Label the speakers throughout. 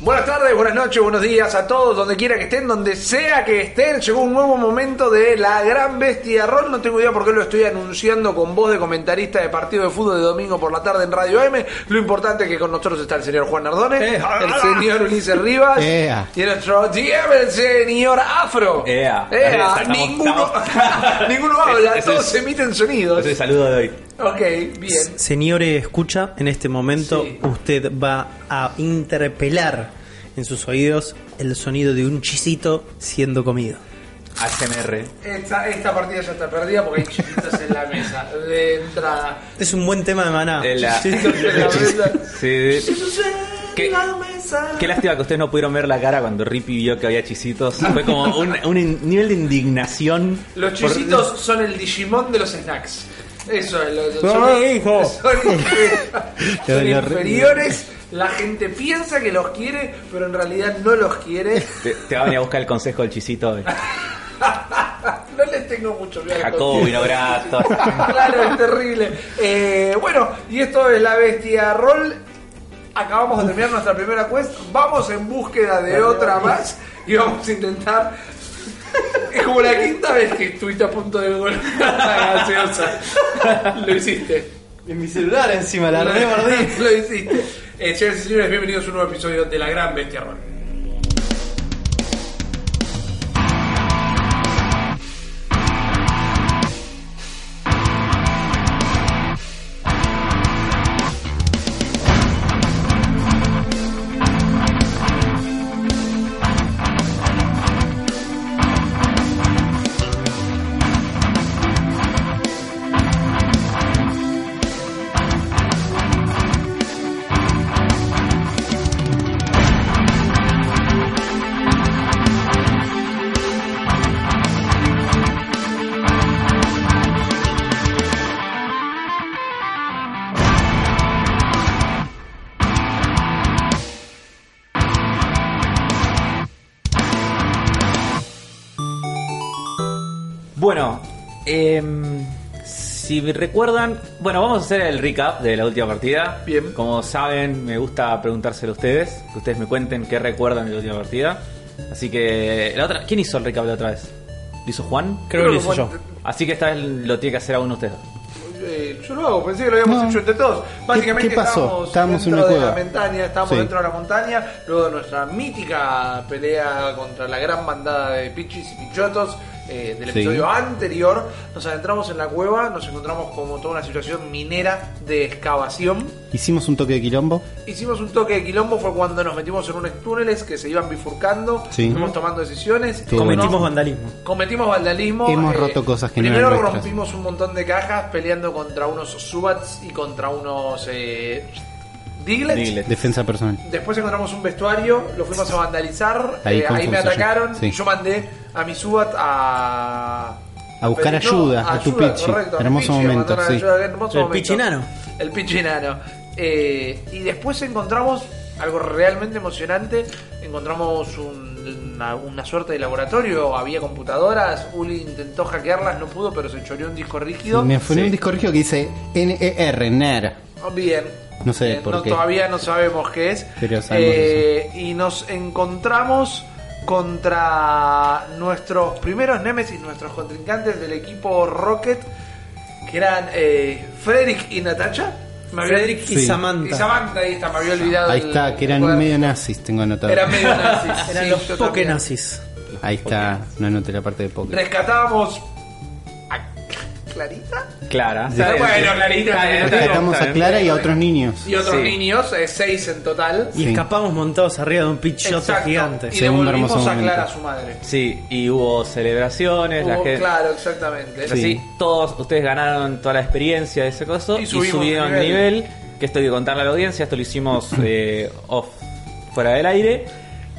Speaker 1: Buenas tardes, buenas noches, buenos días a todos, donde quiera que estén, donde sea que estén. Llegó un nuevo momento de la gran bestia rol. No tengo idea por qué lo estoy anunciando con voz de comentarista de partido de fútbol de domingo por la tarde en Radio M. Lo importante es que con nosotros está el señor Juan Nardones,
Speaker 2: Eh,
Speaker 1: el señor Ulises Rivas
Speaker 3: Ea.
Speaker 1: y el otro DM, el señor Afro.
Speaker 2: Ea.
Speaker 1: Ea,
Speaker 2: Estamos- Eh, ah. estamos-
Speaker 1: Ninguno, ninguno habla,
Speaker 2: Ese- ese
Speaker 1: todos
Speaker 2: es-
Speaker 1: emiten sonidos.
Speaker 2: Es el saludo de hoy.
Speaker 1: Ok, bien.
Speaker 4: Señores, escucha, en este momento
Speaker 1: Sí.
Speaker 4: usted va a interpelar en sus oídos el sonido de un chisito siendo comido.
Speaker 2: HMR.
Speaker 1: Esta, esta partida ya está perdida porque hay chiquitos en la mesa de entrada.
Speaker 4: Es un buen tema de maná.
Speaker 3: Ah,
Speaker 2: De Eh, la-
Speaker 4: Chisito.
Speaker 1: en la mesa.
Speaker 2: Sí.
Speaker 1: ¿Qué?
Speaker 2: ¿Qué? Qué lástima que ustedes no pudieron ver la cara cuando Rippy vio que había chisitos. Fue como un, un in- nivel de indignación.
Speaker 1: Los
Speaker 2: por-
Speaker 1: chisitos son el Digimon de los snacks. Eso es lo
Speaker 3: No,
Speaker 1: son-
Speaker 3: hijo.
Speaker 1: Son, son
Speaker 3: Lo de los-
Speaker 1: inferiores. La gente piensa que los quiere, pero en realidad no los quiere.
Speaker 2: Te, te va a venir a buscar el consejo del chisito de
Speaker 1: No les tengo mucho miedo.
Speaker 2: Jacobo, Vinograto.
Speaker 1: Claro, es terrible. Eh, bueno, y esto es la bestia roll. Acabamos de terminar nuestra primera quest. Vamos en búsqueda de otra más y vamos a intentar. Es como la quinta vez que estuviste a punto de volver a la gaseosa. Lo hiciste.
Speaker 3: En mi celular encima, la remordí.
Speaker 1: Lo hiciste. Eh, señores y señores, bienvenidos a un nuevo episodio de La Gran Bestia Roll.
Speaker 2: Bueno, em, si me recuerdan, bueno, vamos a hacer el recap de la última partida.
Speaker 1: Bien.
Speaker 2: Como saben, me gusta preguntárselo a ustedes, que ustedes me cuenten qué recuerdan de la última partida. Así que, la otra, ¿quién hizo el recap la otra vez? ¿Lo hizo Juan?
Speaker 4: Creo que lo hice yo.
Speaker 2: Así que esta vez lo tiene que hacer a uno de ustedes.
Speaker 1: Eh, yo lo hago, pensé que lo habíamos
Speaker 3: No.
Speaker 1: hecho entre todos. Básicamente
Speaker 3: qué pasó?
Speaker 1: estábamos,
Speaker 3: Estábamos en
Speaker 1: dentro
Speaker 3: una
Speaker 1: de la
Speaker 3: cueva.
Speaker 1: montaña, estábamos
Speaker 3: Sí.
Speaker 1: dentro de la montaña, luego de nuestra mítica pelea contra la gran bandada de pichis y pichotos eh, del
Speaker 3: Sí.
Speaker 1: episodio anterior, nos adentramos en la cueva, nos encontramos como toda una situación minera de excavación.
Speaker 3: Hicimos un toque de quilombo.
Speaker 1: Hicimos un toque de quilombo, fue cuando nos metimos en unos túneles que se iban bifurcando,
Speaker 3: Sí.
Speaker 1: fuimos tomando decisiones.
Speaker 3: Qué bueno.
Speaker 4: Cometimos
Speaker 1: No-
Speaker 4: vandalismo.
Speaker 1: Cometimos vandalismo. eh,
Speaker 3: Hemos roto cosas que no
Speaker 1: primero
Speaker 3: eran nuestras.
Speaker 1: rompimos un montón de cajas peleando contra unos subats y contra unos eh, diglets.
Speaker 2: Diglets.
Speaker 3: Defensa personal.
Speaker 1: Después encontramos un vestuario, lo fuimos a vandalizar.
Speaker 3: Ahí
Speaker 1: eh, ahí me
Speaker 3: confuso yo.
Speaker 1: atacaron.
Speaker 3: Sí.
Speaker 1: Yo mandé a mi subat a.
Speaker 3: A buscar
Speaker 1: pedir- no,
Speaker 3: ayuda, a tu pichi.
Speaker 1: correcto, a mi
Speaker 3: Hermoso
Speaker 1: pichi, a
Speaker 3: momento,
Speaker 1: mandar
Speaker 3: sí.
Speaker 1: ayuda, hermoso
Speaker 4: El
Speaker 1: momento.
Speaker 4: pichinano.
Speaker 1: El pichinano. Eh, y después encontramos algo realmente emocionante. Encontramos un- una, una suerte de laboratorio. Había computadoras. Uli intentó hackearlas, no pudo, pero se choreó un disco rígido.
Speaker 3: Me fue un disco rígido que dice E NER, NER.
Speaker 1: Oh, Bien.
Speaker 3: No sé
Speaker 1: Bien,
Speaker 3: por qué.
Speaker 1: Todavía no sabemos qué es.
Speaker 3: Pero sabemos
Speaker 1: Eh, y nos encontramos contra nuestros primeros némesis, nuestros contrincantes del equipo Rocket, que eran eh, Frederick y Natacha. Me había-
Speaker 4: Frederick y
Speaker 3: Sí.
Speaker 1: y
Speaker 4: Samantha.
Speaker 1: Samantha, ahí está, me había olvidado.
Speaker 3: Ahí
Speaker 1: el-
Speaker 3: está, que eran
Speaker 1: el-
Speaker 3: medio nazis, tengo anotado.
Speaker 1: Eran medio nazis.
Speaker 4: Eran
Speaker 1: Ah, sí,
Speaker 4: los
Speaker 1: yo
Speaker 4: poke
Speaker 1: también.
Speaker 4: nazis.
Speaker 3: Ahí está, no anoté la parte de poker.
Speaker 1: Rescatábamos a Clarita
Speaker 2: Clara.
Speaker 1: Está bien. Bueno, Clarita,
Speaker 2: Está bien, está bien,
Speaker 3: Rescatamos
Speaker 2: está
Speaker 3: a
Speaker 2: bien.
Speaker 3: Clara y a otros niños.
Speaker 1: y otros
Speaker 2: Sí.
Speaker 1: niños, eh, seis en total.
Speaker 4: Y
Speaker 3: Sí.
Speaker 4: escapamos montados arriba de un pichote
Speaker 1: Exacto.
Speaker 4: gigante.
Speaker 1: Y
Speaker 3: Sí, un
Speaker 1: devolvimos
Speaker 3: hermoso
Speaker 1: a Clara a
Speaker 3: momento.
Speaker 1: su madre.
Speaker 2: Sí, y hubo celebraciones, la
Speaker 1: Hubo-
Speaker 2: gente.
Speaker 1: Oh, Claro, exactamente.
Speaker 2: Es así, todos ustedes ganaron toda la experiencia de ese coso
Speaker 1: Y
Speaker 2: y,
Speaker 1: subimos
Speaker 2: subieron
Speaker 1: de
Speaker 2: de
Speaker 1: nivel.
Speaker 2: nivel. Que esto hay que contarle a la audiencia, esto lo hicimos eh, off, fuera del aire,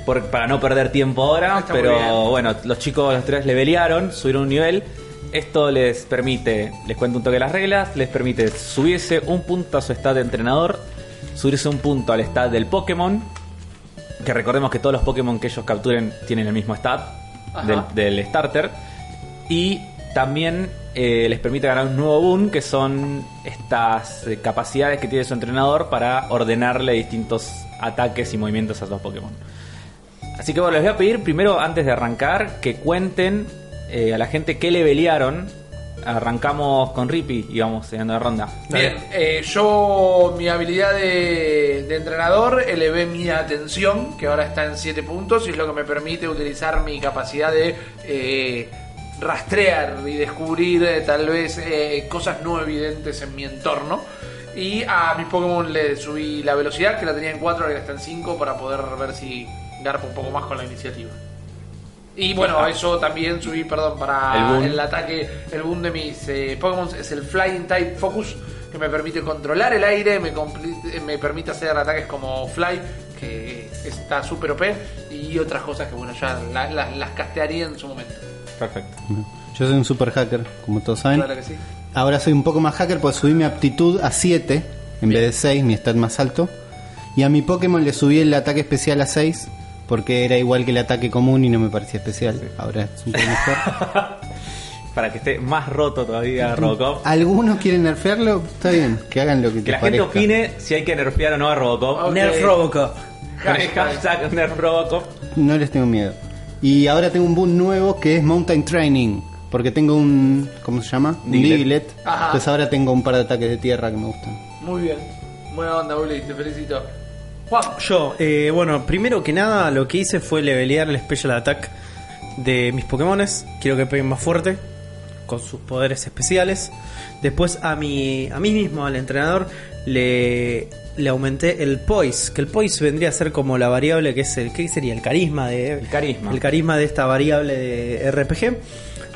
Speaker 2: por- para no perder tiempo ahora.
Speaker 1: Ah, Está muy bien.
Speaker 2: pero bueno, los chicos, los tres levelearon, subieron un nivel. Esto les permite, les cuento un toque las reglas, les permite subirse un punto a su stat de entrenador, subirse un punto al stat del Pokémon, que recordemos que todos los Pokémon que ellos capturen tienen el mismo stat
Speaker 1: Ajá.
Speaker 2: del, del starter. Y también eh, les permite ganar un nuevo boon, que son estas eh, capacidades que tiene su entrenador para ordenarle distintos ataques y movimientos a los Pokémon. Así que bueno, les voy a pedir primero, antes de arrancar, que cuenten eh, a la gente qué levelearon. Arrancamos con Rippy y vamos siguiendo de ronda.
Speaker 1: Bien, eh, yo mi habilidad de, de entrenador elevé mi atención, que ahora está en 7 puntos, y es lo que me permite utilizar mi capacidad de eh, rastrear y descubrir eh, tal vez eh, cosas no evidentes en mi entorno. Y a mis Pokémon le subí la velocidad, que la tenía en 4, ahora está en 5, para poder ver si garpo un poco más con la iniciativa. Y bueno, eso también subí, perdón, para
Speaker 2: El boom.
Speaker 1: el ataque, el boom de mis eh, Pokémon es el Flying Type Focus, que me permite controlar el aire, me, compli- eh, me permite hacer ataques como Fly, que está súper OP, y otras cosas que bueno, ya la- la- las castearía en su momento.
Speaker 2: Perfecto.
Speaker 3: Yo soy un super hacker, como todos saben.
Speaker 1: Claro que sí.
Speaker 3: Ahora soy un poco más hacker porque subí mi aptitud a 7 en vez de 6, mi stat más alto. Y a mi Pokémon le subí el ataque especial a 6 porque era igual que el ataque común y no me parecía especial. Ahora es un poco mejor.
Speaker 2: Para que esté más roto todavía Robocop.
Speaker 3: Algunos quieren nerfearlo, está bien, que hagan lo que,
Speaker 2: Que
Speaker 3: te
Speaker 2: la gente
Speaker 3: parezca.
Speaker 2: opine si hay que nerfear o no a Robocop.
Speaker 1: Ok.
Speaker 4: Nerf Robocop.
Speaker 2: Con el hashtag Nerf Robocop.
Speaker 3: No les tengo miedo. Y ahora tengo un boom nuevo que es Mountain Training. Porque tengo un. ¿Cómo se llama? Un
Speaker 2: Diglett.
Speaker 3: Diglett.
Speaker 1: Ajá.
Speaker 3: Entonces ahora tengo un par de ataques de tierra que me gustan.
Speaker 1: Muy bien. Buena onda, Uli, te felicito. Juan,
Speaker 4: Yo, eh, bueno, primero que nada lo que hice fue levelear el Special Attack de mis Pokémones. Quiero que peguen más fuerte con sus poderes especiales. Después a, mi, a mí mismo, al entrenador, le, le aumenté el Poise. Que el Poise vendría a ser como la variable que es el... ¿Qué sería? El carisma de...
Speaker 2: El carisma.
Speaker 4: El carisma de esta variable de RPG.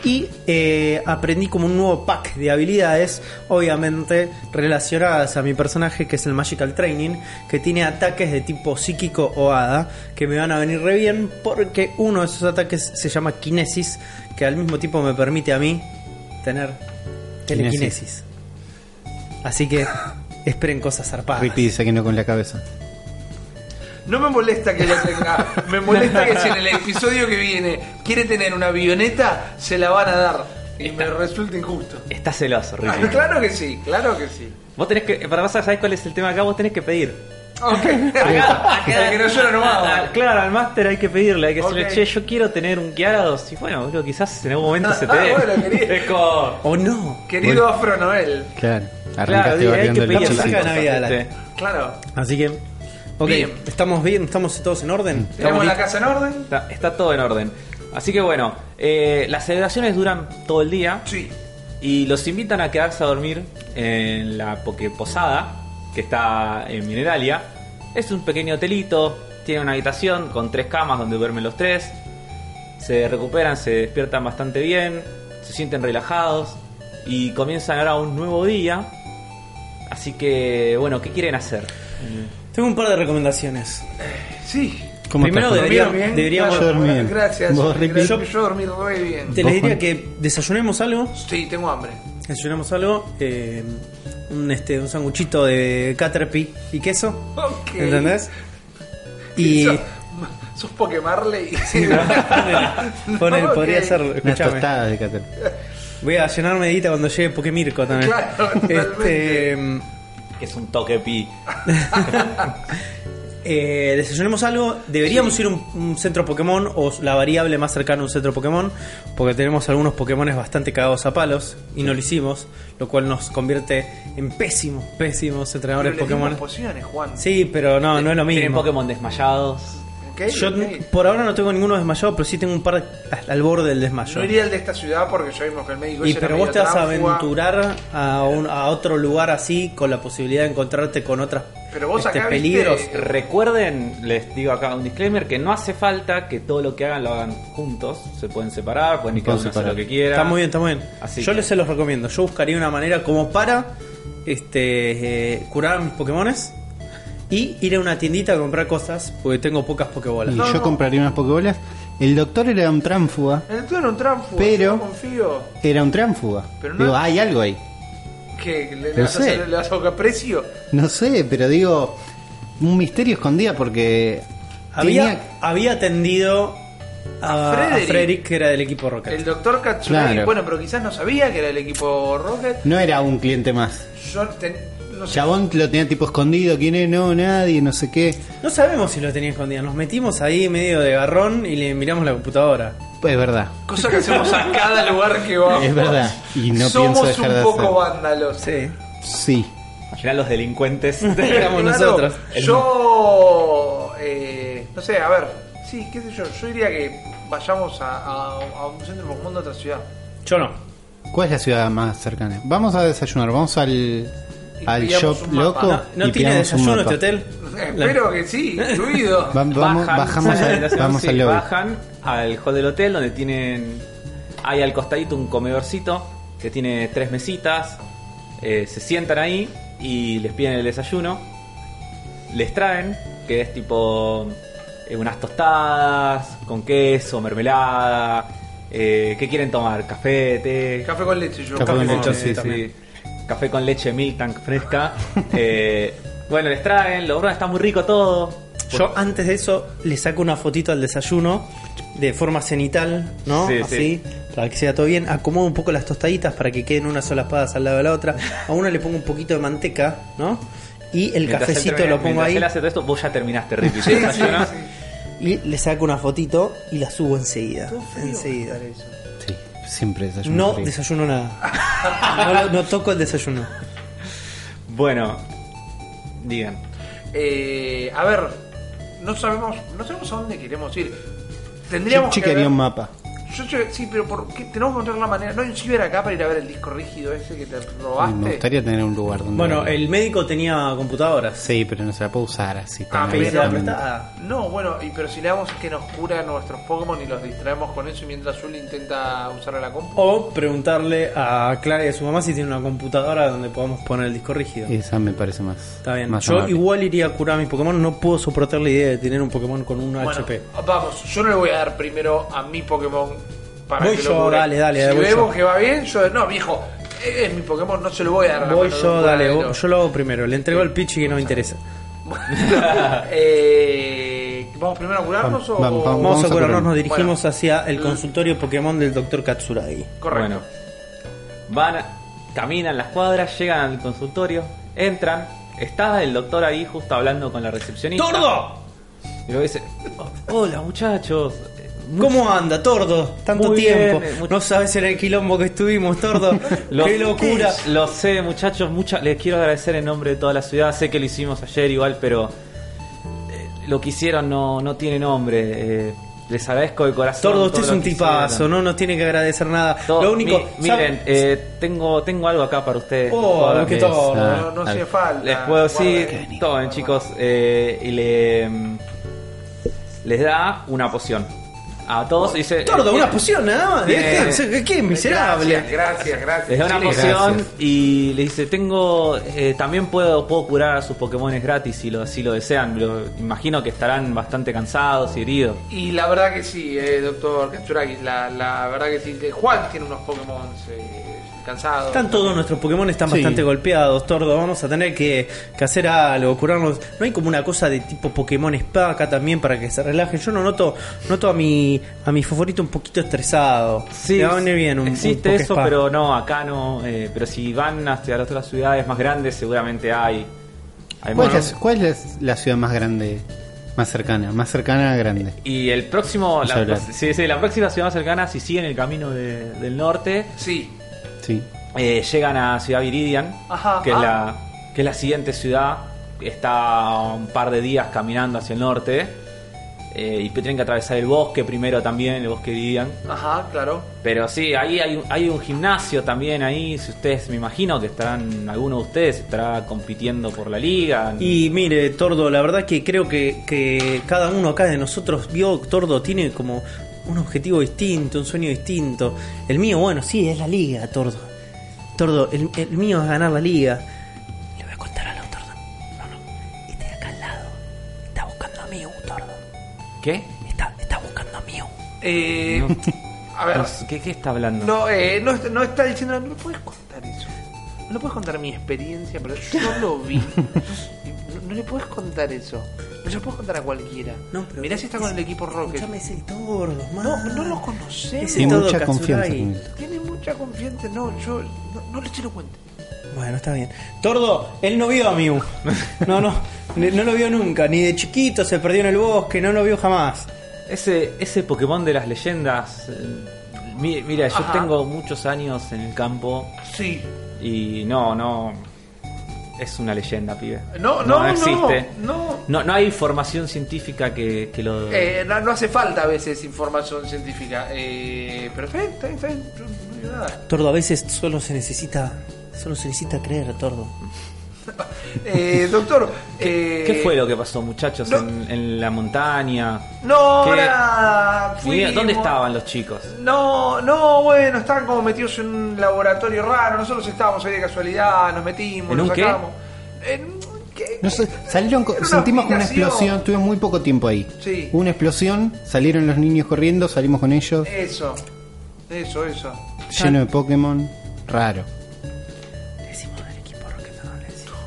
Speaker 4: Y eh, aprendí como un nuevo pack de habilidades, obviamente relacionadas a mi personaje, que es el Magical Training, que tiene ataques de tipo psíquico o hada, que me van a venir re bien, porque uno de esos ataques se llama Kinesis, que al mismo tiempo me permite a mí tener telequinesis. Así que esperen cosas zarpadas.
Speaker 3: Rippy dice que no con la cabeza.
Speaker 1: no me molesta que lo tenga, me molesta que si en el episodio que viene quiere tener una avioneta, se la van a dar. Y me resulta injusto.
Speaker 2: Está celoso, Rippy.
Speaker 1: Ah, claro que sí, claro que sí.
Speaker 2: Vos tenés que, para pasar, ¿sabés cuál es el tema acá? Vos tenés que pedir.
Speaker 1: Ok. El que no llora no
Speaker 2: Ah,
Speaker 1: va.
Speaker 2: Claro, al máster hay que pedirle, hay que decirle,
Speaker 1: Ok.
Speaker 2: che, yo quiero tener un Kiarados. Y bueno, boludo, quizás en algún momento se te
Speaker 1: Ah,
Speaker 2: dé.
Speaker 1: bueno, querido.
Speaker 2: es como.
Speaker 4: ¿O no?
Speaker 1: Querido Afro Noel.
Speaker 3: Claro.
Speaker 2: Claro,
Speaker 3: Arrancaste
Speaker 2: hay
Speaker 3: barriendo
Speaker 2: que
Speaker 3: el
Speaker 2: pedirle.
Speaker 4: chiste.
Speaker 3: chiste.
Speaker 4: Saca Navidad,
Speaker 2: Sí.
Speaker 4: la-
Speaker 1: Claro.
Speaker 4: Así que, ok,
Speaker 1: Bien.
Speaker 4: ¿estamos bien? ¿Estamos todos en orden?
Speaker 1: Tenemos
Speaker 4: ¿Estamos
Speaker 1: la casa en orden.
Speaker 2: Está, está todo en orden. Así que bueno, eh, las celebraciones duran todo el día
Speaker 1: Sí.
Speaker 2: y los invitan a quedarse a dormir en la Pokeposada, que está en Mineralia. Es un pequeño hotelito, tiene una habitación con tres camas donde duermen los tres. Se recuperan, se despiertan bastante bien, se sienten relajados y comienzan ahora un nuevo día. Así que, bueno, ¿qué quieren hacer?
Speaker 4: Tengo un par de recomendaciones.
Speaker 1: Sí.
Speaker 3: ¿Cómo
Speaker 4: Primero
Speaker 3: estás?
Speaker 4: debería-
Speaker 1: ¿Dormieron bien?
Speaker 4: deberíamos-
Speaker 1: Claro,
Speaker 3: Yo dormí bien.
Speaker 1: Gracias.
Speaker 3: ¿Vos, Ripi?
Speaker 1: gracias.
Speaker 4: Yo-
Speaker 1: Yo dormí re bien.
Speaker 4: Te le
Speaker 3: ¿Vos,
Speaker 4: diría
Speaker 3: Juan?
Speaker 4: que desayunemos algo.
Speaker 1: Sí, tengo hambre.
Speaker 4: Desayunemos algo. eh, un este, un sanguchito de Caterpie y queso.
Speaker 1: Ok.
Speaker 4: ¿Entendés? Y
Speaker 1: Sos- Sos Pokemarley.
Speaker 4: Pon el-
Speaker 1: Ok.
Speaker 4: podría ser,
Speaker 3: Unas
Speaker 4: escuchame.
Speaker 3: tostadas de Cater.
Speaker 4: Voy a llenarme de guita cuando llegue Pokemirco también.
Speaker 1: Claro, totalmente.
Speaker 4: este, mm,
Speaker 2: Que es un toque pi.
Speaker 4: eh, desayunemos algo. Deberíamos ir a un, un centro Pokémon o la variable más cercana a un centro Pokémon. Porque tenemos algunos Pokémones bastante cagados a palos y no lo hicimos. Lo cual nos convierte en pésimos, pésimos
Speaker 1: Pero
Speaker 4: entrenadores
Speaker 1: le dimos
Speaker 4: Pokémon.
Speaker 1: pociones, Juan.
Speaker 4: Sí, pero no, no es lo
Speaker 2: Tienen
Speaker 4: mismo.
Speaker 2: Pokémon desmayados.
Speaker 1: Ok,
Speaker 4: Yo
Speaker 1: ok.
Speaker 4: n- por ahora no tengo ninguno desmayado, pero sí tengo un par al, al borde del desmayo.
Speaker 1: No iría al de esta ciudad porque ya vimos que el médico
Speaker 4: y
Speaker 1: ese era
Speaker 4: pero vos
Speaker 1: medio
Speaker 4: te vas a
Speaker 1: tránfuga.
Speaker 4: aventurar a, un- a otro lugar así con la posibilidad de encontrarte con otras
Speaker 1: Pero vos
Speaker 4: este,
Speaker 1: acá viste-
Speaker 4: peligros.
Speaker 2: Recuerden, les digo acá un disclaimer, que no hace falta que todo lo que hagan lo hagan juntos. Se pueden separar, pueden ir cada
Speaker 3: Pueden
Speaker 2: uno a hacer lo
Speaker 3: separar.
Speaker 2: que quiera.
Speaker 4: Está muy bien, está muy bien.
Speaker 2: Así
Speaker 4: Yo
Speaker 2: que-
Speaker 4: les se los recomiendo. Yo buscaría una manera como para este eh, curar mis Pokémones y ir a una tiendita a comprar cosas porque tengo pocas Pokébolas.
Speaker 3: Y
Speaker 1: No,
Speaker 3: yo
Speaker 1: no.
Speaker 3: compraría unas Pokébolas. El doctor era un tránfuga.
Speaker 1: El doctor era un tránfuga.
Speaker 3: Pero-
Speaker 1: yo confío.
Speaker 3: Era un tránfuga.
Speaker 1: Pero no-
Speaker 3: Digo, hay algo ahí.
Speaker 1: ¿Qué? ¿Le, le
Speaker 3: No
Speaker 1: vas, a
Speaker 3: sé.
Speaker 1: hacer- le vas a buscar precio?
Speaker 3: No sé, pero digo, un misterio escondía porque
Speaker 4: Había,
Speaker 3: tenía-
Speaker 4: había atendido
Speaker 1: A
Speaker 4: a, a
Speaker 1: Frederick.
Speaker 4: Frederick, que era del equipo Rocket.
Speaker 1: El doctor Katsuragi,
Speaker 3: Claro.
Speaker 1: bueno, pero quizás no sabía que era el equipo Rocket.
Speaker 3: No era un cliente más.
Speaker 1: Yo ten- no sé.
Speaker 3: Chabón lo tenía tipo escondido, quién es, no, nadie, no sé qué.
Speaker 4: No sabemos si lo tenía escondido. Nos metimos ahí medio de garrón y le miramos la computadora.
Speaker 3: Pues es verdad.
Speaker 1: Cosa que hacemos a cada lugar que vamos.
Speaker 3: Es verdad. Y no
Speaker 1: Somos
Speaker 3: pienso dejar
Speaker 1: un
Speaker 3: de
Speaker 1: poco
Speaker 3: hacer.
Speaker 1: vándalos.
Speaker 4: Sí.
Speaker 3: Sí.
Speaker 2: Al final los delincuentes.
Speaker 1: Claro,
Speaker 4: Éramos nosotros.
Speaker 1: Yo. eh, no sé, a ver. Sí, qué sé yo. Yo diría que vayamos a, a- a un centro profundo de otra ciudad.
Speaker 4: Yo no.
Speaker 3: ¿Cuál es la ciudad más cercana? Vamos a desayunar, vamos al, al
Speaker 1: pillamos
Speaker 3: shop
Speaker 1: un mapa.
Speaker 3: loco.
Speaker 4: No, no tiene
Speaker 3: y pillamos un
Speaker 4: desayuno
Speaker 3: mapa.
Speaker 4: este hotel.
Speaker 1: Espero que sí, incluido.
Speaker 3: Va- vamos-
Speaker 2: Bajan,
Speaker 3: bajamos
Speaker 2: salen de
Speaker 3: al,
Speaker 2: la estación,
Speaker 3: vamos
Speaker 2: sí,
Speaker 3: al lobby.
Speaker 2: bajan al hall del hotel donde tienen. Hay al costadito un comedorcito que tiene tres mesitas. Eh, se sientan ahí y les piden el desayuno. Les traen, que es tipo eh, unas tostadas con queso, mermelada. Eh, ¿Qué quieren tomar? ¿Café, té?
Speaker 1: Café con leche, yo.
Speaker 3: Café con
Speaker 2: Café
Speaker 3: leche,
Speaker 2: con,
Speaker 3: sí,
Speaker 2: sí, sí. Café con leche Miltank fresca. Eh, bueno, les traen, lo bueno, está muy rico todo.
Speaker 4: Yo antes de eso le saco una fotito al desayuno de forma cenital, ¿no?
Speaker 2: Sí,
Speaker 4: Así, para que sea todo bien. Acomodo un poco las tostaditas para que queden unas solas espadas al lado de la otra. A una le pongo un poquito de manteca, ¿no? Y el
Speaker 2: Mientras él
Speaker 4: cafecito
Speaker 2: termina-
Speaker 4: lo pongo
Speaker 2: mientras
Speaker 4: ahí
Speaker 2: él hace todo esto, vos ya terminaste, Ricky.
Speaker 1: Sí, sí,
Speaker 2: ¿no?
Speaker 1: sí.
Speaker 4: y le saco una fotito y la subo enseguida. Enseguida.
Speaker 3: Sí, siempre desayuno.
Speaker 4: No
Speaker 3: arriba.
Speaker 4: desayuno nada. No, lo- no toco el desayuno.
Speaker 2: Bueno, digan.
Speaker 1: Eh, a ver, no sabemos, no sabemos a dónde queremos ir. Tendríamos
Speaker 3: Chichi
Speaker 1: que
Speaker 3: quería
Speaker 1: ver-
Speaker 3: un mapa.
Speaker 1: Yo, che- sí, pero ¿por qué? tenemos que encontrar la manera. No hay un ciber acá para ir a ver el disco rígido ese que te robaste.
Speaker 3: Me gustaría tener un lugar donde.
Speaker 4: Bueno, el médico tenía computadoras.
Speaker 3: Sí, pero no se la puedo usar así. tan
Speaker 1: Ah, pero-
Speaker 3: abiertamente.
Speaker 4: Ah,
Speaker 1: No, bueno, y pero si le damos que nos cura a nuestros Pokémon y los distraemos con eso y mientras Zul intenta usar la compu.
Speaker 4: O preguntarle a Clara y a su mamá si tiene una computadora donde podamos poner el disco rígido.
Speaker 3: Esa me parece más.
Speaker 4: Está bien.
Speaker 3: más
Speaker 4: Yo
Speaker 3: amable.
Speaker 4: igual iría a curar a mis Pokémon. No puedo soportar la idea de tener un Pokémon con un
Speaker 1: Bueno,
Speaker 4: HP.
Speaker 1: vamos, yo no le voy a dar primero a mi Pokémon para
Speaker 4: Voy
Speaker 1: que
Speaker 4: yo,
Speaker 1: lo cure.
Speaker 4: dale, dale,
Speaker 1: Si
Speaker 4: voy
Speaker 1: vemos
Speaker 4: yo.
Speaker 1: que va bien, yo no, viejo, eh, es mi Pokémon, no se lo voy a dar. a la
Speaker 4: Voy
Speaker 1: mano de
Speaker 4: yo,
Speaker 1: un
Speaker 4: dale.
Speaker 1: cuadro.
Speaker 4: vos- Yo lo hago primero. Le entrego el Pichi que no me interesa.
Speaker 1: Eh, ¿Vamos primero a curarnos
Speaker 3: Vamos,
Speaker 1: o.?
Speaker 3: vamos, vamos.
Speaker 4: Vamos a
Speaker 3: a curarnos.
Speaker 4: curarnos. Nos dirigimos
Speaker 1: Bueno.
Speaker 4: hacia el consultorio Pokémon del Dr. Katsuragi.
Speaker 1: Correcto.
Speaker 2: Bueno, van, caminan las cuadras, llegan al consultorio, entran. Está el doctor ahí justo hablando con la recepcionista.
Speaker 4: ¡Tordo!
Speaker 2: Y luego dice: Hola, muchachos.
Speaker 4: ¿Cómo anda, Tordo? Tanto
Speaker 2: Muy bien,
Speaker 4: tiempo.
Speaker 2: eh, much-
Speaker 4: no sabes en el quilombo que estuvimos, Tordo.
Speaker 2: Lo-
Speaker 4: ¡Qué locura!
Speaker 2: Lo sé, muchachos. Mucha, les quiero agradecer en nombre de toda la ciudad. Sé que lo hicimos ayer igual, pero eh, lo que hicieron no, no tiene nombre. Eh, les agradezco de corazón.
Speaker 4: Tordo,
Speaker 2: todo
Speaker 4: usted es
Speaker 2: lo
Speaker 4: un
Speaker 2: que
Speaker 4: tipazo.
Speaker 2: hicieron.
Speaker 4: No nos tiene que agradecer nada.
Speaker 2: Todo-
Speaker 4: lo único.
Speaker 2: mi-
Speaker 4: ¿sabe-
Speaker 2: miren, eh, tengo, tengo algo acá para ustedes.
Speaker 4: Oh,
Speaker 2: Ahora
Speaker 4: qué
Speaker 2: que-
Speaker 4: todo.
Speaker 1: No, no hacía
Speaker 3: Ah,
Speaker 1: falta.
Speaker 2: Les puedo decir,
Speaker 1: Guarda.
Speaker 2: tomen chicos, eh, y le mm, les da una poción. A todos y dice.
Speaker 4: Tordo,
Speaker 2: eh,
Speaker 4: Oh, una poción nada más.
Speaker 2: Bien.
Speaker 4: Déjense- ¡Qué miserable!
Speaker 1: Gracias, gracias, gracias.
Speaker 2: Les da una
Speaker 1: Sí,
Speaker 2: poción
Speaker 3: gracias.
Speaker 2: y le dice, tengo, eh, también puedo, puedo curar a sus Pokémones gratis si lo, si lo desean. Lo- imagino que estarán bastante cansados y heridos.
Speaker 1: Y la verdad que sí, eh, doctor Katsuragi, la, la verdad que sí. que Juan tiene unos Pokémon eh, cansados.
Speaker 4: Están todos nuestros Pokémon están
Speaker 3: Sí.
Speaker 4: bastante golpeados, Tordo. Vamos a tener que, que hacer algo, curarnos. No hay como una cosa de tipo Pokémon Spa acá también para que se relajen. Yo no noto, noto a mi a mi favorito un poquito estresado. Le va a venir bien un, un
Speaker 2: existe
Speaker 4: Poké
Speaker 2: eso,
Speaker 4: Spa.
Speaker 2: pero no, acá no. eh, pero si van hacia las otras ciudades más grandes, seguramente hay. hay
Speaker 3: ¿Cuál
Speaker 2: monos.
Speaker 3: es, la, cuál es la ciudad más grande, más cercana? Más cercana a grande.
Speaker 2: Y el próximo,
Speaker 3: Vamos a
Speaker 2: la,
Speaker 3: hablar.
Speaker 2: sí, sí, la próxima ciudad más cercana, si siguen el camino de- del norte,
Speaker 1: Sí.
Speaker 3: Sí.
Speaker 2: eh, llegan a Ciudad Viridian,
Speaker 1: Ajá,
Speaker 2: que,
Speaker 1: ah.
Speaker 2: es la, que es la siguiente ciudad. Está a un par de días caminando hacia el norte. eh, y tienen que atravesar el bosque primero también, el bosque Viridian.
Speaker 1: Ajá, claro.
Speaker 2: Pero sí, ahí hay, un- hay un gimnasio también ahí. Si ustedes, me imagino que estarán, alguno de ustedes estará compitiendo por la liga.
Speaker 4: Y mire, Tordo, la verdad que creo que, que cada uno acá de nosotros vio, Tordo, tiene como un objetivo distinto, un sueño distinto. El mío, bueno, sí, es la liga, Tordo. Tordo, el, el mío es ganar la liga. Le voy a contar algo, Tordo. No, no, este de acá al lado está buscando a Mew, Tordo.
Speaker 2: ¿Qué?
Speaker 4: Está, está buscando a Mew.
Speaker 1: Eh, A ver,
Speaker 2: ¿Qué, qué está hablando?
Speaker 1: no, eh, no, no está diciendo, no me puedes contar eso. No puedes contar mi experiencia, pero yo lo vi. No, no le puedes contar eso. Pero lo puedes contar a cualquiera.
Speaker 4: No, pero-
Speaker 1: Mirá si está con el equipo Rocket.
Speaker 4: Escuchame, es el tordo, man.
Speaker 1: No, no lo conocés.
Speaker 4: Ese
Speaker 3: Y
Speaker 4: todo
Speaker 3: mucha
Speaker 4: Katsuragi.
Speaker 3: confianza con él.
Speaker 1: Tiene mucha confianza. No, yo no, no le se lo cuente.
Speaker 4: Bueno, está bien. Tordo, él no vio a Mew. No, no, ne- no lo vio nunca. Ni de chiquito se perdió en el bosque, no lo vio jamás.
Speaker 2: Ese, ese Pokémon de las leyendas. eh, mi- mira, yo
Speaker 1: Ajá.
Speaker 2: tengo muchos años en el campo
Speaker 1: Sí.
Speaker 2: y no, no. Es una leyenda, pibe.
Speaker 1: No, no, no.
Speaker 2: existe.
Speaker 1: no.
Speaker 2: No, no hay información científica que, que lo.
Speaker 1: Eh, no, no hace falta a veces información científica. Eh, pero está bien, está bien, está bien. Yo no digo nada.
Speaker 4: Tordo, a veces solo se necesita. Solo se necesita creer, Tordo.
Speaker 1: Eh, doctor, eh,
Speaker 2: ¿Qué fue lo que pasó, muchachos,
Speaker 1: no.
Speaker 2: en, en la montaña?
Speaker 1: eh, No,
Speaker 2: ¿Qué?
Speaker 1: nada.
Speaker 2: Mira, ¿Dónde
Speaker 1: fuimos.
Speaker 2: estaban los chicos?
Speaker 1: No, no, bueno, estaban como metidos en un laboratorio raro. Nosotros estábamos ahí de casualidad, nos metimos,
Speaker 2: ¿En
Speaker 1: nos
Speaker 2: un qué?
Speaker 1: sacamos. En un qué?
Speaker 3: No sé, salieron, co-
Speaker 1: Era una
Speaker 3: sentimos como una
Speaker 1: aplicación.
Speaker 3: explosión, tuvimos muy poco tiempo ahí.
Speaker 1: Sí.
Speaker 3: Hubo Una explosión, salieron los niños corriendo, salimos con ellos,
Speaker 1: Eso, eso, eso.
Speaker 3: lleno de Pokémon, raro.
Speaker 4: Le decimos del equipo Rocket, no le decimos.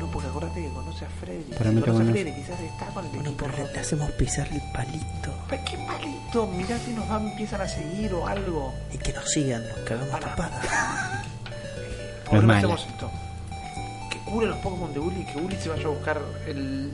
Speaker 1: No, porque acordate que conoce a Freddy.
Speaker 3: Para
Speaker 1: Si
Speaker 3: mí lo
Speaker 1: conoce a
Speaker 3: conoce.
Speaker 1: Freddy, quizás está con el
Speaker 4: Bueno,
Speaker 1: equipo
Speaker 4: pero le
Speaker 1: rojo.
Speaker 4: hacemos pisar el palito.
Speaker 1: Pero qué malito, mirá si nos van, empiezan a seguir o algo.
Speaker 4: Y que nos sigan, nos cagamos
Speaker 1: Pará.
Speaker 4: tapada.
Speaker 1: ¿Por qué no
Speaker 3: mala.
Speaker 1: hacemos esto? Que cure los Pokémon de Uli, que Uli se vaya a buscar el,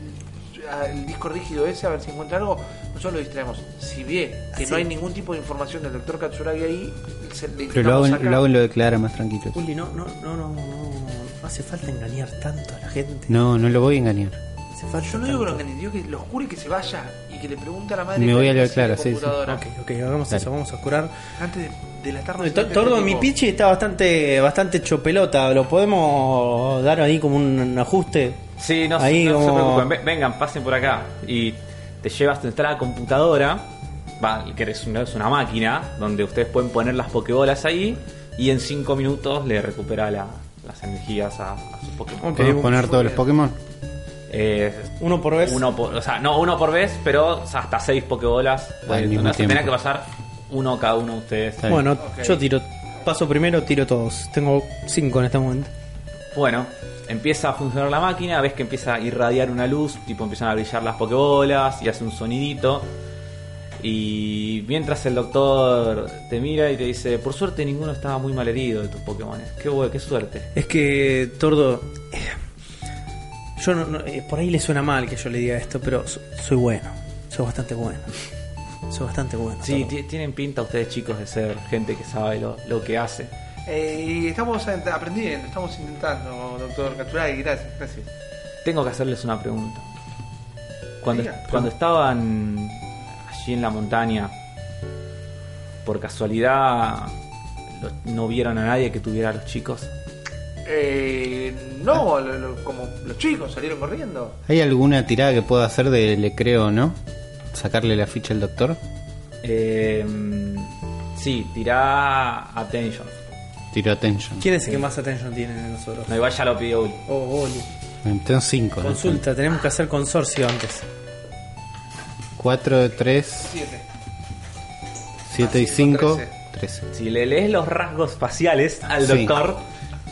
Speaker 1: a- el disco rígido ese a ver si encuentra algo. Nosotros lo distraemos. Si ve que
Speaker 4: Así.
Speaker 1: no hay ningún tipo de información del doctor Katsuragi ahí, se le
Speaker 3: Pero lo
Speaker 1: intentamos
Speaker 3: hago, en-
Speaker 1: sacar.
Speaker 3: lo hago en lo de Clara más tranquilo.
Speaker 4: Uli, no, no, no, no, no. No hace falta engañar tanto a la gente.
Speaker 3: No, no lo voy a engañar.
Speaker 4: Hace falta
Speaker 1: Yo no digo que lo
Speaker 4: tanto.
Speaker 1: engañe, digo que lo oscure que se vaya y que le pregunte a la madre.
Speaker 3: Me
Speaker 1: que
Speaker 3: voy a
Speaker 1: le
Speaker 3: leer,
Speaker 1: pase
Speaker 3: claro,
Speaker 1: la
Speaker 3: sí, sí.
Speaker 1: computadora.
Speaker 4: Ok, ok, hagamos
Speaker 3: Dale.
Speaker 4: eso, vamos a curar.
Speaker 1: Antes de, este la tarde.
Speaker 4: To- Tordo, mi pichi está bastante bastante chopelota. ¿Lo podemos dar ahí como un, un ajuste?
Speaker 2: Sí, no, se-
Speaker 4: Ahí
Speaker 2: no se
Speaker 4: como-
Speaker 2: preocupen. Ve- Vengan, pasen por acá. Y te llevas, te entras a la computadora, va, que eres una, es una máquina, donde ustedes pueden poner las pokebolas ahí y en 5 minutos le recupera la- las energías a, a sus Pokémon.
Speaker 4: Ok.
Speaker 3: ¿Podemos poner todos los Pokémon?
Speaker 2: Eh,
Speaker 4: Uno por vez.
Speaker 2: uno por, o sea, no uno por vez, pero o sea, hasta 6 pokebolas. pueden
Speaker 3: mismo
Speaker 2: detonar. Se
Speaker 3: tiempo.
Speaker 2: Tendrá que pasar uno cada uno de ustedes.
Speaker 3: Está bien.
Speaker 4: Bueno,
Speaker 1: Ok.
Speaker 4: yo tiro. Paso primero, tiro todos. Tengo cinco en este momento.
Speaker 2: Bueno, empieza a funcionar la máquina, ves que empieza a irradiar una luz, tipo empiezan a brillar las pokebolas y hace un sonidito. Y mientras el doctor te mira y te dice, por suerte ninguno estaba muy malherido de tus Pokémon. Qué bueno, qué suerte.
Speaker 4: Es que, Tordo. eh, Yo no, no- eh, por ahí le suena mal que yo le diga esto, pero so- soy bueno. Soy bastante bueno. Soy bastante bueno.
Speaker 2: Sí,
Speaker 4: Tordo.
Speaker 2: ti- tienen pinta ustedes chicos de ser gente que sabe lo, lo que hace.
Speaker 1: y eh, estamos ent- aprendiendo, estamos intentando, doctor Katsuragi. Gracias, gracias.
Speaker 2: Tengo que hacerles una pregunta. Cuando,
Speaker 1: Diga.
Speaker 2: cuando estaban allí en la montaña, por casualidad, lo- ¿no vieron a nadie que tuviera a los chicos?
Speaker 1: Eh, no, lo- lo- como los chicos salieron corriendo.
Speaker 3: ¿Hay alguna tirada que pueda hacer de le creo no? Sacarle la ficha al doctor.
Speaker 2: Eh, sí, tirá Attention.
Speaker 3: Tiro attention.
Speaker 4: ¿Quién es el que más atención tiene de nosotros?
Speaker 2: No, igual ya lo pidió Uli.
Speaker 4: Oh, Oli.
Speaker 3: Tengo 5.
Speaker 4: Consulta, tenemos que hacer consorcio antes.
Speaker 3: 4, 3,
Speaker 1: Siete.
Speaker 3: 7 y
Speaker 1: cinco,
Speaker 3: 5.
Speaker 1: trece.
Speaker 3: 13.
Speaker 2: Si le lees los rasgos faciales al
Speaker 3: Sí.
Speaker 2: doctor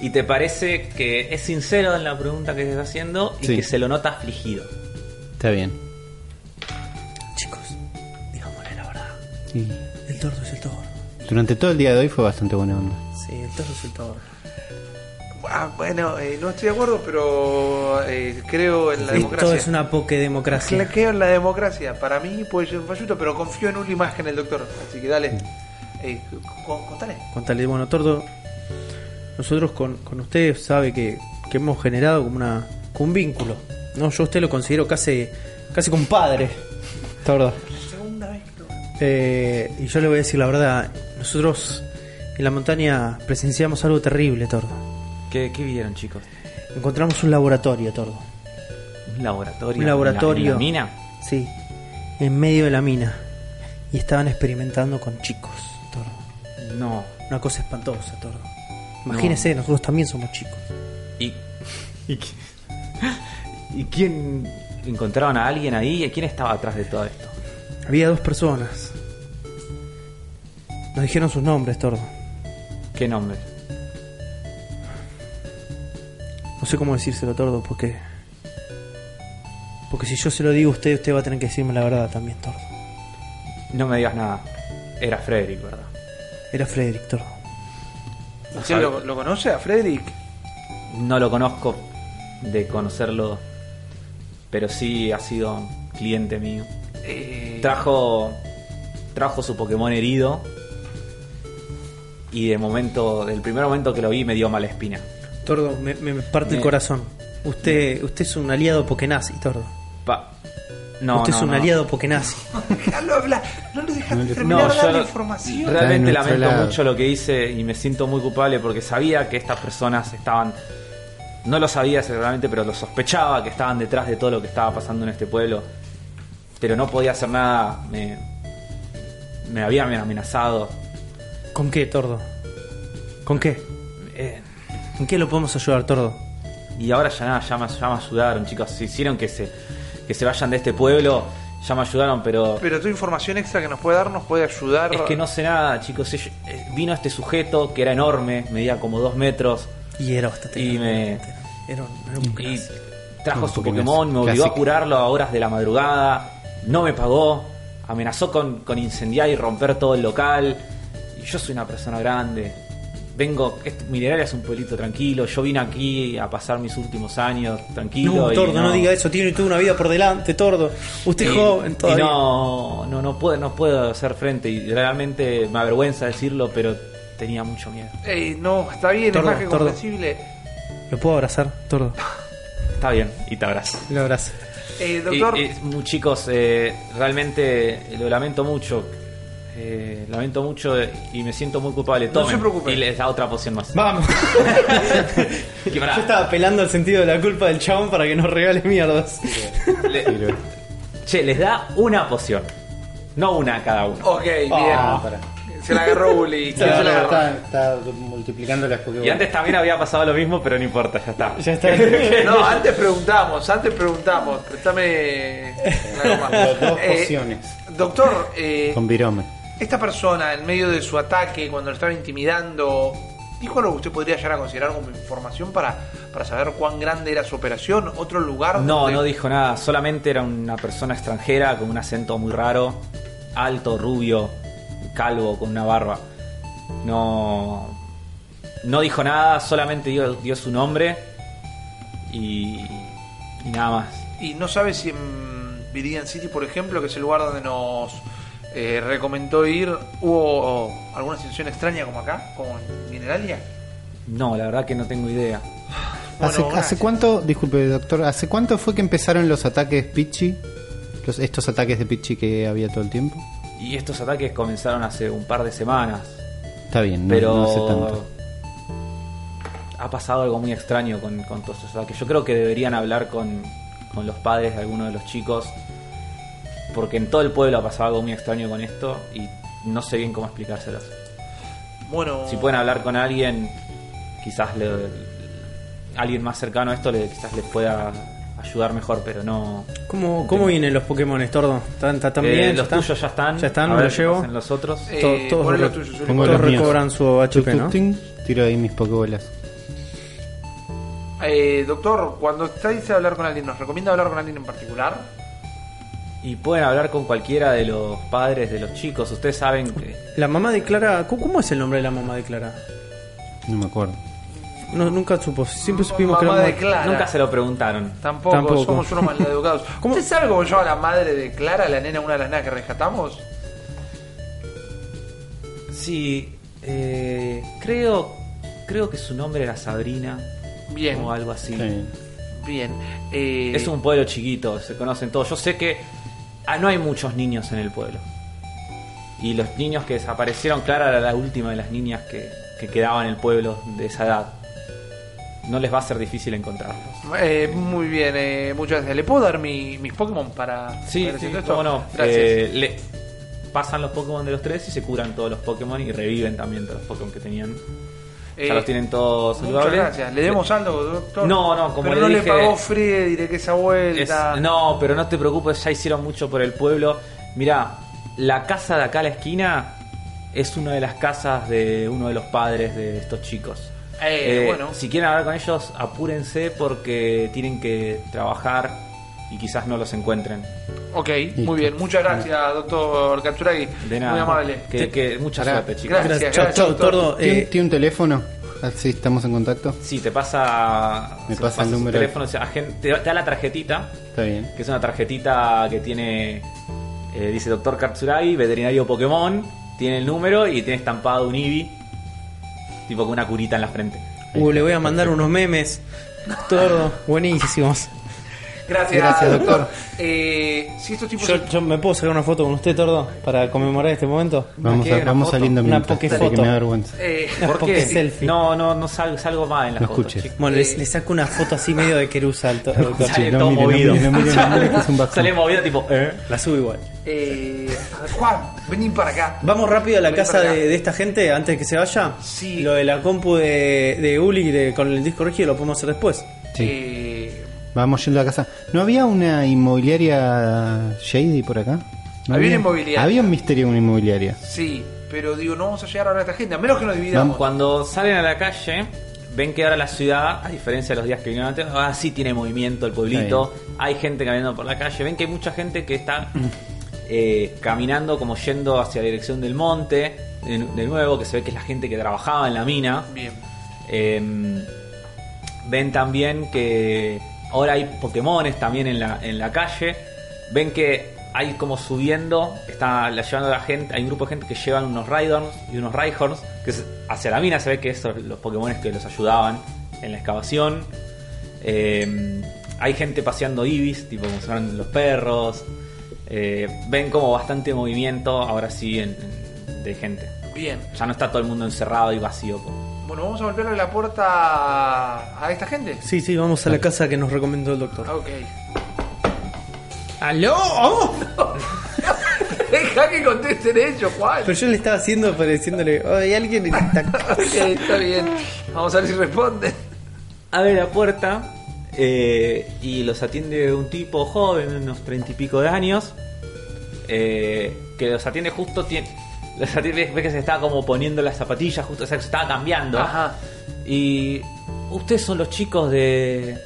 Speaker 2: y te parece que es sincero en la pregunta que estás haciendo y
Speaker 3: Sí.
Speaker 2: que se lo nota afligido.
Speaker 3: Está bien.
Speaker 4: Chicos, digámosle la verdad.
Speaker 3: Y
Speaker 4: El tordo es el tordo.
Speaker 3: durante todo el día de hoy fue bastante buena onda.
Speaker 4: Sí, el tordo es el tordo.
Speaker 1: Ah, bueno, eh, no estoy de acuerdo, pero eh, creo en la
Speaker 4: Esto
Speaker 1: democracia.
Speaker 4: es una pokedemocracia.
Speaker 1: Cla- Creo en la democracia. Para mí puede ser un falluto, pero confío en Uli más que en el doctor. Así que dale. Eh, co- contale.
Speaker 4: Contale, bueno, Tordo, nosotros con, con usted sabe que, que hemos generado como una como un vínculo. No, yo a usted lo considero casi casi compadre. Tordo.
Speaker 1: Segunda vez que lo-
Speaker 4: Eh, y yo le voy a decir la verdad, nosotros en la montaña presenciamos algo terrible, Tordo.
Speaker 2: ¿Qué, qué vieron, chicos?
Speaker 4: Encontramos un laboratorio, Tordo.
Speaker 2: ¿Un laboratorio?
Speaker 4: Un laboratorio.
Speaker 2: ¿En la- en la mina?
Speaker 4: Sí, en medio de la mina. Y estaban experimentando con chicos, Tordo.
Speaker 2: No.
Speaker 4: Una cosa espantosa, Tordo. Imagínese, nosotros también somos chicos.
Speaker 2: ¿Y, y, qui- ¿Y quién encontraron a alguien ahí? ¿Y quién estaba atrás de todo esto?
Speaker 4: Había dos personas. Nos dijeron sus nombres, Tordo.
Speaker 2: ¿Qué nombre?
Speaker 4: No sé cómo decírselo, Tordo, porque. Porque si yo se lo digo a usted, usted va a tener que decirme la verdad también, Tordo.
Speaker 2: No me digas nada. Era Frederick, ¿verdad?
Speaker 4: Era Frederick, Tordo.
Speaker 1: ¿Usted lo, lo conoce a Frederick?
Speaker 2: No lo conozco de conocerlo, pero sí ha sido cliente mío.
Speaker 1: Eh,
Speaker 2: Trajo, trajo su Pokémon herido y de momento, del primer momento que lo vi me dio mala espina.
Speaker 4: Tordo, me, me parte el
Speaker 2: Me-
Speaker 4: corazón. Usted, usted es un aliado pokenazi, Tordo.
Speaker 2: Pa- No,
Speaker 4: usted
Speaker 2: no,
Speaker 4: es un
Speaker 2: no.
Speaker 4: aliado pokenazi.
Speaker 1: déjalo hablar, no lo dejas terminar
Speaker 2: No,
Speaker 1: de
Speaker 2: yo
Speaker 1: darle
Speaker 2: lo-
Speaker 1: información.
Speaker 3: Está en
Speaker 2: realmente
Speaker 3: nuestro
Speaker 2: lamento
Speaker 3: lado.
Speaker 2: mucho lo que hice y me siento muy culpable porque sabía que estas personas estaban, no lo sabía seguramente, pero lo sospechaba que estaban detrás de todo lo que estaba pasando en este pueblo. Pero no podía hacer nada, me, me habían amenazado.
Speaker 4: ¿Con qué, Tordo? ¿Con qué?
Speaker 2: Eh,
Speaker 4: ¿Con qué lo podemos ayudar, Tordo?
Speaker 2: y ahora ya nada, ya me, ya me ayudaron, chicos. Se hicieron que se, que se vayan de este pueblo, ya me ayudaron, pero
Speaker 1: Pero tu información extra que nos puede dar nos puede ayudar.
Speaker 2: es que no sé nada, chicos. Ellos- eh, Vino este sujeto que era enorme, medía como dos metros.
Speaker 4: Y era bastante.
Speaker 2: Y me-
Speaker 4: Era un, era un
Speaker 2: Y
Speaker 4: pokenazi.
Speaker 2: trajo
Speaker 3: Un
Speaker 2: su
Speaker 3: Pokémon
Speaker 2: Pokémon, me obligó a
Speaker 3: clásico.
Speaker 2: curarlo a horas de la madrugada, no me pagó, amenazó con, con incendiar y romper todo el local. Y yo soy una persona grande. Vengo, este, Mineralia es un pueblito tranquilo, yo vine aquí a pasar mis últimos años tranquilo.
Speaker 4: No,
Speaker 2: y
Speaker 4: Tordo, no. diga eso. Tiene usted una vida por delante, Tordo. Usted es
Speaker 2: y-
Speaker 4: joven
Speaker 2: y
Speaker 4: todavía.
Speaker 2: no, no, no puedo, no puedo hacer frente y realmente me avergüenza decirlo, pero tenía mucho miedo.
Speaker 1: Ey, Eh, no, está bien,
Speaker 4: Tordo,
Speaker 1: es más que
Speaker 4: tordo.
Speaker 1: comprensible.
Speaker 4: ¿Lo puedo abrazar, Tordo?
Speaker 2: Está bien, y te abrazo.
Speaker 4: Lo abrazo.
Speaker 1: Eh, doctor,
Speaker 2: Y- y, mu- chicos, eh, realmente lo lamento mucho. Eh, lamento mucho eh, y me siento muy culpable. Tomen.
Speaker 1: se preocupe.
Speaker 2: Y les da otra poción más.
Speaker 4: Vamos.
Speaker 2: Que pará.
Speaker 4: Yo estaba apelando al sentido de la culpa del chabón para que nos regale mierdas.
Speaker 2: Le- che, les da una poción. No una a cada uno.
Speaker 1: ok, bien.
Speaker 4: Ah,
Speaker 1: Se la agarró Uli. ¿Quién se la agarró?
Speaker 3: está, está multiplicando las
Speaker 1: Oh.
Speaker 3: Pokémon.
Speaker 2: Y antes también había pasado lo mismo, pero no importa, ya está.
Speaker 4: Ya está.
Speaker 1: No, antes preguntamos, antes preguntamos. Préstame la goma.
Speaker 3: Las dos
Speaker 1: Eh,
Speaker 3: pociones.
Speaker 1: Doctor, eh,
Speaker 3: Con virome.
Speaker 1: esta persona en medio de su ataque, cuando lo estaban intimidando, ¿dijo algo que usted podría llegar a considerar como información para, para saber cuán grande era su operación? ¿Otro lugar?
Speaker 2: No,
Speaker 1: donde-
Speaker 2: no dijo nada. Solamente era una persona extranjera con un acento muy raro. Alto, rubio, calvo, con una barba. No. No dijo nada, solamente dio, dio su nombre. Y. Y nada más.
Speaker 1: Y no sabe si en Viridian City, por ejemplo, que es el lugar donde nos eh, recomendó ir, hubo alguna situación extraña como acá, como en Mineralia.
Speaker 2: No, la verdad que no tengo idea.
Speaker 3: ¿Hace,
Speaker 1: Bueno,
Speaker 3: hace
Speaker 1: gracias.
Speaker 3: cuánto, disculpe doctor, hace cuánto fue que empezaron los ataques Pichi? Los, estos ataques de Pichi que había todo el tiempo.
Speaker 2: Y estos ataques comenzaron hace un par de semanas.
Speaker 3: Está bien, no,
Speaker 2: Pero.
Speaker 3: no hace tanto.
Speaker 2: Ha pasado algo muy extraño con, con todos estos ataques. Yo creo que deberían hablar con, con los padres de alguno de los chicos. Porque en todo el pueblo ha pasado algo muy extraño con esto. Y no sé bien cómo explicárselos.
Speaker 1: Bueno,
Speaker 2: Si pueden hablar con alguien, quizás le- alguien más cercano a esto le, quizás les pueda ayudar mejor. Pero no.
Speaker 4: ¿Cómo, cómo vienen los Pokémon, Tordo? ¿Están, están
Speaker 2: Eh,
Speaker 4: bien?
Speaker 2: los
Speaker 4: ¿Están?
Speaker 2: tuyos ya están.
Speaker 4: Ya están,
Speaker 2: A
Speaker 4: me
Speaker 2: ver
Speaker 4: los
Speaker 2: qué
Speaker 4: llevo.
Speaker 2: hacen los otros.
Speaker 1: eh,
Speaker 4: to- todos
Speaker 1: ponelo
Speaker 4: los-
Speaker 1: tuyo, Zuli.
Speaker 3: Pongo
Speaker 4: Todos
Speaker 3: los míos.
Speaker 4: recobran su HP,
Speaker 3: Tuc,
Speaker 4: ¿no?
Speaker 3: tuc, ting. Tiro ahí mis Pokébolas.
Speaker 1: Eh, doctor, cuando usted dice hablar con alguien, ¿nos recomienda hablar con alguien en particular?
Speaker 2: Y pueden hablar con cualquiera de los padres de los chicos. Ustedes saben que.
Speaker 4: La mamá de Clara... ¿cómo- ¿Cómo es el nombre de la mamá de Clara?
Speaker 3: No me acuerdo.
Speaker 4: No, nunca supo. Siempre
Speaker 1: Mamá
Speaker 4: supimos que era
Speaker 1: de
Speaker 4: mamá.
Speaker 1: Clara.
Speaker 2: Nunca se lo preguntaron.
Speaker 1: Tampoco,
Speaker 4: Tampoco.
Speaker 1: somos unos maleducados.
Speaker 4: ¿Cómo?
Speaker 1: ¿Usted sabe cómo llama la madre de Clara, la nena, una de las nenas que rescatamos?
Speaker 2: Sí, eh, creo, creo que su nombre era Sabrina.
Speaker 1: Bien.
Speaker 2: O algo así.
Speaker 3: Sí.
Speaker 1: Bien. eh,
Speaker 2: Es un pueblo chiquito, se conocen todos. Yo sé que ah, no hay muchos niños en el pueblo. Y los niños que desaparecieron, Clara era la última de las niñas que, que quedaba en el pueblo de esa edad. No les va a ser difícil encontrarlos.
Speaker 1: eh, muy bien, eh, muchas gracias. ¿Le puedo dar mi- mis Pokémon para
Speaker 2: Sí,
Speaker 1: para
Speaker 2: sí,
Speaker 1: hacer esto?
Speaker 2: cómo no.
Speaker 1: Gracias.
Speaker 2: Eh, le- pasan los Pokémon de los tres y se curan todos los Pokémon y reviven también todos los Pokémon que tenían.
Speaker 1: Eh,
Speaker 2: ya los tienen todos
Speaker 1: Muchas
Speaker 2: saludables.
Speaker 1: gracias. ¿Le demos algo, doctor?
Speaker 2: No, no, como
Speaker 1: Pero
Speaker 2: le
Speaker 1: no
Speaker 2: dije-
Speaker 1: le pagó Friedrich esa
Speaker 2: Es-
Speaker 1: vuelta.
Speaker 2: no, pero no te preocupes, ya hicieron mucho por el pueblo. Mirá, la casa de acá a la esquina es una de las casas de uno de los padres de estos chicos.
Speaker 1: Eh, bueno.
Speaker 2: Si quieren hablar con ellos, apúrense porque tienen que trabajar y quizás no los encuentren.
Speaker 1: Ok, muy bien. Muchas gracias, doctor Katsuragi.
Speaker 2: De nada.
Speaker 1: Muy amable.
Speaker 2: Que, que mucha
Speaker 3: Pará.
Speaker 2: suerte, chicos.
Speaker 1: Gracias,
Speaker 4: Gracias. Chau,
Speaker 1: gracias,
Speaker 4: chau,
Speaker 1: doctor.
Speaker 4: Tordo.
Speaker 3: ¿Tiene,
Speaker 4: Eh,
Speaker 3: tiene un teléfono? Así estamos en contacto.
Speaker 2: Sí, te pasa.
Speaker 3: Me
Speaker 2: se
Speaker 3: pasa el
Speaker 2: su
Speaker 3: número.
Speaker 2: teléfono, o sea, agen- te, te da la tarjetita,
Speaker 3: Está bien.
Speaker 2: que es una tarjetita que tiene. eh, dice Doctor Katsuragi, veterinario Pokémon. Tiene el número y tiene estampado un Eevee. Tipo con una curita en la frente.
Speaker 4: uh, le voy a mandar unos memes. Tordo, buenísimos.
Speaker 1: Gracias,
Speaker 3: Gracias,
Speaker 1: doctor.
Speaker 3: doctor.
Speaker 1: Eh, si estos tipos.
Speaker 4: Yo, yo me puedo sacar una foto con usted, Tordo, para conmemorar este momento.
Speaker 1: Una
Speaker 3: Vamos, a-
Speaker 1: quiebra,
Speaker 3: vamos
Speaker 1: foto.
Speaker 3: saliendo
Speaker 4: Una
Speaker 3: mientras,
Speaker 4: poke
Speaker 3: porque
Speaker 4: foto.
Speaker 3: me da vergüenza.
Speaker 1: eh,
Speaker 2: ¿Por
Speaker 4: Porque
Speaker 2: qué?
Speaker 4: selfie.
Speaker 2: No, no, no sal- salgo más en las
Speaker 3: No
Speaker 2: fotos,
Speaker 3: escuches.
Speaker 2: chicos.
Speaker 4: Bueno, le,
Speaker 1: Eh.
Speaker 4: le saco una foto así medio de querusa al Tordo.
Speaker 2: Sale
Speaker 3: Sí, no
Speaker 2: todo
Speaker 3: mire, no
Speaker 2: movido.
Speaker 3: mire, no mire, no mire, que es un bajón.
Speaker 2: Sale movido tipo, ¿eh?
Speaker 4: La subo igual.
Speaker 1: eh, a ver, Juan, vení para acá.
Speaker 4: Vamos rápido a la
Speaker 1: Vení
Speaker 4: casa
Speaker 1: para acá.
Speaker 4: de, de esta gente antes de que se vaya.
Speaker 1: Sí.
Speaker 4: Lo de la compu de, de Uli de- con el disco rígido lo podemos hacer después.
Speaker 3: Sí.
Speaker 1: Eh,
Speaker 3: Vamos yendo a casa. ¿No había una inmobiliaria Shady por acá? ¿No
Speaker 1: Había una inmobiliaria.
Speaker 3: Había un misterio una inmobiliaria.
Speaker 1: sí, pero digo, no vamos a llegar ahora a esta gente, a menos que nos dividamos.
Speaker 3: Vamos,
Speaker 2: Cuando salen a la calle, ven que ahora la ciudad, a diferencia de los días que vinieron antes, ahora sí tiene movimiento el pueblito, hay gente caminando por la calle, ven que hay mucha gente que está eh, caminando como yendo hacia la dirección del monte, de, de nuevo, que se ve que es la gente que trabajaba en la mina.
Speaker 1: Bien.
Speaker 2: Eh, ven también que ahora hay Pokémones también en la, en la calle. Ven que hay como subiendo, está la llevando la gente, hay un grupo de gente que llevan unos Raidons y unos Raihorns, que es- hacia la mina se ve que esos los Pokémones que los ayudaban en la excavación. Eh, hay gente paseando ibis, tipo como si fueran los perros. Eh, ven como bastante movimiento ahora sí en- en- de gente.
Speaker 1: Bien.
Speaker 2: Ya no está todo el mundo encerrado y vacío. como-
Speaker 1: Bueno, vamos a golpearle la puerta a esta gente.
Speaker 4: Sí, sí, vamos
Speaker 3: Ah.
Speaker 4: a la casa que nos recomendó el
Speaker 1: Ah,
Speaker 4: doctor.
Speaker 1: Ok.
Speaker 4: ¡Aló!
Speaker 1: Deja que contesten ellos, Juan.
Speaker 4: Pero yo le estaba haciendo, pero diciéndole, "Oh, hay alguien en esta-".
Speaker 1: Ok, está bien. Vamos a ver si responden.
Speaker 2: abre la puerta eh, y los atiende un tipo joven, de unos treinta y pico de años, eh, que los atiende justo, tiene, los atiende, ve que se estaba como poniendo las zapatillas, justo, o sea, que se estaba cambiando.
Speaker 1: Ajá.
Speaker 2: Y ustedes son los chicos de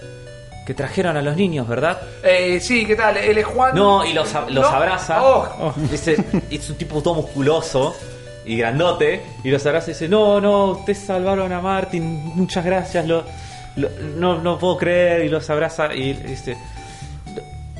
Speaker 2: que trajeron a los niños, ¿verdad?
Speaker 1: Eh, sí, ¿qué tal? Él es Juan.
Speaker 2: No, y los, a- los
Speaker 1: No.
Speaker 2: abraza.
Speaker 1: Oh,
Speaker 2: Dice, es un tipo todo musculoso y grandote. Y los abraza y dice, no, no, ustedes salvaron a Martin, muchas gracias, lo, lo- no, no puedo creer. Y los abraza y dice...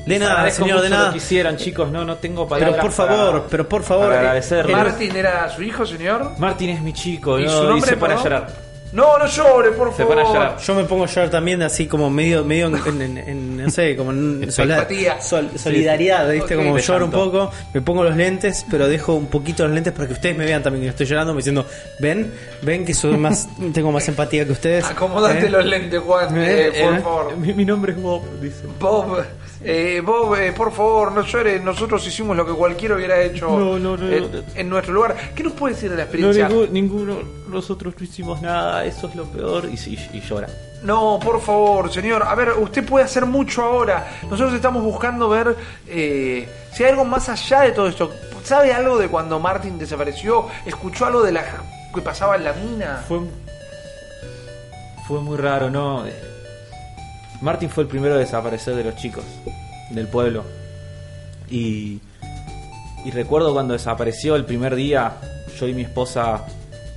Speaker 4: De nada,
Speaker 2: "Agradezco
Speaker 4: señor,
Speaker 2: mucho
Speaker 4: de
Speaker 2: lo
Speaker 4: nada.
Speaker 2: que hicieron, chicos, no, no tengo palabras
Speaker 4: Pero por
Speaker 2: para-
Speaker 4: favor, pero por favor.
Speaker 2: para
Speaker 4: eh,
Speaker 2: agradecerles.
Speaker 1: ¿Martin era su hijo, señor?
Speaker 2: Martin es mi chico,
Speaker 1: ¿Y
Speaker 2: ¿no?
Speaker 1: su nombre?
Speaker 2: se pone a
Speaker 1: perdón?
Speaker 2: llorar.
Speaker 1: No, no llore, por favor.
Speaker 2: Se pone a llorar.
Speaker 4: Yo me pongo a llorar también así como medio, medio en, en- en- en- no sé, como en sola-
Speaker 1: Empatía.
Speaker 4: sol- solidaridad, ¿viste?
Speaker 1: Ok.
Speaker 4: como
Speaker 2: De
Speaker 4: lloro un
Speaker 2: llanto.
Speaker 4: poco, me pongo los lentes, pero dejo un poquito los lentes para que ustedes me vean también que estoy llorando, me diciendo, ven, ven que soy más, tengo más empatía que ustedes.
Speaker 2: Ah,
Speaker 1: Acomodate
Speaker 4: ¿Eh?
Speaker 1: los lentes, Juan, eh,
Speaker 4: Eh,
Speaker 1: por
Speaker 4: eh.
Speaker 1: favor.
Speaker 2: Mi, mi nombre es Bob, dice.
Speaker 1: Bob, eh, Bob, eh, por favor, no llores. Nosotros hicimos lo que cualquiera hubiera hecho
Speaker 2: No, no, no,
Speaker 1: eh,
Speaker 2: no.
Speaker 1: en nuestro lugar. ¿Qué nos puede decir de la
Speaker 2: No,
Speaker 1: experiencia?
Speaker 2: ninguno, ninguno, nosotros no hicimos nada, eso es lo peor. Y, sí, y llora.
Speaker 1: No, por favor, señor. A ver, usted puede hacer mucho ahora. Nosotros estamos buscando ver eh, si hay algo más allá de todo esto. ¿Sabe algo de cuando Martin desapareció? ¿Escuchó algo de la que pasaba en la mina?
Speaker 2: Fue, fue muy raro, ¿no? Eh, Martin fue el primero a desaparecer de los chicos, del pueblo. Y, y recuerdo cuando desapareció el primer día, yo y mi esposa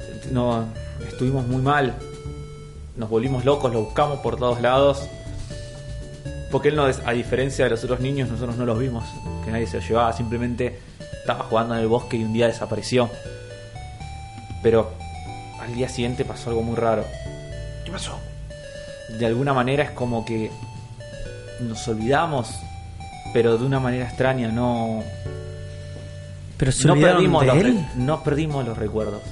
Speaker 2: eh, no, estuvimos muy mal. Nos volvimos locos, lo buscamos por todos lados. Porque él, no, des- a diferencia de los otros niños, nosotros no los vimos, que nadie se lo llevaba, simplemente estaba jugando en el bosque y un día desapareció. Pero al día siguiente pasó algo muy raro.
Speaker 1: ¿Qué pasó?
Speaker 2: De alguna manera es como que nos olvidamos, pero de una manera extraña, no,
Speaker 4: Pero se
Speaker 2: no,
Speaker 4: olvidaron
Speaker 2: perdimos
Speaker 4: de
Speaker 2: los,
Speaker 4: él.
Speaker 2: re- no perdimos los recuerdos.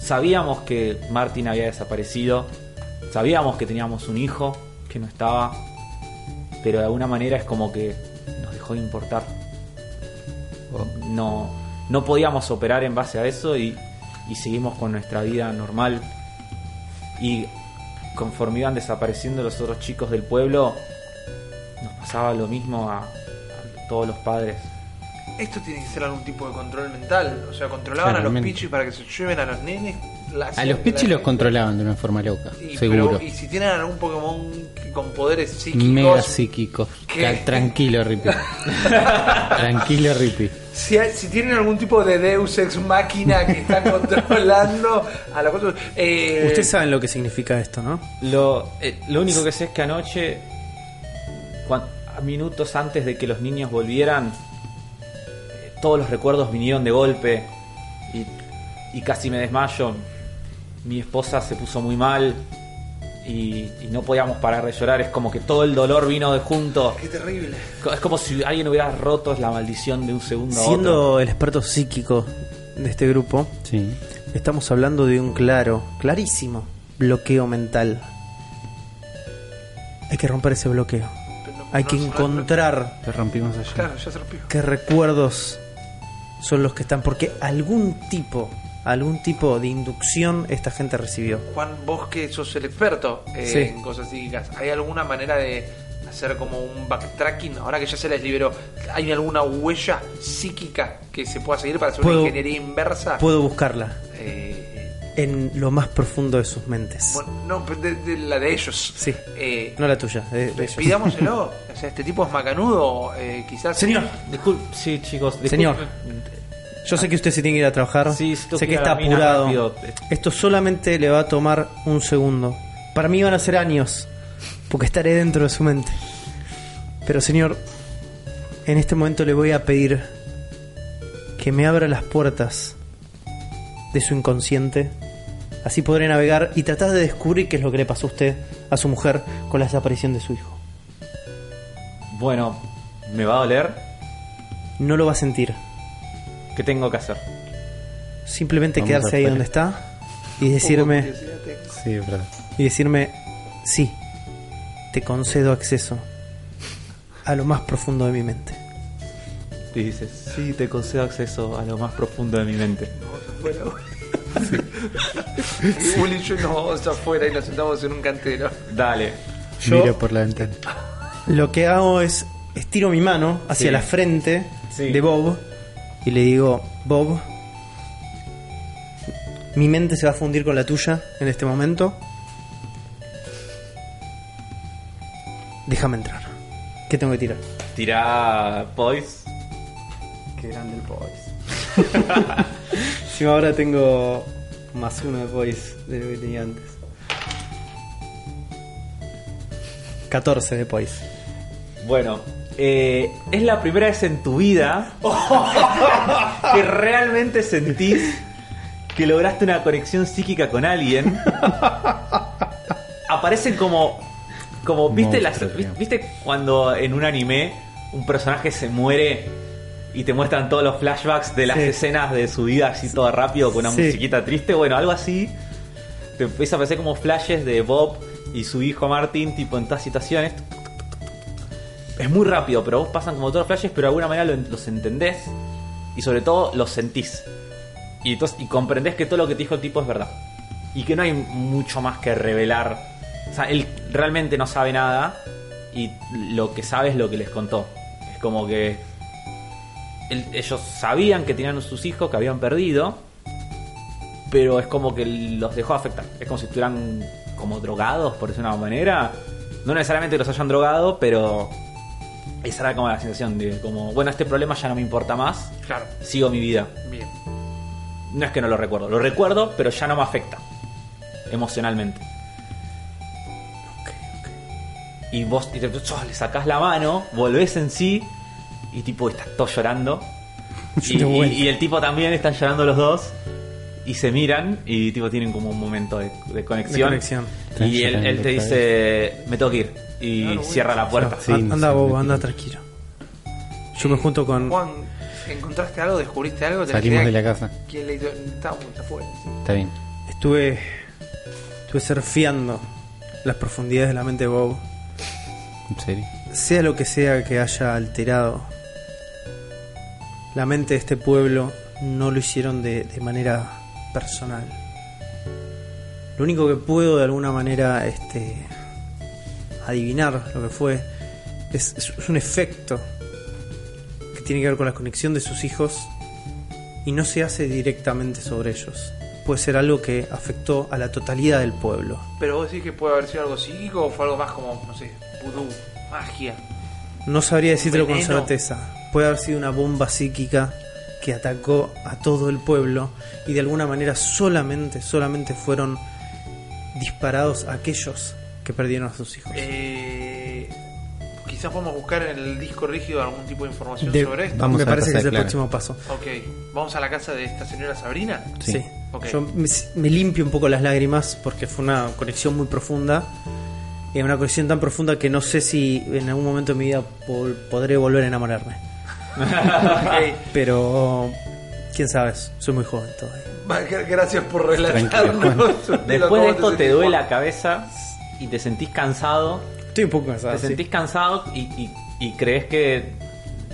Speaker 2: Sabíamos que Martin había desaparecido, sabíamos que teníamos un hijo que no estaba, pero de alguna manera es como que nos dejó de importar. No, no podíamos operar en base a eso y, y seguimos con nuestra vida normal. Y conforme iban desapareciendo los otros chicos del pueblo, nos pasaba lo mismo a- a todos los padres.
Speaker 1: Esto tiene que ser algún tipo de control mental. O sea, controlaban a los
Speaker 3: Claramente.
Speaker 1: pichis para que se lleven a los nenes la-
Speaker 3: A los Pichi
Speaker 1: la-
Speaker 3: los controlaban de una forma loca,
Speaker 1: Sí,
Speaker 3: seguro.
Speaker 1: pero, y si tienen algún Pokémon que- con poderes psíquicos,
Speaker 3: Mega psíquicos.
Speaker 1: ¿Qué?
Speaker 3: Ca- Tranquilo, Rippy. Tranquilo, Rippy.
Speaker 1: si, hay- si tienen algún tipo de Deus ex máquina que están controlando a los otros. eh,
Speaker 4: Ustedes saben lo que significa esto, ¿no?
Speaker 2: Lo, eh, lo único que sé es que anoche, cuan- a minutos antes de que los niños volvieran, eh, todos los recuerdos vinieron de golpe y, y casi me desmayo. Mi esposa se puso muy mal y, y no podíamos parar de llorar. Es como que todo el dolor vino de junto.
Speaker 1: Qué terrible.
Speaker 2: Co- Es como si alguien hubiera roto la maldición de un segundo a otro.
Speaker 4: Siendo el experto psíquico de este grupo,
Speaker 3: Sí.
Speaker 4: estamos hablando de un claro, clarísimo bloqueo mental. Hay que romper ese bloqueo.
Speaker 1: Pero
Speaker 4: Hay
Speaker 1: no
Speaker 4: que
Speaker 1: se-
Speaker 4: encontrar
Speaker 3: Te rompimos ayer.
Speaker 1: Claro, ya se rompió.
Speaker 4: qué recuerdos son los que están, porque algún tipo, algún tipo de inducción esta gente recibió.
Speaker 1: Juan, vos que sos el experto eh,
Speaker 4: Sí.
Speaker 1: en cosas psíquicas, ¿hay alguna manera de hacer como un backtracking? Ahora que ya se les liberó, ¿hay alguna huella psíquica que se pueda seguir para hacer
Speaker 4: Puedo-
Speaker 1: una ingeniería inversa?
Speaker 4: Puedo buscarla
Speaker 1: Eh,
Speaker 4: en lo más profundo de sus mentes.
Speaker 1: bueno, no, pero de, de la de ellos.
Speaker 4: Sí.
Speaker 1: Eh,
Speaker 4: No la tuya, de- de ellos.
Speaker 1: Pidámoselo. o sea, este tipo es macanudo, eh, quizás.
Speaker 4: Señor,
Speaker 2: Disculpe, sí, chicos. disculpe.
Speaker 4: Señor. Yo sé que usted se tiene que ir a trabajar.
Speaker 2: Sí, sí, tengo
Speaker 4: sé
Speaker 2: que
Speaker 4: que
Speaker 2: ir a
Speaker 4: está
Speaker 2: la mina
Speaker 4: apurado.
Speaker 2: rápido.
Speaker 4: Esto solamente le va a tomar un segundo. Para mí van a ser años, porque estaré dentro de su mente. Pero señor, en este momento le voy a pedir que me abra las puertas de su inconsciente. Así podré navegar y tratar de descubrir qué es lo que le pasó a usted, a su mujer, con la desaparición de su hijo.
Speaker 2: Bueno, me va a doler.
Speaker 4: No lo va a sentir.
Speaker 2: ¿Qué tengo que hacer?
Speaker 4: Simplemente
Speaker 3: Vamos
Speaker 4: quedarse ahí
Speaker 3: afuera.
Speaker 4: donde está y decirme...
Speaker 3: Sí, es verdad.
Speaker 4: y decirme, sí, te concedo acceso a lo más profundo de mi mente.
Speaker 2: Y dices, sí, te concedo acceso a lo más profundo de mi mente.
Speaker 1: Bueno, Uli y yo nos vamos afuera y nos sentamos en un cantero.
Speaker 2: Dale.
Speaker 4: Yo-
Speaker 3: Miro por la ventana.
Speaker 1: Ah,
Speaker 4: Lo que hago es estiro mi mano hacia
Speaker 2: Sí.
Speaker 4: la frente
Speaker 2: Sí.
Speaker 4: de Bob y le digo, Bob, mi mente se va a fundir con la tuya en este momento. Déjame entrar. ¿Qué tengo que tirar?
Speaker 2: Tirá, boys.
Speaker 4: Qué grande el voice. Yo ahora tengo más uno de voice de lo que tenía antes. 14 de voice.
Speaker 2: Bueno, eh, es la primera vez en tu vida que realmente sentís que lograste una conexión psíquica con alguien. Aparecen como. como ¿viste, las,
Speaker 3: Monstruos, digamos.
Speaker 2: ¿Viste cuando en un anime un personaje se muere y te muestran todos los flashbacks de las
Speaker 4: Sí.
Speaker 2: escenas de su vida así todo rápido con una
Speaker 4: Sí.
Speaker 2: musiquita triste? Bueno, algo así. Te empieza a aparecer como flashes de Bob y su hijo Martin, tipo en todas situaciones. Es muy rápido, pero vos pasan como todos los flashes, pero de alguna manera lo en- los entendés y sobre todo los sentís. Y, entonces, y comprendés que todo lo que te dijo el tipo es verdad. Y que no hay mucho más que revelar. O sea, él realmente no sabe nada y lo que sabe es lo que les contó. Es como que él- ellos sabían que tenían sus hijos que habían perdido, pero es como que los dejó afectar. Es como si estuvieran como drogados, por decirlo de una manera. No necesariamente los hayan drogado, pero esa era como la sensación de como, bueno, este problema ya no me importa más,
Speaker 1: Claro,
Speaker 2: sigo mi vida.
Speaker 1: bien.
Speaker 2: No es que no lo recuerdo, lo recuerdo, pero ya no me afecta emocionalmente. Y vos y te- oh, le sacás la mano, volvés en sí y tipo estás todo llorando. Y,
Speaker 4: De vuelta.
Speaker 2: y- y el tipo también están llorando los dos y se miran y tipo tienen como un momento de, de conexión.
Speaker 4: De conexión.
Speaker 2: Y él, él te dice, me tengo que ir. Y
Speaker 1: Claro, bueno.
Speaker 2: cierra la puerta.
Speaker 3: Sí,
Speaker 4: Ah, An- anda
Speaker 3: sí,
Speaker 4: Bob,
Speaker 3: sí.
Speaker 4: anda tranquilo. Yo me junto con...
Speaker 1: Juan, ¿encontraste algo? ¿Descubriste algo? ¿Tenés
Speaker 3: Salimos
Speaker 1: idea
Speaker 3: de la casa.
Speaker 1: ¿Quién le hizo? Estábamos afuera. sí.
Speaker 3: Está bien.
Speaker 4: Estuve... Estuve surfeando las profundidades de la mente de Bob.
Speaker 3: En serio.
Speaker 4: Sea lo que sea que haya alterado la mente de este pueblo, no lo hicieron de, de manera personal. Lo único que puedo de alguna manera este, adivinar lo que fue es, es- es un efecto que tiene que ver con la conexión de sus hijos y no se hace directamente sobre ellos. puede ser algo que afectó a la totalidad del pueblo.
Speaker 1: Pero vos decís que puede haber sido algo psíquico o fue algo más como, no sé, vudú, magia.
Speaker 4: No sabría decírtelo con
Speaker 1: Veneno.
Speaker 4: certeza. Puede haber sido una bomba psíquica que atacó a todo el pueblo y de alguna manera solamente, solamente fueron disparados aquellos que perdieron a sus hijos.
Speaker 1: Eh, quizás podemos buscar en el disco rígido algún tipo de información
Speaker 4: De-
Speaker 1: sobre esto.
Speaker 3: Vamos
Speaker 4: me
Speaker 3: a
Speaker 4: parece que
Speaker 3: pasar,
Speaker 4: es el
Speaker 3: claro.
Speaker 4: próximo paso.
Speaker 1: Ok, vamos a la casa de esta señora Sabrina.
Speaker 4: Sí.
Speaker 3: Sí.
Speaker 1: Ok.
Speaker 4: Yo me, me limpio un poco las lágrimas porque fue una conexión muy profunda. Eh, una conexión tan profunda que no sé si en algún momento de mi vida po- podré volver a enamorarme.
Speaker 1: Ok.
Speaker 4: Pero, quién sabe, soy muy joven todavía.
Speaker 1: Va, gra- Gracias por
Speaker 3: Tranquilo,
Speaker 1: relatarnos. lo-
Speaker 2: Después
Speaker 1: cómo
Speaker 2: de esto te
Speaker 1: sentís,
Speaker 2: duele
Speaker 1: Juan.
Speaker 2: la cabeza y te sentís cansado.
Speaker 4: Estoy un poco cansado.
Speaker 2: te
Speaker 4: Ah, sí.
Speaker 2: sentís cansado y, y- y crees que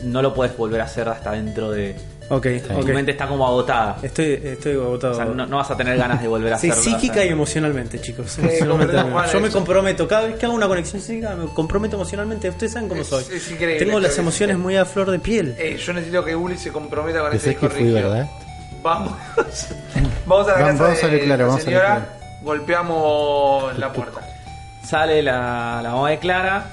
Speaker 2: no lo puedes volver a hacer hasta dentro de...
Speaker 4: Ok, ok.
Speaker 2: Tu mente está como agotada.
Speaker 4: Estoy, estoy agotado.
Speaker 2: O sea, no, no vas a tener ganas de volver a
Speaker 4: Sí,
Speaker 2: hacerlo. o
Speaker 4: psíquica
Speaker 2: sea.
Speaker 4: y emocionalmente, chicos.
Speaker 1: comprendo,
Speaker 4: Emocionalmente.
Speaker 1: Juan,
Speaker 4: Yo me
Speaker 1: eso.
Speaker 4: comprometo, cada vez que hago una conexión psíquica me comprometo emocionalmente. Ustedes saben cómo
Speaker 1: Es-
Speaker 4: soy.
Speaker 1: es increíble,
Speaker 4: Tengo las
Speaker 1: creo que
Speaker 4: emociones
Speaker 1: sí.
Speaker 4: muy a flor de piel.
Speaker 1: Eh, yo necesito que Uli se comprometa con ese
Speaker 3: Pensé
Speaker 1: disco
Speaker 3: que fui,
Speaker 1: rígido.
Speaker 3: ¿verdad?
Speaker 1: Vamos. vamos a la
Speaker 3: Vamos-
Speaker 1: casa
Speaker 3: vamos a
Speaker 1: de
Speaker 3: ver, claro,
Speaker 1: la
Speaker 3: vamos a ver,
Speaker 1: señora.
Speaker 3: claro.
Speaker 1: Golpeamos la puerta.
Speaker 2: Sale la, la mamá de Clara,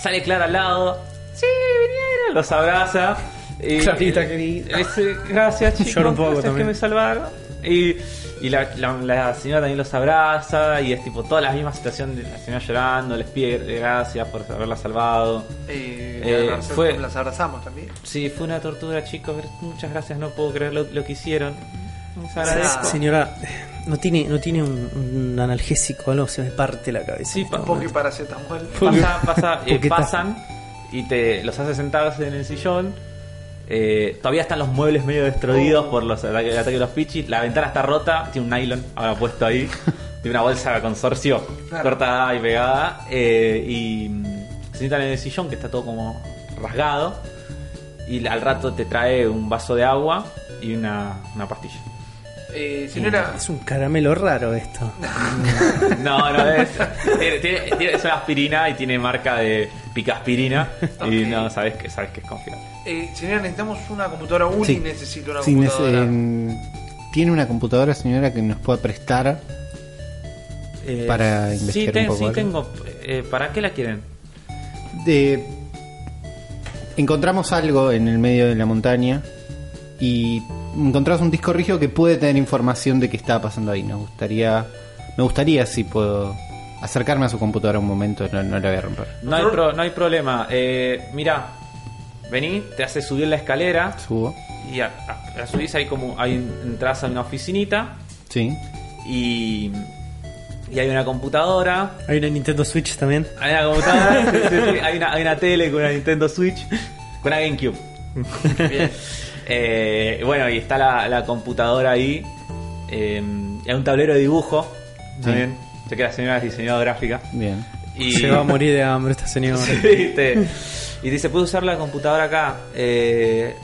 Speaker 2: sale Clara al lado. Sí, vinieron. Los abraza. Y,
Speaker 4: Clarita, querida.
Speaker 2: Les, eh, gracias, chicos.
Speaker 4: Llora un poco
Speaker 2: gracias
Speaker 4: también.
Speaker 2: que me salvaron. Y, y la, la- la señora también los abraza. Y es tipo toda la misma situación de la señora llorando. Les pide gracias por haberla salvado.
Speaker 1: Eh,
Speaker 2: Eh,
Speaker 1: abrazar-
Speaker 2: fue-
Speaker 1: Las abrazamos también.
Speaker 2: Sí, fue una tortura, chicos. Muchas gracias. No puedo creer lo, lo que hicieron. Les
Speaker 1: Ah.
Speaker 2: agradezco.
Speaker 4: Señora, no tiene, no tiene un, un analgésico, algo se me parte la cabeza.
Speaker 2: Sí,
Speaker 4: en este
Speaker 2: pa-
Speaker 1: Poki
Speaker 4: momento.
Speaker 1: paracetamol.
Speaker 2: Pasa- pasa- eh,
Speaker 4: Porque está-
Speaker 2: pasan y te los hace sentarse en el sillón. Eh, todavía están los muebles medio destruidos por los ataques, el ataque de los pichis. La ventana está rota, tiene un nylon ahora puesto ahí. Tiene una bolsa de consorcio
Speaker 1: Claro.
Speaker 2: cortada y pegada. eh, y mm, se sientan en el sillón que está todo como rasgado. Y al rato te trae un vaso de agua y una, una pastilla.
Speaker 1: Eh, señora,
Speaker 4: Es un caramelo raro esto.
Speaker 2: No, no es. Tiene, tiene- tiene- es una aspirina y tiene marca de picaspirina. Y
Speaker 1: Ok.
Speaker 2: no, sabes que, sabes que es confiable.
Speaker 1: eh, señora, necesitamos una computadora. Uli
Speaker 3: Sí.
Speaker 1: necesita una
Speaker 3: Sí, nece-
Speaker 1: computadora.
Speaker 3: em, ¿Tiene una computadora, señora, que nos pueda prestar?
Speaker 2: Eh,
Speaker 3: Para
Speaker 2: sí,
Speaker 3: investigar
Speaker 2: ten-
Speaker 3: un poco
Speaker 2: sí
Speaker 3: algo.
Speaker 2: tengo. Eh, ¿Para qué la quieren?
Speaker 3: De- encontramos algo en el medio de la montaña y encontramos un disco rígido que puede tener información de qué estaba pasando ahí. Nos gustaría, me gustaría si puedo acercarme a su computadora un momento, no, no la voy a romper.
Speaker 2: No hay, pro- no hay problema. Eh, mirá, vení, te hace subir la escalera
Speaker 3: Subo.
Speaker 2: y a, a- a subís ahí como. Ahí entras a una oficinita
Speaker 3: Sí.
Speaker 2: y. Y hay una computadora.
Speaker 4: Hay una Nintendo Switch también.
Speaker 2: Hay una computadora. sí, sí, sí, hay, una, hay una tele con una Nintendo Switch. Con una GameCube.
Speaker 1: Bien.
Speaker 2: Eh, bueno, y está la, la computadora ahí. eh, y hay un tablero de dibujo. También. Sé que la señora es diseñadora gráfica.
Speaker 3: Bien.
Speaker 2: Y
Speaker 4: Se va a morir de hambre este esta señora.
Speaker 2: Sí, te- y dice, ¿puedo usar la computadora acá? Eh,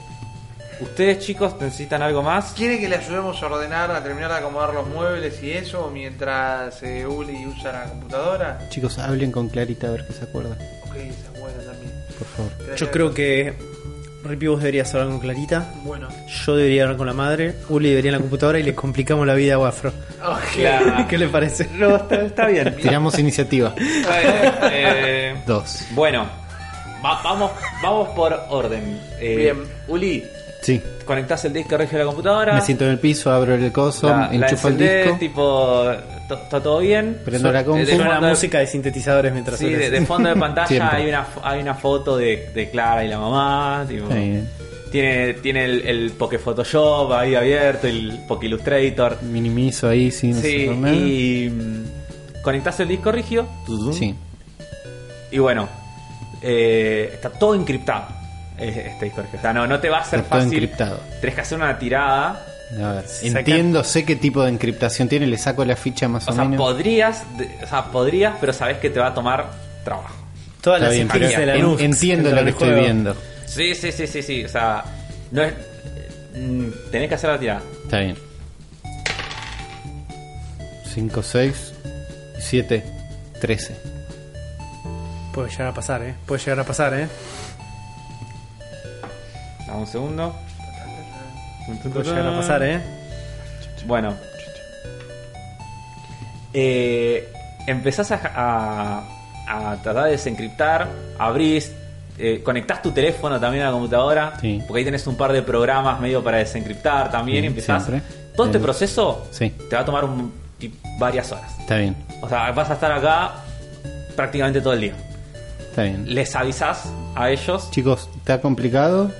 Speaker 2: ¿Ustedes chicos necesitan algo más?
Speaker 1: ¿Quiere que le ayudemos a ordenar, a terminar de acomodar los muebles y eso mientras eh, Uli usa la computadora?
Speaker 3: Chicos, hablen con Clarita a ver qué se acuerda,
Speaker 1: Ok, se acuerda también.
Speaker 3: por favor.
Speaker 4: Yo creo que Ripi vos deberías hablar con Clarita.
Speaker 1: Bueno.
Speaker 4: Yo debería hablar con la madre. Uli debería en la computadora y le complicamos la vida a Wafro.
Speaker 1: Ok.
Speaker 2: La-
Speaker 4: ¿Qué le parece?
Speaker 2: No, está, está bien.
Speaker 3: Tiramos iniciativa.
Speaker 2: Eh, eh,
Speaker 3: Dos.
Speaker 2: bueno, va- vamos, vamos por orden. Eh,
Speaker 1: Bien.
Speaker 2: Uli,
Speaker 3: Sí.
Speaker 2: conectás el disco regio a la computadora.
Speaker 3: Me siento en el piso, abro el coso,
Speaker 2: la, la
Speaker 3: enchufo el
Speaker 2: encendés,
Speaker 3: disco,
Speaker 2: tipo, to- ¿está todo bien?
Speaker 3: prendo la compu.
Speaker 2: de- de-
Speaker 4: Suena
Speaker 2: fondo-
Speaker 4: música de sintetizadores mientras
Speaker 2: Sí,
Speaker 4: haces.
Speaker 2: de, de fondo de pantalla
Speaker 3: Siempre.
Speaker 2: hay una, fo- hay una foto de, de Clara y la mamá. tipo,
Speaker 3: Está bien.
Speaker 2: tiene tiene el, el Poke Photoshop ahí abierto, el Poke Illustrator.
Speaker 3: Minimizo ahí sin
Speaker 2: Sí,
Speaker 3: hacer nada.
Speaker 2: y mm, conectás el disco rígido.
Speaker 3: Sí.
Speaker 2: Y bueno, eh, está todo encriptado eh, este disco rígido. O sea, no, no te va a ser
Speaker 3: Está todo
Speaker 2: fácil.
Speaker 3: encriptado.
Speaker 2: Tenés que hacer una tirada.
Speaker 3: A ver,
Speaker 4: Saca-
Speaker 3: entiendo, sé qué tipo de encriptación tiene, le saco la ficha más
Speaker 2: O
Speaker 3: o,
Speaker 2: sea,
Speaker 3: menos.
Speaker 2: podrías, de- o sea, podrías, pero sabés que te va a tomar trabajo.
Speaker 4: Todas
Speaker 3: Está
Speaker 4: las
Speaker 3: bien,
Speaker 4: imágenes
Speaker 3: pero
Speaker 4: de la
Speaker 3: en-
Speaker 4: luz.
Speaker 3: entiendo lo que estoy viendo.
Speaker 2: Sí, sí, sí, sí, sí. O sea, no es. mm, Tenés que hacer la tirada.
Speaker 3: Está bien. 5, 6, 7, 13.
Speaker 4: Puede llegar a pasar, ¿eh? Puede llegar a pasar, ¿eh?
Speaker 2: Dame un segundo.
Speaker 4: Puede llegar a pasar, ¿eh?
Speaker 2: Bueno, eh, empezás a, a- a tratar de desencriptar, abrís, eh, conectás tu teléfono también a la computadora,
Speaker 3: Sí.
Speaker 2: porque ahí tenés un par de programas medio para desencriptar también,
Speaker 3: Sí,
Speaker 2: y empezás.
Speaker 3: siempre.
Speaker 2: Todo este
Speaker 3: Sí.
Speaker 2: proceso
Speaker 3: Sí.
Speaker 2: te va a tomar un- ti- varias horas.
Speaker 3: Está bien,
Speaker 2: O sea, vas a estar acá prácticamente todo el día.
Speaker 3: está bien.
Speaker 2: Les avisás a ellos.
Speaker 3: Chicos, está complicado.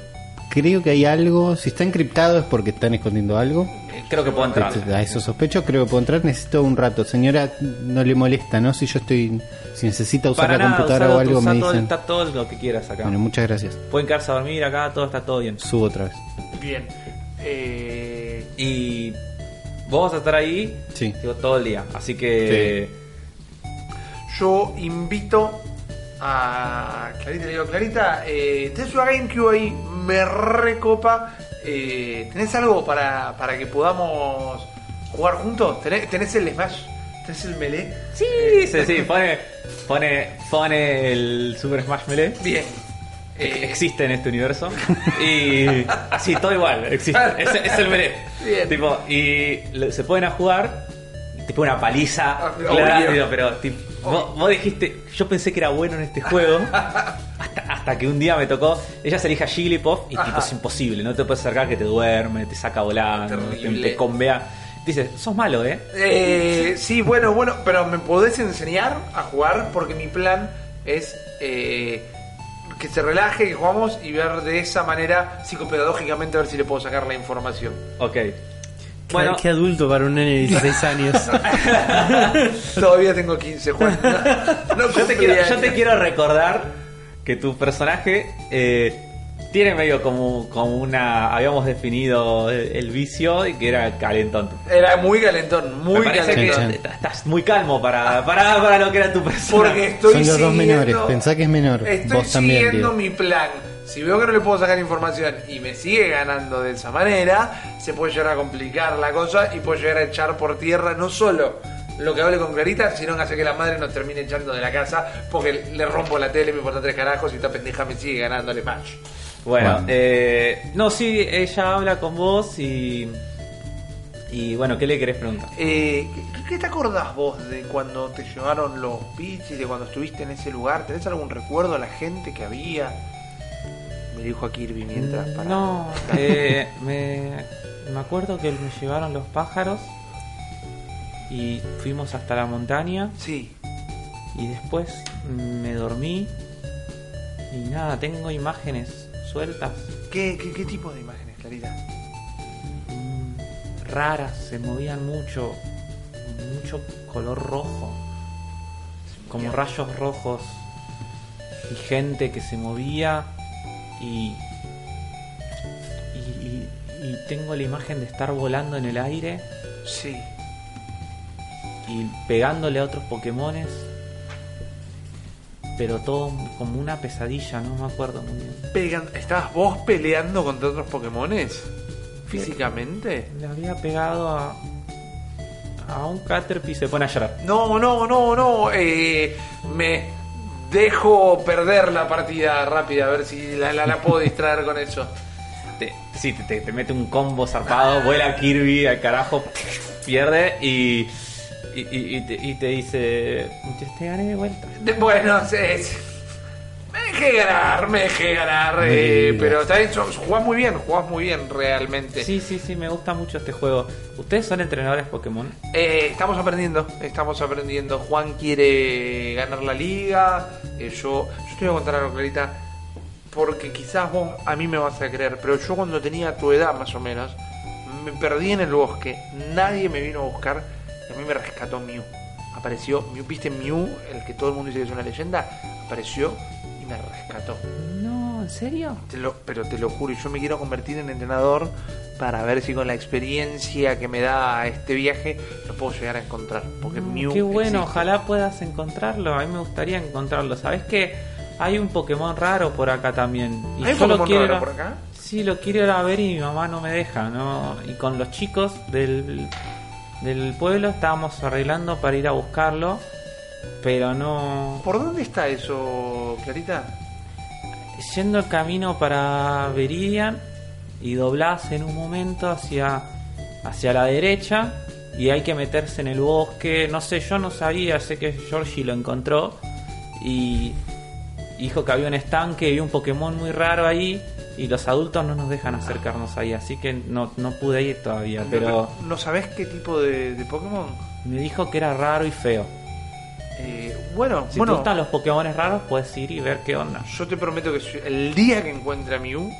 Speaker 3: Creo que hay algo. Si está encriptado es porque están escondiendo algo. Este,
Speaker 2: eh, Creo que puedo entrar.
Speaker 3: A eso sospecho, creo que puedo entrar. Necesito un rato. Señora, no le molesta, ¿no? Si yo estoy. Si necesita usar
Speaker 2: Para
Speaker 3: la
Speaker 2: nada,
Speaker 3: computadora
Speaker 2: usalo
Speaker 3: o
Speaker 2: tú,
Speaker 3: algo,
Speaker 2: usá
Speaker 3: me
Speaker 2: todo,
Speaker 3: dicen.
Speaker 2: está todo lo que quieras acá.
Speaker 3: Bueno, muchas gracias.
Speaker 2: Pueden quedarse a dormir acá, todo está todo bien.
Speaker 3: Subo otra vez.
Speaker 1: Bien. Eh,
Speaker 2: Y vos vas a estar ahí
Speaker 3: Sí.
Speaker 2: digo, todo el día. Así que
Speaker 1: yo invito a Clarita, le digo, Clarita, eh, tenés una GameCube ahí, me recopa. Eh, ¿Tenés algo para, para que podamos jugar juntos? ¿Tenés, tenés el Smash? ¿Tenés el Melee?
Speaker 2: sí, sí, sí, pone, pone, pone el Super Smash Melee.
Speaker 1: Bien. Eh,
Speaker 2: Existe en este universo. Y así, todo igual, existe. Es, es el melee.
Speaker 1: Bien.
Speaker 2: Tipo, y le- se pueden a jugar, tipo una paliza,
Speaker 1: Ah,
Speaker 2: clara,
Speaker 1: obvio.
Speaker 2: digo, pero tipo, vos, vos dijiste, yo pensé que era bueno en este juego. Hasta, hasta que un día me tocó, ella se elige a Jigglypuff y tipo
Speaker 1: Ajá.
Speaker 2: es imposible, no te puedes acercar que te duerme, te saca volando, te,
Speaker 1: Terrible.
Speaker 2: te convea. Dices, sos malo, eh.
Speaker 1: Eh, sí, bueno, bueno, pero ¿me podés enseñar a jugar? Porque mi plan es eh, que se relaje, que jugamos y ver de esa manera psicopedagógicamente a ver si le puedo sacar la información.
Speaker 2: Ok.
Speaker 4: Qué-
Speaker 2: Bueno, eh,
Speaker 4: qué adulto para un nene de 16 años.
Speaker 1: Todavía tengo 15, Juan. No, no
Speaker 2: Yo te,
Speaker 1: cumplí
Speaker 2: quiero, yo
Speaker 1: años.
Speaker 2: te quiero recordar que tu personaje eh, tiene medio como, como una. Habíamos definido el, el vicio y que era calentón.
Speaker 1: Era muy calentón, muy
Speaker 2: Me parece
Speaker 1: calentón.
Speaker 2: que
Speaker 3: Sí, sí.
Speaker 2: estás muy calmo para, para, para lo que era tu personaje.
Speaker 1: Porque estoy
Speaker 3: Son los dos
Speaker 1: siguiendo-
Speaker 3: menores, pensá que es menor,
Speaker 1: Estoy
Speaker 3: vos también,
Speaker 1: siguiendo
Speaker 3: Diego.
Speaker 1: mi plan. Si veo que no le puedo sacar información y me sigue ganando de esa manera, se puede llegar a complicar la cosa y puede llegar a echar por tierra no solo lo que hable con Clarita, sino que hace que la madre nos termine echando de la casa porque le rompo la tele, me importa tres carajos y esta pendeja me sigue ganándole match.
Speaker 2: Bueno,
Speaker 3: Bueno.
Speaker 2: eh, no, sí, ella habla con vos y. Y bueno, ¿qué le querés preguntar?
Speaker 1: Eh, ¿qué- ¿Qué te acordás vos de cuando te llevaron los bichis, de cuando estuviste en ese lugar? ¿Tenés algún recuerdo a la gente que había? Me dijo a Kirby mientras para...
Speaker 2: Mm, No, eh, me, me acuerdo que me llevaron los pájaros y fuimos hasta la montaña.
Speaker 1: Sí.
Speaker 2: Y después me dormí y nada, tengo imágenes sueltas,
Speaker 1: ¿Qué, qué, qué tipo de imágenes, Clarita?
Speaker 2: mm, raras, se movían mucho, mucho color rojo, como rayos rojos y gente que se movía y, y, y- y tengo la imagen de estar volando en el aire
Speaker 1: Sí.
Speaker 2: y pegándole a otros Pokémones. Pero todo como una pesadilla, no me acuerdo muy bien.
Speaker 1: Pegan, ¿Estabas vos peleando contra otros Pokémones? ¿Físicamente?
Speaker 2: Le había pegado a. a un Caterpie y se pone a llorar.
Speaker 1: No, no, no, no. eh, me dejo perder la partida rápida, a ver si la, la, la puedo distraer con eso.
Speaker 2: Te, sí, te, te- te mete un combo zarpado, vuela Kirby al carajo, pierde y. y, y- y te, y te dice. "Yo te gané de vuelta.
Speaker 1: De- Bueno, se- se- me dejé ganar, me dejé ganar. eh,
Speaker 3: Sí.
Speaker 1: pero está bien, so- jugás muy bien, jugás muy bien realmente.
Speaker 2: Sí, sí, sí, me gusta mucho este juego. ¿Ustedes son entrenadores Pokémon?
Speaker 1: Eh, estamos aprendiendo, estamos aprendiendo. Juan quiere ganar la liga. eh, yo, yo te voy a contar algo, Clarita, porque quizás vos a mí me vas a creer, pero yo cuando tenía tu edad más o menos, me perdí en el bosque, nadie me vino a buscar y a mí me rescató Mew. Apareció Mew, viste Mew, el que todo el mundo dice que es una leyenda, apareció y me rescató.
Speaker 2: No, ¿en serio?
Speaker 1: Te lo- pero te lo juro, yo me quiero convertir en entrenador para ver si con la experiencia que me da este viaje lo puedo llegar a encontrar. Porque
Speaker 2: Mm,
Speaker 1: Mew
Speaker 2: Qué bueno,
Speaker 1: existe.
Speaker 2: ojalá puedas encontrarlo. A mí me gustaría encontrarlo. ¿Sabes qué? Hay un Pokémon raro por acá también. Y
Speaker 1: ¿Hay un
Speaker 2: yo lo
Speaker 1: Pokémon
Speaker 2: quiero ir
Speaker 1: raro
Speaker 2: a-
Speaker 1: por acá?
Speaker 2: Sí, lo quiero ir a ver y mi mamá no me deja, ¿no? Y con los chicos del, del pueblo estábamos arreglando para ir a buscarlo, pero no...
Speaker 1: ¿Por dónde está eso, Clarita?
Speaker 2: Yendo el camino para Veridian y doblás en un momento hacia, hacia la derecha y hay que meterse en el bosque. No sé, yo no sabía, sé que Georgie lo encontró y dijo que había un estanque y un Pokémon muy raro ahí y los adultos no nos dejan acercarnos ahí, así que no, no pude ir todavía, pero
Speaker 1: ¿No, no sabés qué tipo de, de Pokémon?
Speaker 2: me dijo que era raro y feo.
Speaker 1: Eh, bueno,
Speaker 2: Si te
Speaker 1: bueno,
Speaker 2: gustan los Pokémon raros, puedes ir y ver qué onda.
Speaker 1: yo te prometo que si- el día que encuentre a Mew,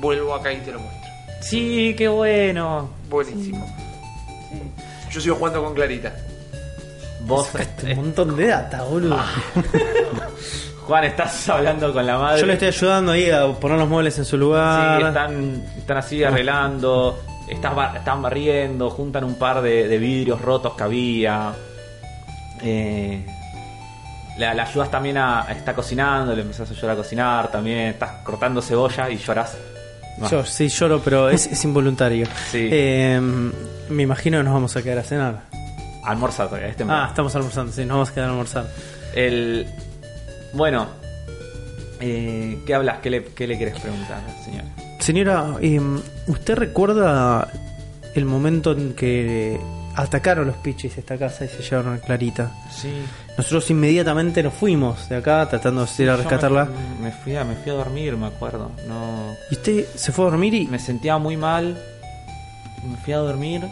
Speaker 1: vuelvo acá y te lo muestro.
Speaker 2: Sí, qué bueno.
Speaker 1: Buenísimo. Yo sigo jugando con Clarita.
Speaker 2: Vos,
Speaker 4: Un montón de data, boludo.
Speaker 2: Ah, Juan, estás hablando con la madre.
Speaker 4: Yo le estoy ayudando ahí a poner los muebles en su lugar.
Speaker 2: Sí, están, están así arreglando, estás bar- están barriendo, juntan un par de, de vidrios rotos que había. Eh, la, la ayudas también a. Está cocinando, le empezás a ayudar a cocinar también. Estás cortando cebolla y llorás. Más.
Speaker 3: Ah.
Speaker 4: Yo sí lloro, pero es, es involuntario.
Speaker 2: Sí.
Speaker 4: Eh, me imagino que nos vamos a quedar a cenar.
Speaker 2: Almorzá todavía, este
Speaker 4: Ah, estamos almorzando, sí, nos vamos a quedar a almorzar.
Speaker 2: El. Bueno. eh, ¿Qué hablas? ¿Qué le, ¿Qué le querés preguntar, señora?
Speaker 4: Señora, eh, ¿usted recuerda el momento en que atacaron los pichis esta casa y se llevaron a Clarita?
Speaker 2: Sí.
Speaker 4: Nosotros inmediatamente nos fuimos de acá tratando de ir a rescatarla.
Speaker 2: Me, fui a, me fui a dormir, me acuerdo. No.
Speaker 4: Y usted se fue a dormir y...
Speaker 2: Me sentía muy mal. Me fui a dormir.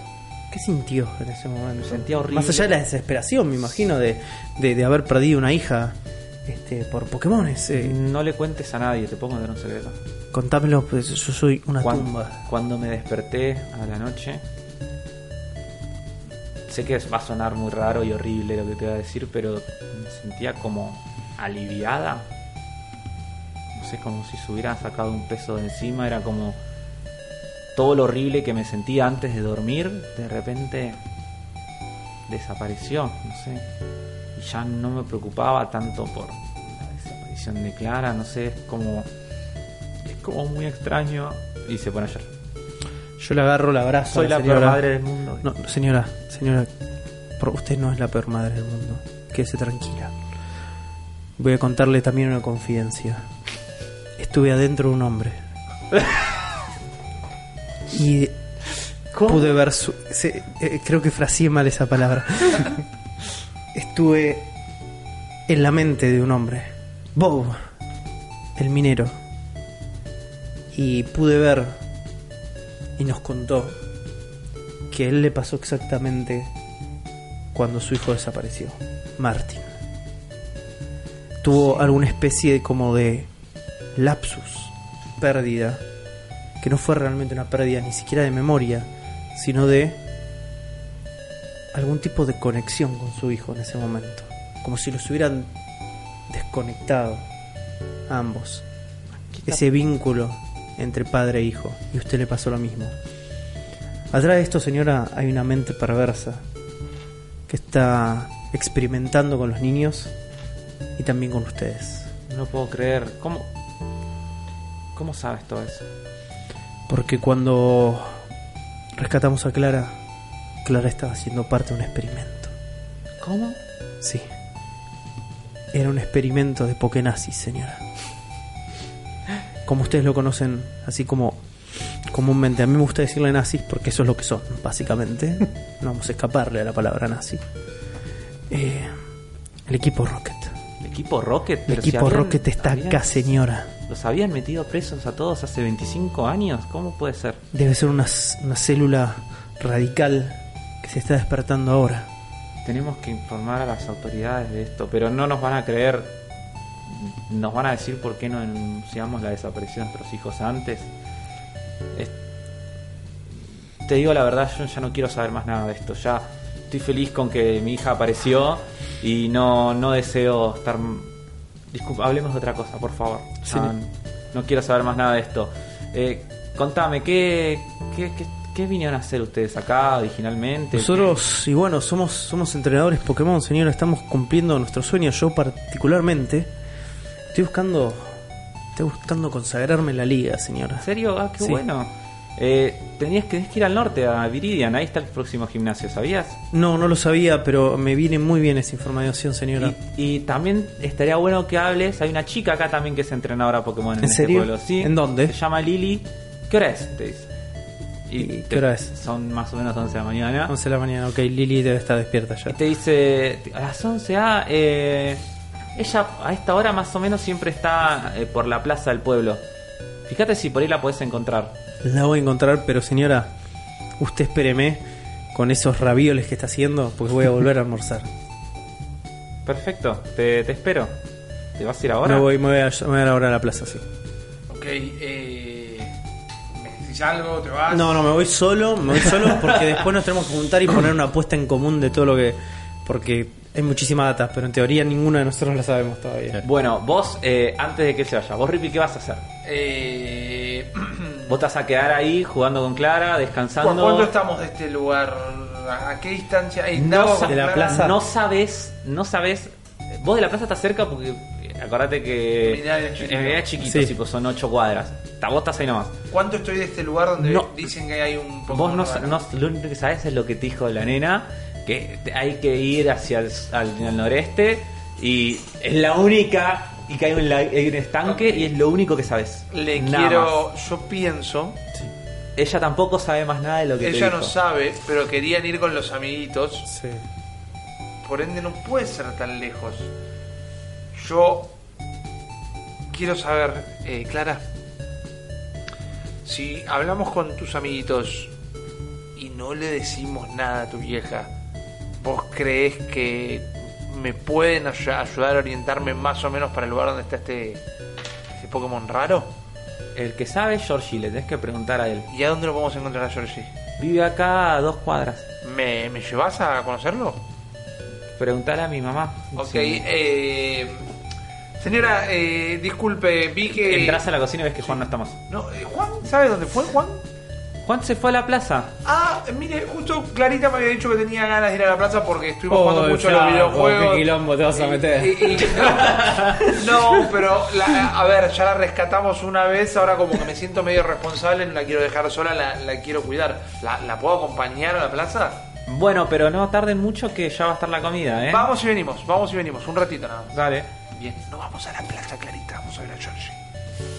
Speaker 4: ¿Qué sintió en ese momento?
Speaker 2: Sentía horrible.
Speaker 4: Más allá de la desesperación, me imagino, de, de- de haber perdido una hija este, por Pokémones. eh,
Speaker 2: No le cuentes a nadie, te pongo en un secreto.
Speaker 4: contámelo, pues yo soy una
Speaker 2: Cuan-
Speaker 4: tumba.
Speaker 2: cuando me desperté a la noche. Sé que va a sonar muy raro y horrible lo que te voy a decir, pero me sentía como aliviada. No sé, como si se hubiera sacado un peso de encima. Era como todo lo horrible que me sentía antes de dormir, de repente desapareció. No sé. Y ya no me preocupaba tanto por la desaparición de Clara. No sé, es como. Es como muy extraño. Y se pone a llorar.
Speaker 4: Yo le agarro el abrazo.
Speaker 2: Soy
Speaker 4: a
Speaker 2: la peor
Speaker 4: señora.
Speaker 2: madre del mundo.
Speaker 4: No, señora, señora, por- usted no es la peor madre del mundo. Quédese tranquila. Voy a contarle también una confidencia. Estuve adentro de un hombre. Y pude ver su... se- eh, creo que fraseé mal esa palabra. Estuve en la mente de un hombre. Bob, el minero. Y pude ver... Y nos contó que a él le pasó exactamente cuando su hijo desapareció, Martin. Tuvo alguna especie de como de lapsus, pérdida, que no fue realmente una pérdida ni siquiera de memoria, sino de algún tipo de conexión con su hijo en ese momento, como si los hubieran desconectado a ambos. Ese vínculo entre padre e hijo, y a usted le pasó lo mismo. Atrás de esto, señora, hay una mente perversa que está experimentando con los niños y también con ustedes.
Speaker 2: No puedo creer. ¿Cómo? ¿Cómo sabes todo eso?
Speaker 4: Porque cuando rescatamos a Clara, Clara estaba haciendo parte de un experimento.
Speaker 2: ¿Cómo?
Speaker 4: Sí. Era un experimento de Pokénazis, señora. Como ustedes lo conocen, así como comúnmente. A mí me gusta decirle nazis porque eso es lo que son, básicamente. No vamos a escaparle a la palabra nazi. Eh, el equipo Rocket.
Speaker 2: El equipo Rocket.
Speaker 4: El
Speaker 2: pero si
Speaker 4: equipo
Speaker 2: habían-
Speaker 4: Rocket está
Speaker 2: habían-
Speaker 4: acá, señora.
Speaker 2: ¿Los habían metido presos a todos hace 25 años? ¿Cómo puede ser?
Speaker 4: Debe ser una, s- una célula radical que se está despertando ahora.
Speaker 2: Tenemos que informar a las autoridades de esto, pero no nos van a creer. Nos van a decir por qué no denunciamos la desaparición de nuestros hijos antes. Es- Te digo la verdad, yo ya no quiero saber más nada de esto. Ya estoy feliz con que mi hija apareció y no, no deseo estar. Disculpa, hablemos de otra cosa, por favor.
Speaker 4: Sí.
Speaker 2: Ah, no quiero saber más nada de esto. Eh, contame, ¿qué, qué, qué, qué vinieron a hacer ustedes acá originalmente?
Speaker 4: Nosotros, y bueno, somos, somos entrenadores Pokémon, señora. Estamos cumpliendo nuestro sueño. Yo particularmente estoy buscando... Estoy buscando consagrarme en la liga, señora.
Speaker 2: ¿En serio? Ah, qué
Speaker 4: Sí.
Speaker 2: bueno. Eh, tenías que, tenés que ir al norte, a Viridian, ahí está el próximo gimnasio, ¿sabías?
Speaker 4: No, no lo sabía, pero me viene muy bien esa información, señora.
Speaker 2: Y, y también estaría bueno que hables, hay una chica acá también que es entrenadora Pokémon en,
Speaker 4: ¿En
Speaker 2: este
Speaker 4: serio?
Speaker 2: pueblo, ¿sí?
Speaker 4: ¿En dónde?
Speaker 2: Se llama Lili. ¿Qué hora es? Te dice. Y
Speaker 4: ¿Qué hora es?
Speaker 2: Son más o menos 11 de la mañana.
Speaker 4: 11 de la mañana, ok, Lili debe estar despierta
Speaker 2: Y
Speaker 4: ya.
Speaker 2: te dice, a las 11 a... eh, ella a esta hora más o menos siempre está eh, por la plaza del pueblo. Fíjate si por ahí la podés encontrar.
Speaker 4: La voy a encontrar, pero señora, usted espéreme con esos ravioles que está haciendo, porque voy a volver a almorzar.
Speaker 2: Perfecto, te, te espero. ¿Te vas a ir ahora?
Speaker 4: Me voy, me voy a, me voy a ahora a la plaza, sí.
Speaker 1: Ok, eh. ¿Me decís algo? ¿Te vas?
Speaker 4: No, no, me voy solo, me voy solo porque después nos tenemos que juntar y poner una apuesta en común de todo lo que... Porque hay muchísima data, pero en teoría ninguno de nosotros la sabemos todavía.
Speaker 2: Bueno, vos, eh, antes de que se vaya, vos, Rippy, ¿qué vas a hacer?
Speaker 1: Eh.
Speaker 2: Vos te vas a quedar ahí jugando con Clara,
Speaker 1: ¿cu-
Speaker 2: descansando.
Speaker 1: ¿Cuánto estamos de este lugar? ¿A qué distancia? Eh,
Speaker 2: No
Speaker 1: estamos
Speaker 2: sa-
Speaker 4: de la
Speaker 1: claramente-
Speaker 4: plaza.
Speaker 2: No sabes, no sabes. Vos de la plaza estás cerca porque eh, acordate que.
Speaker 1: En realidad es chiquito.
Speaker 2: En realidad es chiquito,
Speaker 4: Sí.
Speaker 2: tipo, son 8 cuadras. Ta- Vos estás ahí nomás.
Speaker 1: ¿Cuánto estoy de este lugar donde
Speaker 2: No.
Speaker 1: dicen que hay un poco
Speaker 2: Vos no,
Speaker 1: de
Speaker 2: sa-
Speaker 1: bala?
Speaker 2: no- lo único que sabes es lo que te dijo la nena, que te- hay que ir hacia el, s- al, al noreste y es la única y que hay un, la- hay un estanque y es lo único que sabes.
Speaker 1: Le
Speaker 2: Nada
Speaker 1: quiero.
Speaker 2: más.
Speaker 1: Yo pienso.
Speaker 2: Ella tampoco sabe más nada de lo que te
Speaker 1: Ella no
Speaker 2: dijo.
Speaker 1: sabe, pero querían ir con los amiguitos.
Speaker 4: Sí.
Speaker 1: Por ende, no puede ser tan lejos. Yo quiero saber, eh, Clara, si hablamos con tus amiguitos y no le decimos nada a tu vieja, ¿vos crees que me pueden ay- ayudar a orientarme más o menos para el lugar donde está este, este Pokémon raro?
Speaker 2: El que sabe es Georgie, le tenés que preguntar a él.
Speaker 1: ¿Y a dónde lo podemos encontrar a Georgie?
Speaker 2: Vive acá a dos cuadras.
Speaker 1: ¿Me, me llevas a conocerlo?
Speaker 2: Preguntale a mi mamá.
Speaker 1: Ok,
Speaker 2: Sí.
Speaker 1: eh, señora, eh, disculpe, vi que...
Speaker 2: Entrás a la cocina y ves que Juan no está más.
Speaker 1: No, eh, Juan, ¿sabes dónde fue Juan?
Speaker 2: Juan se fue a la plaza.
Speaker 1: Ah, mire, justo Clarita me había dicho que tenía ganas de ir a la plaza porque estuvimos jugando
Speaker 4: Oh,
Speaker 1: mucho a
Speaker 4: flaco,
Speaker 1: los videojuegos.
Speaker 4: qué quilombo te vas a
Speaker 1: Y-
Speaker 4: meter.
Speaker 1: y- y- no, no, pero la- a ver, ya la rescatamos una vez, ahora como que me siento medio responsable, no la quiero dejar sola, la, la quiero cuidar. ¿La, la puedo acompañar a la plaza?
Speaker 2: Bueno, pero no tarden mucho que ya va a estar la comida, ¿eh?
Speaker 1: Vamos y venimos, vamos y venimos, un ratito nada más.
Speaker 2: Dale.
Speaker 1: Bien, no vamos a la plaza, Clarita, vamos a ver a Georgie.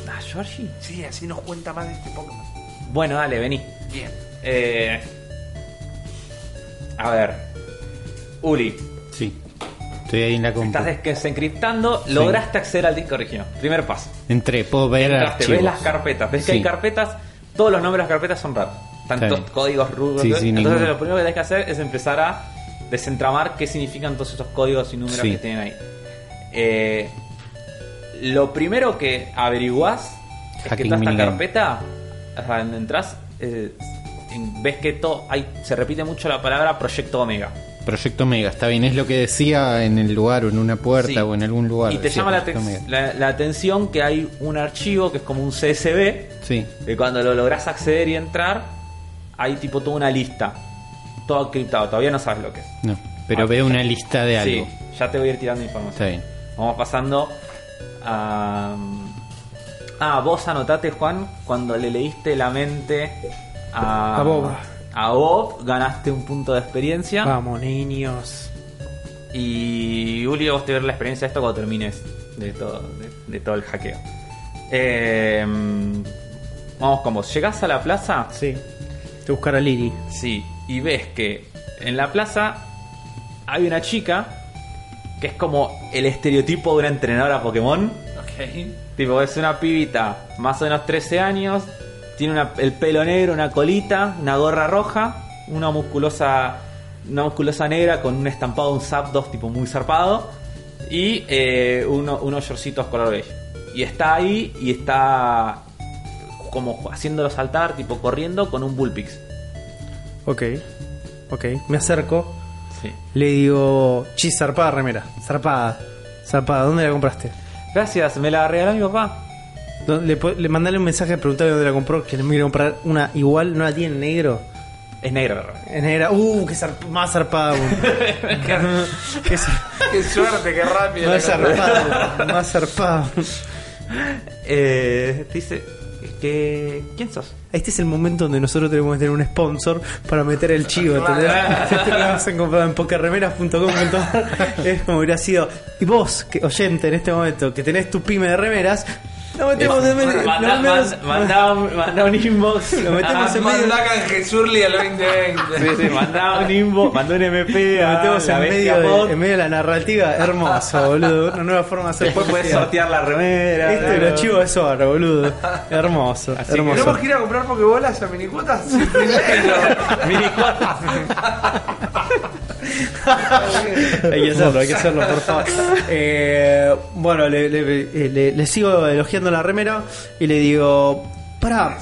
Speaker 2: ¿A Ah, Georgie?
Speaker 1: Sí, así nos cuenta más de este Pokémon.
Speaker 2: Bueno, dale, vení.
Speaker 1: Bien.
Speaker 2: Eh, a ver. Uli,
Speaker 3: Sí. Estoy ahí en la compu.
Speaker 2: estás desencriptando, lograste acceder al disco original. Primer paso.
Speaker 3: Entré, puedo ver
Speaker 2: Entraste,
Speaker 3: archivos.
Speaker 2: ves las carpetas, ves que
Speaker 3: Sí.
Speaker 2: hay carpetas, todos los nombres de las carpetas son raros.
Speaker 3: Está
Speaker 2: Tantos
Speaker 3: bien.
Speaker 2: códigos rubros.
Speaker 3: Sí,
Speaker 2: ¿no?
Speaker 3: sí,
Speaker 2: Entonces
Speaker 3: ninguno.
Speaker 2: lo primero que tenés que hacer es empezar a desentramar qué significan todos esos códigos y números
Speaker 3: Sí.
Speaker 2: que tienen ahí. Eh, lo primero que averiguás es
Speaker 3: Hacking
Speaker 2: que toda esta
Speaker 3: minigame.
Speaker 2: carpeta, hasta donde entras, eh, en- ves que todo, hay, se repite mucho la palabra Proyecto Omega.
Speaker 3: Proyecto Mega, está bien, es lo que decía en el lugar o en una puerta
Speaker 2: Sí.
Speaker 3: o en algún lugar.
Speaker 2: Y te
Speaker 3: decía
Speaker 2: llama la,
Speaker 3: Proyecto
Speaker 2: aten-
Speaker 3: Mega.
Speaker 2: la- la atención que hay un archivo que es como un CSV
Speaker 3: Sí,
Speaker 2: que cuando lo lográs acceder y entrar, hay tipo toda una lista. Todo criptado, todavía no sabes lo que es.
Speaker 3: no, pero
Speaker 2: Ah,
Speaker 3: veo una lista de
Speaker 2: sí,
Speaker 3: algo.
Speaker 2: ya te voy a ir tirando información.
Speaker 3: Está bien.
Speaker 2: Vamos pasando a... Ah, vos anotate, Juan, cuando le leíste la mente a...
Speaker 4: A Bob.
Speaker 2: A Bob, ganaste un punto de experiencia.
Speaker 4: Vamos, niños.
Speaker 2: Y Julio, vos te ver la experiencia de esto cuando termines de todo, de, de todo el hackeo. Eh, vamos con vos. Llegás a la plaza,
Speaker 4: Sí. Te buscar a Lili.
Speaker 2: Sí, y ves que en la plaza hay una chica que es como el estereotipo de una entrenadora Pokémon.
Speaker 1: Ok.
Speaker 2: Tipo, es una pibita, más o menos 13 años, tiene una- el pelo negro, una colita, una gorra roja, una musculosa, una musculosa negra con un estampado, un Zapdos tipo muy zarpado y eh, uno- unos shortcitos color beige. Y está ahí y está como haciéndolo saltar, tipo corriendo con un Bullpix.
Speaker 4: Ok. Ok. Me acerco.
Speaker 2: Sí.
Speaker 4: Le digo, chis, zarpada remera. Zarpada. Zarpada, ¿dónde la compraste?
Speaker 2: Gracias, me la regaló mi papá.
Speaker 4: ¿Dó- Le, po- le mandale un mensaje a preguntarle dónde la compró, que me quiere comprar una igual, no la tiene en negro.
Speaker 2: Es negra. la
Speaker 4: En negra, uh, que zarp- más zarpada aún. Qué zar-
Speaker 1: Qué suerte, qué rápido.
Speaker 4: más
Speaker 1: la cosa.
Speaker 4: zarpada, aún, más zarpada. aún.
Speaker 2: Eh, dice que ¿quién sos?
Speaker 4: Este es el momento donde nosotros tenemos que tener un sponsor para meter el chivo, ¿entendés? Esto lo vas a encontrar en este pokerremeras.com.ar. Es como hubiera sido. Y vos, que oyente en este momento, que tenés tu pyme de remeras, No metemos
Speaker 2: Eh,
Speaker 4: en medio.
Speaker 2: Mandá-
Speaker 4: no metemos-
Speaker 2: mand- Mandá un- mandá un inbox.
Speaker 4: Lo metemos
Speaker 2: Ah,
Speaker 4: en medio.
Speaker 1: Mandá a Jesurli al 2020.
Speaker 2: Sí, sí, mandá un inbox, mandá un MP
Speaker 4: Lo
Speaker 2: a
Speaker 4: metemos
Speaker 2: la
Speaker 4: en
Speaker 2: bestia
Speaker 4: medio,
Speaker 2: pod.
Speaker 4: de, en medio de la narrativa. Hermoso, boludo. Una nueva forma de hacer
Speaker 2: Después puedes
Speaker 4: publicidad.
Speaker 2: sortear la remera.
Speaker 4: Este
Speaker 2: claro.
Speaker 4: lo chivo de sobra, boludo. Hermoso, hermoso.
Speaker 1: ¿Tenemos que ir a comprar pokebolas a minicuotas? Primero.
Speaker 2: Minicuotas.
Speaker 4: hay que hacerlo, hay que hacerlo, por favor. Eh, bueno, le, le- eh, le- le sigo elogiando la remera y le digo: Pará,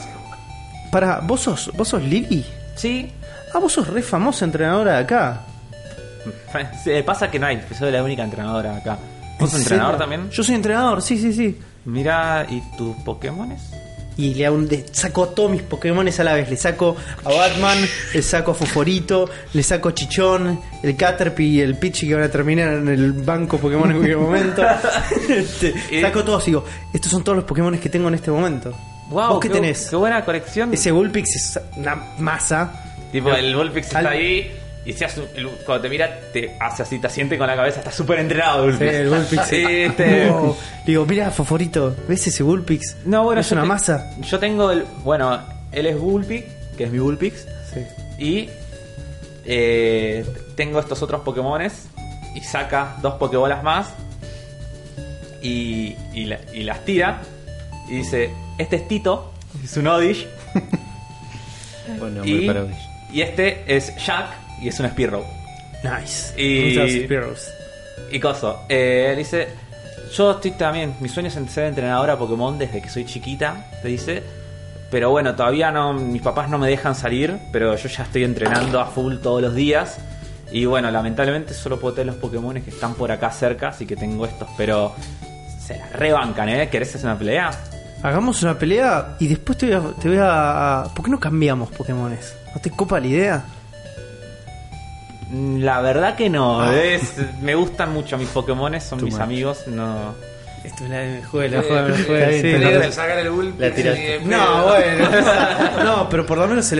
Speaker 4: pará, ¿vos sos, vos sos Lili?
Speaker 2: Sí.
Speaker 4: Ah, vos sos re famosa entrenadora de acá.
Speaker 2: Sí, Pasa que no hay, soy la única entrenadora acá.
Speaker 4: ¿En
Speaker 2: ¿Vos sos entrenador
Speaker 4: serio?
Speaker 2: también?
Speaker 4: Yo soy entrenador, sí, sí, sí.
Speaker 2: Mira, ¿y tus Pokémones?
Speaker 4: Y le hago un de- saco a todos mis Pokémones a la vez. Le saco a Batman, le saco a Foforito, le saco a Chichón, el Caterpie y el Pichi que van a terminar en el banco Pokémon en cualquier momento.
Speaker 2: Eh.
Speaker 4: Este, saco todos y digo, estos son todos los Pokémones que tengo en este momento.
Speaker 2: Wow,
Speaker 4: ¿Vos qué, tenés?
Speaker 2: Qué buena colección.
Speaker 4: Ese Vulpix es una masa.
Speaker 2: Tipo, el Vulpix está
Speaker 4: Al-
Speaker 2: ahí y se hace un- el- cuando te mira, te hace así, te asiente con la cabeza, está súper entrenado Vulpix.
Speaker 4: Eh, el Vulpix.
Speaker 2: Sí, este-
Speaker 4: Wow. Le digo, mira, Foforito, ¿ves ese Vulpix?
Speaker 2: No, bueno,
Speaker 4: es
Speaker 2: yo
Speaker 4: una
Speaker 2: te-
Speaker 4: masa.
Speaker 2: Yo tengo el. Bueno, él es Vulpix, que es mi Vulpix, y eh, tengo estos otros Pokémones y saca dos Pokébolas más y, y la- y las tira y dice: Este es Tito, es un Odish.
Speaker 3: Buen nombre
Speaker 2: Y,
Speaker 3: para hoy.
Speaker 2: y este es Jack y es un Spearow.
Speaker 4: Nice.
Speaker 2: Y-
Speaker 4: Muchas Spearows.
Speaker 2: Y coso, eh, él dice, yo estoy también, mi sueño es ser entrenadora Pokémon desde que soy chiquita, te dice. Pero bueno, todavía no, mis papás no me dejan salir, pero yo ya estoy entrenando a full todos los días. Y bueno, lamentablemente solo puedo tener los Pokémon que están por acá cerca, así que tengo estos, pero se las rebancan, ¿eh? ¿Querés hacer una pelea?
Speaker 4: Hagamos una pelea y después te voy a. Te voy a, a- ¿Por qué no cambiamos Pokémones? ¿No te copa la idea?
Speaker 2: Mm, La verdad que no, es- me gustan mucho mis Pokémon, son
Speaker 3: Too
Speaker 2: mis
Speaker 3: much.
Speaker 2: amigos, no...
Speaker 4: Esto es juega,
Speaker 1: Tenía que sacar el
Speaker 3: La
Speaker 1: Vulpix.
Speaker 3: tiraste.
Speaker 1: ni de
Speaker 4: No,
Speaker 1: pedo.
Speaker 4: bueno. No, pero por lo menos el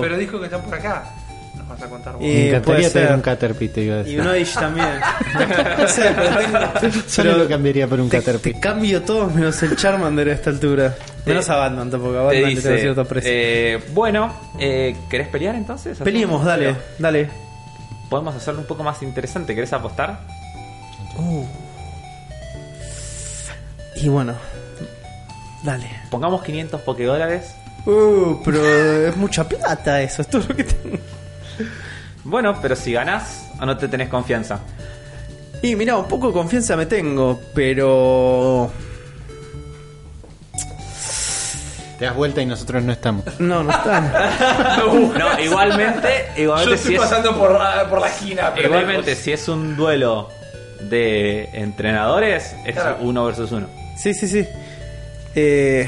Speaker 1: Pero dijo que están por acá. Nos vas a contar vos.
Speaker 4: Eh,
Speaker 3: Me
Speaker 4: puede
Speaker 3: encantaría
Speaker 4: ser.
Speaker 3: tener un Caterpie, te iba a
Speaker 4: Y
Speaker 3: decir.
Speaker 4: un Odish también. No sé, pero tengo-
Speaker 3: Yo no
Speaker 4: pero
Speaker 3: lo cambiaría por un
Speaker 4: te,
Speaker 3: Caterpie.
Speaker 4: te cambio todos menos el Charmander a esta altura. Menos a Batman tampoco. A
Speaker 2: Te
Speaker 4: Batman le
Speaker 2: dice,
Speaker 4: tengo cierto aprecio.
Speaker 2: eh, bueno, eh, ¿querés pelear entonces?
Speaker 4: Peleemos, dale, dale.
Speaker 2: Podemos hacerlo un poco más interesante. ¿Querés apostar?
Speaker 4: Y bueno. Dale.
Speaker 2: Pongamos 500 Pokédólares.
Speaker 4: Uh, pero es mucha plata eso, es todo lo que tengo.
Speaker 2: Bueno, pero si ganás o no te tenés confianza.
Speaker 4: Y mira, un poco de confianza me tengo, pero.
Speaker 3: Te das vuelta y nosotros no estamos.
Speaker 4: No, no están.
Speaker 2: no, igualmente,
Speaker 1: Yo
Speaker 2: igualmente,
Speaker 1: estoy
Speaker 2: si, es,
Speaker 1: pasando por, ah, por la esquina. pero-
Speaker 2: igualmente si es un duelo de entrenadores, es
Speaker 1: Claro.
Speaker 2: uno versus uno.
Speaker 4: Sí, sí, sí. Eh,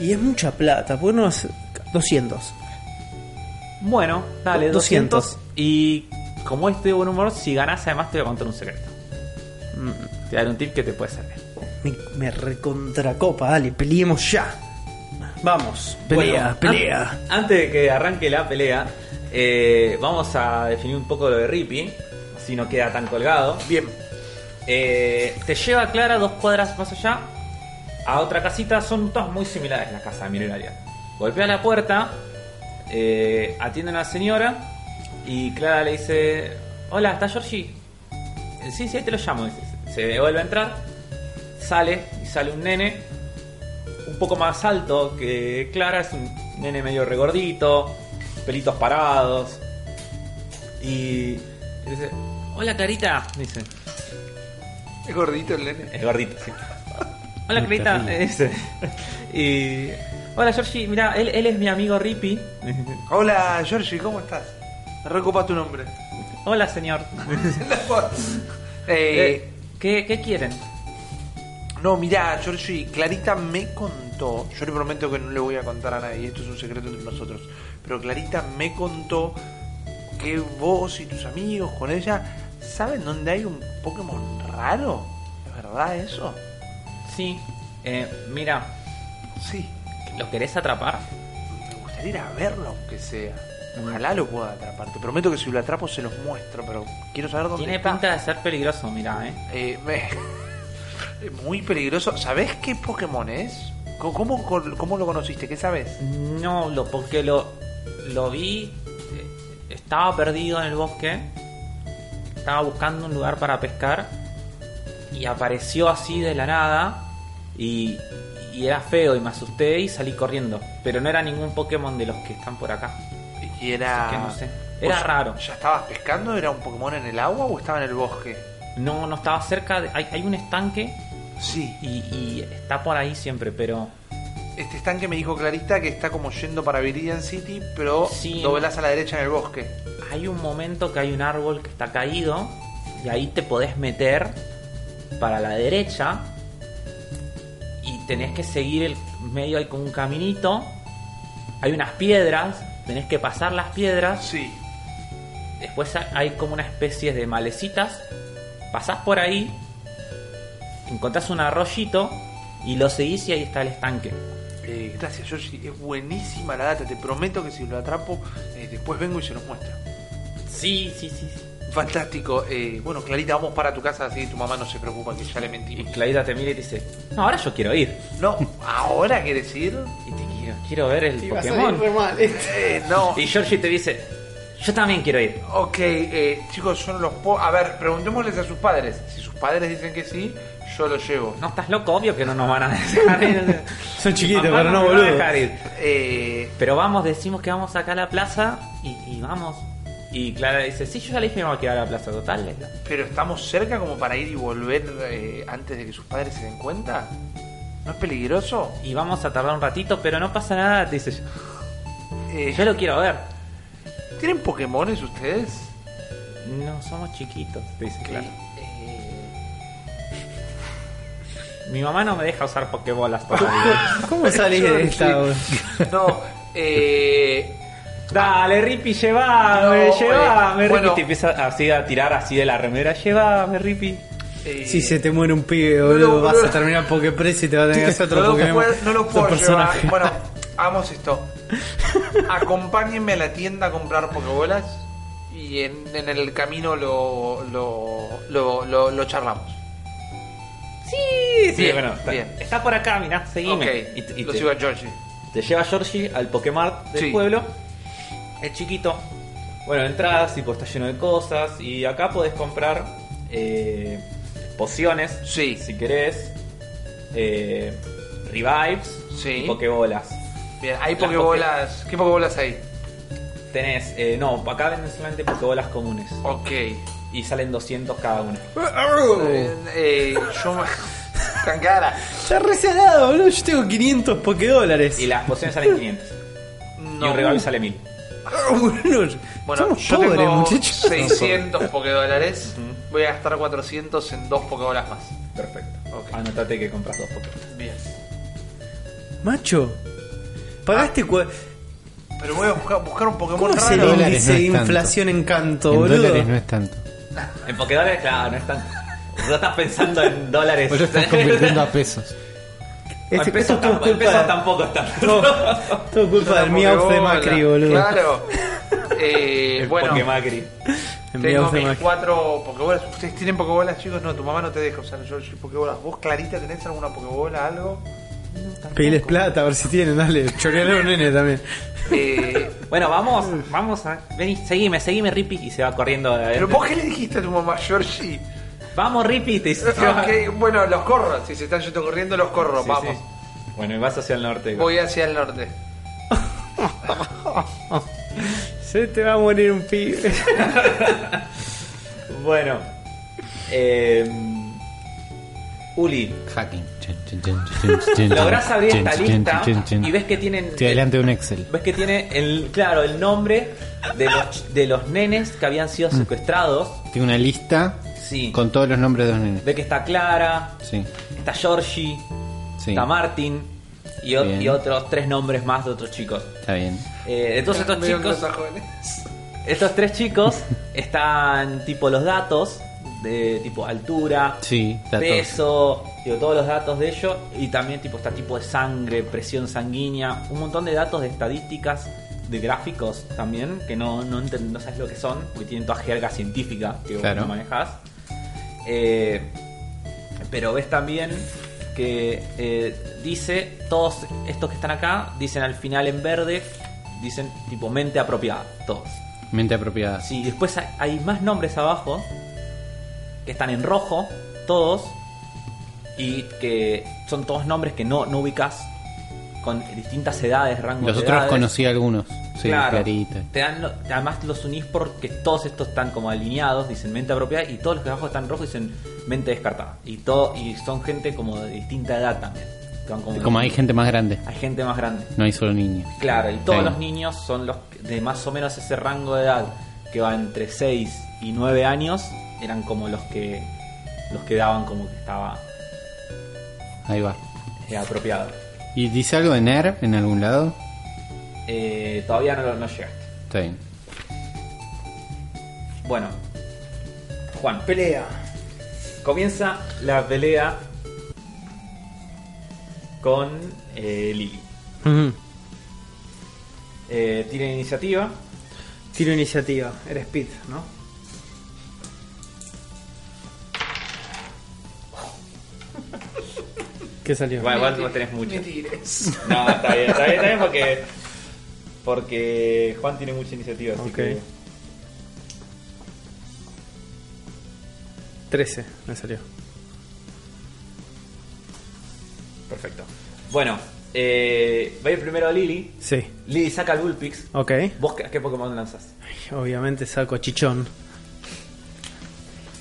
Speaker 4: Y es mucha plata, pues por unos 200.
Speaker 2: Bueno, dale, 200.
Speaker 4: 200.
Speaker 2: Y como estoy de buen humor, si ganás además te voy a contar un secreto. Te daré un tip que te puede servir.
Speaker 4: Me, me recontracopa, dale, peleemos ya. Vamos, pelea,
Speaker 2: Bueno,
Speaker 4: pelea.
Speaker 2: an- antes de que arranque la pelea, eh, vamos a definir un poco lo de Rippy, así no queda tan colgado.
Speaker 4: ah,
Speaker 2: Bien. Eh, te lleva a Clara dos cuadras más allá, a otra casita, son todas muy similares las casas de Mineraria. Golpea la puerta, eh, atiende a una señora y Clara le dice, hola, ¿está Georgie? "Eh, Sí, sí, ahí te lo llamo. dice. Se vuelve a entrar, sale y sale un nene un poco más alto que Clara, es un nene medio regordito, pelitos parados. Y dice, hola Clarita, dice,
Speaker 1: Es gordito el nene.
Speaker 2: es gordito, sí. Hola Clarita, dice. Y, hola Georgie, mira, él, él es mi amigo Rippy.
Speaker 1: Hola, Georgie, ¿cómo estás? Recopa tu nombre.
Speaker 2: Hola señor.
Speaker 1: eh,
Speaker 2: Eh, ¿qué, ¿Qué quieren?
Speaker 1: no, mirá, Georgie, Clarita me contó. Yo le prometo que no le voy a contar a nadie. Esto es un secreto entre nosotros. Pero Clarita me contó que vos y tus amigos con ella saben dónde hay un Pokémon raro. ¿Es verdad eso?
Speaker 2: Sí, eh, mira,
Speaker 1: Sí.
Speaker 2: ¿lo querés atrapar?
Speaker 1: Me gustaría ir a verlo, aunque sea. Ojalá lo pueda atrapar. Te prometo que si lo atrapo se los muestro, pero quiero saber dónde
Speaker 2: Tiene
Speaker 1: está.
Speaker 2: pinta de ser peligroso, mira, eh.
Speaker 1: Eh, me- muy peligroso. ¿Sabés qué Pokémon es? ¿Cómo, cómo, cómo lo conociste? ¿Qué sabes?
Speaker 2: No, lo, porque lo, lo vi. eh, Estaba perdido en el bosque. Estaba buscando un lugar para pescar. Y apareció así de la nada. Y, y era feo y me asusté y salí corriendo. Pero no era ningún Pokémon de los que están por acá.
Speaker 1: Y era.
Speaker 2: Así que no sé. Era
Speaker 1: ¿Vos
Speaker 2: raro.
Speaker 1: ¿Ya estabas pescando? ¿Era un Pokémon en el agua o estaba en el bosque?
Speaker 2: No, no estaba cerca. De, hay, hay un estanque
Speaker 1: Sí.
Speaker 2: y, y está por ahí siempre, pero.
Speaker 1: Este estanque me dijo Clarita que está como yendo para Viridian City, pero
Speaker 2: Sí.
Speaker 1: doblás a la derecha en el bosque.
Speaker 2: hay un momento que hay un árbol que está caído y ahí te podés meter para la derecha y tenés que seguir el medio hay como un caminito. Hay unas piedras, tenés que pasar las piedras.
Speaker 1: Sí.
Speaker 2: Después ha- hay como una especie de malecitas. Pasás por ahí, encontrás un arroyito y lo seguís y ahí está el estanque.
Speaker 1: Eh, gracias, Yoshi. Es buenísima la data. Te prometo que si lo atrapo, eh, después vengo y se los muestro.
Speaker 2: Sí, sí, sí. sí.
Speaker 1: Fantástico. Eh, bueno, Clarita, vamos para tu casa, así tu mamá no se preocupa que ya le
Speaker 2: Y
Speaker 1: mentimos.
Speaker 2: Clarita te mira y te dice, no, ahora yo quiero ir.
Speaker 1: No, ¿ahora qué decir?
Speaker 2: Y te quiero, quiero ver el
Speaker 4: Te iba a salir
Speaker 2: Pokémon.
Speaker 4: re mal, este.
Speaker 1: Eh, no.
Speaker 2: Y Georgie te dice, yo también quiero ir.
Speaker 1: Ok, eh, chicos, yo no los puedo... A ver, preguntémosles a sus padres. Si sus padres dicen que sí, yo los llevo.
Speaker 2: No estás loco, obvio que no nos van a dejar ir.
Speaker 4: Son chiquitos,
Speaker 2: Mamá
Speaker 4: pero no,
Speaker 2: me va a
Speaker 4: boludo.
Speaker 2: dejar ir.
Speaker 1: Eh,
Speaker 2: Pero vamos, decimos que vamos acá a la plaza y, y vamos. Y Clara dice, sí, yo ya le dije que vamos a quedar a la plaza total.
Speaker 1: pero estamos cerca como para ir y volver eh, antes de que sus padres se den cuenta. ¿No es peligroso?
Speaker 2: Y vamos a tardar un ratito, pero no pasa nada, te dice yo.
Speaker 1: Eh,
Speaker 2: Yo lo quiero ver.
Speaker 1: ¿Tienen Pokémones ustedes?
Speaker 2: No, somos chiquitos, te dice Clara.
Speaker 1: Eh,
Speaker 2: Mi mamá no me deja usar Pokébolas todavía.
Speaker 4: ¿Cómo salís de esta? boludo?
Speaker 1: no, eh...
Speaker 2: Dale, Rippy, llévame,
Speaker 1: No, eh,
Speaker 2: llévame. Rippy
Speaker 1: bueno.
Speaker 2: te empieza así a tirar así de la remera. Llévame, Rippy.
Speaker 1: eh,
Speaker 4: Si se te muere un pibe, boludo,
Speaker 1: No,
Speaker 4: vas
Speaker 1: boludo.
Speaker 4: a terminar Poképress y te va a tener que hacer otro
Speaker 1: no, lo
Speaker 4: Pokémon.
Speaker 1: puedo, no lo
Speaker 4: Otro
Speaker 1: puedo llevar.
Speaker 4: personaje.
Speaker 1: Bueno, hagamos esto. Acompáñenme a la tienda a comprar pokebolas y en, en el camino lo, lo, lo, lo, lo charlamos.
Speaker 2: Sí, sí,
Speaker 1: Bien,
Speaker 2: bueno, está,
Speaker 1: bien.
Speaker 2: está por acá, mirá, seguime.
Speaker 1: ok,
Speaker 2: Y te- y
Speaker 1: lo
Speaker 2: te-
Speaker 1: sigo a Georgie.
Speaker 2: Te lleva Georgie al Pokémon del
Speaker 1: Sí.
Speaker 2: pueblo. Es chiquito. Bueno, entras y pues está lleno de cosas. Y acá podés comprar eh, pociones.
Speaker 1: Sí.
Speaker 2: Si querés. eh, revives.
Speaker 1: Sí.
Speaker 2: Y pokebolas.
Speaker 1: Bien, hay
Speaker 2: Las
Speaker 1: pokebolas. ¿Qué pokebolas hay?
Speaker 2: Tenés. eh, no, acá venden solamente pokebolas comunes.
Speaker 1: Ok. Eh,
Speaker 2: Y salen 200 cada una.
Speaker 4: Oh.
Speaker 1: eh, yo me- tan cara.
Speaker 4: Está resalado, boludo. Yo tengo 500 Pokédólares.
Speaker 2: Y las pociones salen 500. Y
Speaker 1: No.
Speaker 2: un revive sale 1000.
Speaker 4: Ah, Boludo,
Speaker 1: Bueno,
Speaker 4: somos
Speaker 1: yo
Speaker 4: pobres,
Speaker 1: tengo
Speaker 4: muchachos.
Speaker 1: 600 pokedólares. Voy a gastar 400 en dos pokebolas más.
Speaker 2: Perfecto.
Speaker 1: Ok.
Speaker 2: Anotate que compras dos Pokémon.
Speaker 1: Bien.
Speaker 4: Macho, pagaste. cua-
Speaker 1: Pero voy a buscar, buscar un Pokémon
Speaker 4: ¿Cómo es el
Speaker 1: Ah, raro.
Speaker 3: dólares
Speaker 4: índice
Speaker 3: no es
Speaker 4: de
Speaker 3: tanto.
Speaker 4: inflación en canto,
Speaker 3: En
Speaker 4: boludo?
Speaker 3: dólares no es tanto.
Speaker 2: En Pokédólares, claro, no están. No estás pensando en dólares.
Speaker 3: Vos lo estás convirtiendo a pesos.
Speaker 1: Ah,
Speaker 2: El
Speaker 4: Este-
Speaker 2: peso,
Speaker 4: esto todo
Speaker 2: tam- el peso
Speaker 4: culpa-
Speaker 2: tampoco está.
Speaker 4: Todo, todo culpa del
Speaker 1: Una
Speaker 4: Miau de
Speaker 1: Pokébola.
Speaker 4: Macri, boludo.
Speaker 1: Claro. Eh,
Speaker 2: El
Speaker 1: bueno,
Speaker 2: Pokémacri.
Speaker 4: El
Speaker 1: tengo
Speaker 4: Miau de
Speaker 1: mis
Speaker 4: Macri.
Speaker 1: cuatro Pokébolas. ¿Ustedes tienen Pokébolas, chicos? No, tu mamá no te deja usar yo soy Pokébolas. ¿Vos, Clarita, tenés alguna Pokébola, algo?
Speaker 4: Pediles plata, a ver si tienen, dale. Choreale a un nene también.
Speaker 1: Eh,
Speaker 2: Bueno,
Speaker 3: Mm.
Speaker 2: vamos, vamos a. Vení, seguime, seguime, Rippy. Y se va corriendo. de-
Speaker 1: ¿Pero vos qué le dijiste a tu mamá, Georgie?
Speaker 2: Vamos, Rippy. Te dice.
Speaker 1: Ok, bueno, los corro. Si se están yendo corriendo, los corro.
Speaker 2: Sí,
Speaker 1: Vamos.
Speaker 2: sí. Bueno, y vas hacia el norte.
Speaker 1: Voy hacia el norte.
Speaker 4: Se te va a morir un pibe.
Speaker 2: Bueno. Eh, Uli,
Speaker 3: Hacking.
Speaker 2: lográs abrir esta lista y ves que tienen.
Speaker 3: Estoy adelante de un Excel.
Speaker 2: Ves que tiene el, claro, el nombre de los, de los nenes que habían sido secuestrados.
Speaker 3: Tengo una lista
Speaker 2: Sí.
Speaker 3: Mm. con todos los nombres de los nenes.
Speaker 2: Ve que está Clara,
Speaker 3: Sí,
Speaker 2: está Georgie,
Speaker 3: sí.
Speaker 2: está Martin y, o-
Speaker 3: Bien.
Speaker 2: y otros tres nombres más de otros chicos.
Speaker 3: Está bien.
Speaker 2: Eh, entonces estos
Speaker 1: Medio
Speaker 2: chicos,
Speaker 1: anglosajones.
Speaker 2: estos tres chicos están tipo los datos de tipo altura,
Speaker 3: Sí, datos.
Speaker 2: peso, digo, todos los datos de ellos y también tipo está tipo de sangre, presión sanguínea, un montón de datos de estadísticas, de gráficos también que no no, enten- no sabes lo que son, porque tienen toda jerga científica que vos
Speaker 3: Claro.
Speaker 2: no manejás. Eh, Pero ves también que eh, dice, todos estos que están acá, dicen al final en verde, dicen tipo mente apropiada, todos.
Speaker 3: Mente apropiada.
Speaker 2: Sí, después hay- hay más nombres abajo que están en rojo, todos, y que son todos nombres que no, no ubicas con distintas edades, rangos
Speaker 3: Los
Speaker 2: de
Speaker 3: otros
Speaker 2: edades.
Speaker 3: conocí algunos. Sí,
Speaker 2: claro,
Speaker 3: Clarita.
Speaker 2: Te dan, lo- además los unís porque todos estos están como alineados, dicen mente apropiada, y todos los que abajo están rojos dicen mente descartada. Y todo, y son gente como de distinta edad también. que van
Speaker 3: Como hay gente más grande,
Speaker 2: hay gente más grande.
Speaker 3: no hay solo niños.
Speaker 2: Claro, y todos
Speaker 3: Sí.
Speaker 2: los niños son los que- de más o menos ese rango de edad que va entre 6 y 9 años, eran como los que los que daban como que estaba
Speaker 3: Ahí va.
Speaker 2: eh, apropiado.
Speaker 3: ¿Y dice algo de NER en algún lado?
Speaker 2: Eh, todavía no, lo- no llegaste.
Speaker 3: Está bien.
Speaker 2: Bueno, Juan,
Speaker 4: Pelea.
Speaker 2: comienza la pelea con eh, Lili. Eh, tiene iniciativa.
Speaker 4: Tiro iniciativa. Eres Pit, ¿no? ¿Qué salió?
Speaker 2: Igual, Ah, igual vos tenés mucho.
Speaker 1: Ni tires.
Speaker 2: No, está bien, está bien, está bien porque. Porque Juan tiene mucha iniciativa, así
Speaker 4: Ok.
Speaker 2: que.
Speaker 4: 13 me salió.
Speaker 2: Perfecto. Bueno, eh, va a ir primero a Lily.
Speaker 4: Sí.
Speaker 2: Lily saca el Bullpix.
Speaker 4: Ok.
Speaker 2: ¿Vos qué, qué Pokémon lanzás?
Speaker 4: Obviamente saco a Chichón.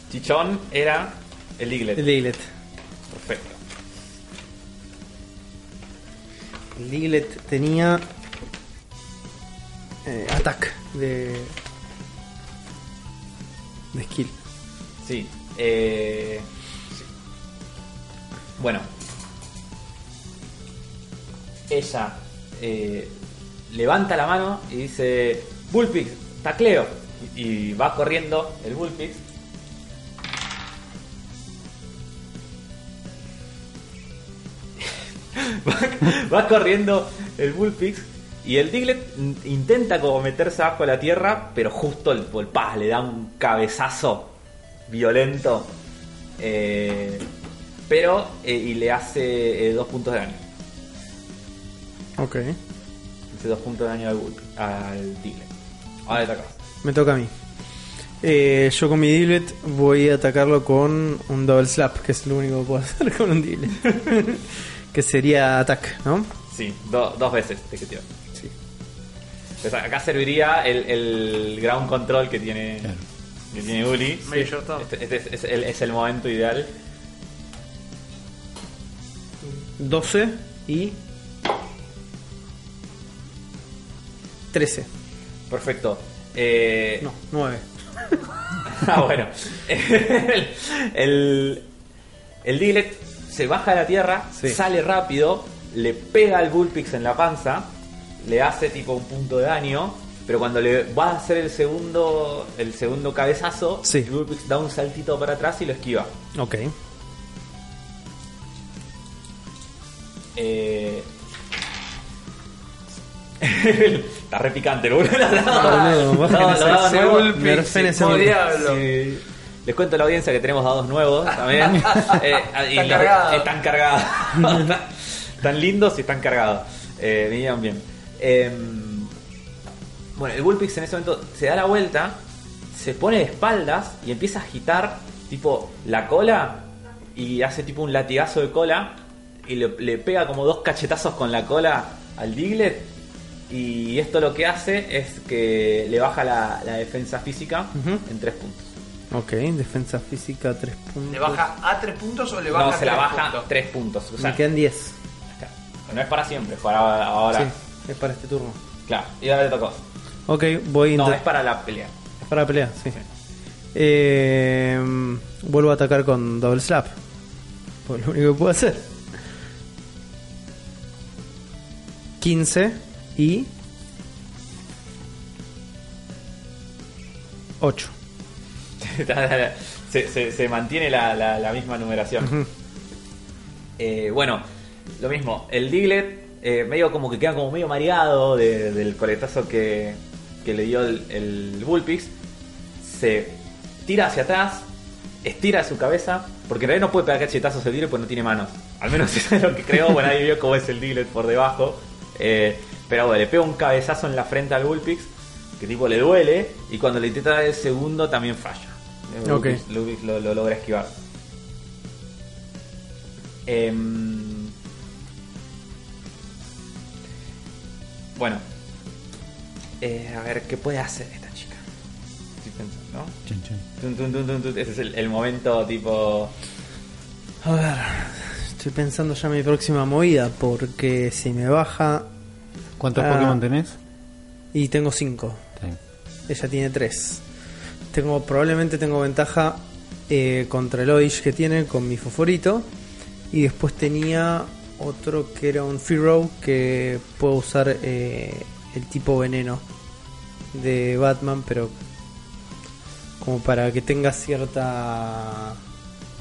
Speaker 2: Chichón era el Diglett.
Speaker 4: El Diglett.
Speaker 2: Perfecto.
Speaker 4: El Diglett tenía. Eh, attack de. de skill.
Speaker 2: Sí. eh, sí. Bueno. Ella eh, levanta la mano y dice, Bullpix, tacleo. Y, y va corriendo el Bullpix. va, va corriendo el Bullpix. Y el Diglett in- intenta como meterse abajo de la tierra, pero justo el, el paz le da un cabezazo violento. eh, pero, eh, y le hace eh, dos puntos de daño.
Speaker 4: Ok.
Speaker 2: Le hace dos puntos de daño al, Bull- al Diglett. Ahora le atacás.
Speaker 4: Me toca a mí. Eh, yo con mi Diglett voy a atacarlo con un Double Slap, que es lo único que puedo hacer con un Diglett. que sería attack, ¿no?
Speaker 2: Sí, do- dos veces te tiro.
Speaker 4: Sí.
Speaker 2: Pues acá serviría el, el ground control que tiene, que tiene Uli.
Speaker 1: Medio shortado.
Speaker 2: Este, este es, es el, es el momento ideal.
Speaker 4: 12 y 13.
Speaker 2: Perfecto. Eh,
Speaker 4: No, 9.
Speaker 2: Ah, bueno. El, el, el Diglett se baja de la tierra,
Speaker 4: Sí.
Speaker 2: sale rápido, le pega al Bullpix en la panza, le hace tipo un punto de daño, pero cuando le va a hacer el segundo, el segundo cabezazo,
Speaker 4: Sí.
Speaker 2: el Bullpix da un saltito para atrás y lo esquiva.
Speaker 4: Ok.
Speaker 2: Eh... Está re picante, boludo. Los
Speaker 4: Ah,
Speaker 2: dados-
Speaker 4: boludo,
Speaker 2: los dados- los dados
Speaker 1: ese
Speaker 2: nuevos.
Speaker 1: Bullpix,
Speaker 4: nerfen ese
Speaker 1: como
Speaker 4: Bullpix.
Speaker 1: diablo.
Speaker 2: Sí. Les cuento a la audiencia que tenemos dados nuevos también. Eh, y
Speaker 1: Están
Speaker 2: los-
Speaker 1: cargados.
Speaker 2: Están cargados. Están- están lindos y están cargados. Eh, vinieron bien. Em, bueno, el Bullpix en ese momento se da la vuelta, se pone de espaldas y empieza a agitar, tipo, la cola y hace tipo un latigazo de cola y le, le pega como dos cachetazos con la cola al Diglett. Y esto lo que hace es que le baja la, la defensa física
Speaker 4: Ujú.
Speaker 2: en tres puntos.
Speaker 4: Ok, defensa física 3 puntos.
Speaker 1: ¿Le baja a 3 puntos o le baja
Speaker 2: no, se la
Speaker 1: tres
Speaker 2: baja
Speaker 1: puntos?
Speaker 2: tres puntos. O sea,
Speaker 4: Me quedan 10.
Speaker 2: acá. no es para siempre, es para ahora.
Speaker 4: Sí, es para este turno.
Speaker 2: Claro, y ahora le tocó.
Speaker 4: Ok, voy a
Speaker 2: No,
Speaker 4: inter-
Speaker 2: es para la pelea.
Speaker 4: es para la pelea, sí. Eh, vuelvo a atacar con Double Slap. Pues lo único que puedo hacer. 15 y 8.
Speaker 2: se, se- se mantiene la, la- la misma numeración. Eh, bueno, lo mismo. El Diglett, eh, medio como que queda como medio mareado de- del coletazo que, que le dio el, el Bullpix. Se tira hacia atrás, estira su cabeza, porque en realidad no puede pegar cachetazos el dealer porque no tiene manos. Al menos eso es lo que creo, bueno, ahí vio cómo es el dealer por debajo. Eh, pero bueno, le pega un cabezazo en la frente al Bullpix, que tipo le duele, y cuando le intenta dar el segundo también falla. Eh,
Speaker 4: Ok.
Speaker 2: Bullpix- Bullpix lo, lo logra esquivar. Em, bueno. Eh, a ver, ¿qué puede hacer esta chica? Estoy pensando, ¿no?
Speaker 3: Chan, chan.
Speaker 2: Tun, tun, tun, tun, tun. Ese es el, el momento tipo...
Speaker 4: A ver, estoy pensando ya mi próxima movida porque si me baja
Speaker 3: ¿Cuántos
Speaker 4: Ah.
Speaker 3: Pokémon tenés?
Speaker 4: y tengo 5,
Speaker 3: Está bien.
Speaker 4: ella tiene 3. Tengo, probablemente tengo ventaja eh, contra el Oish que tiene con mi fosforito. Y después tenía otro que era un Fearow que puedo usar eh, el tipo veneno de Batman, pero como para que tenga cierta...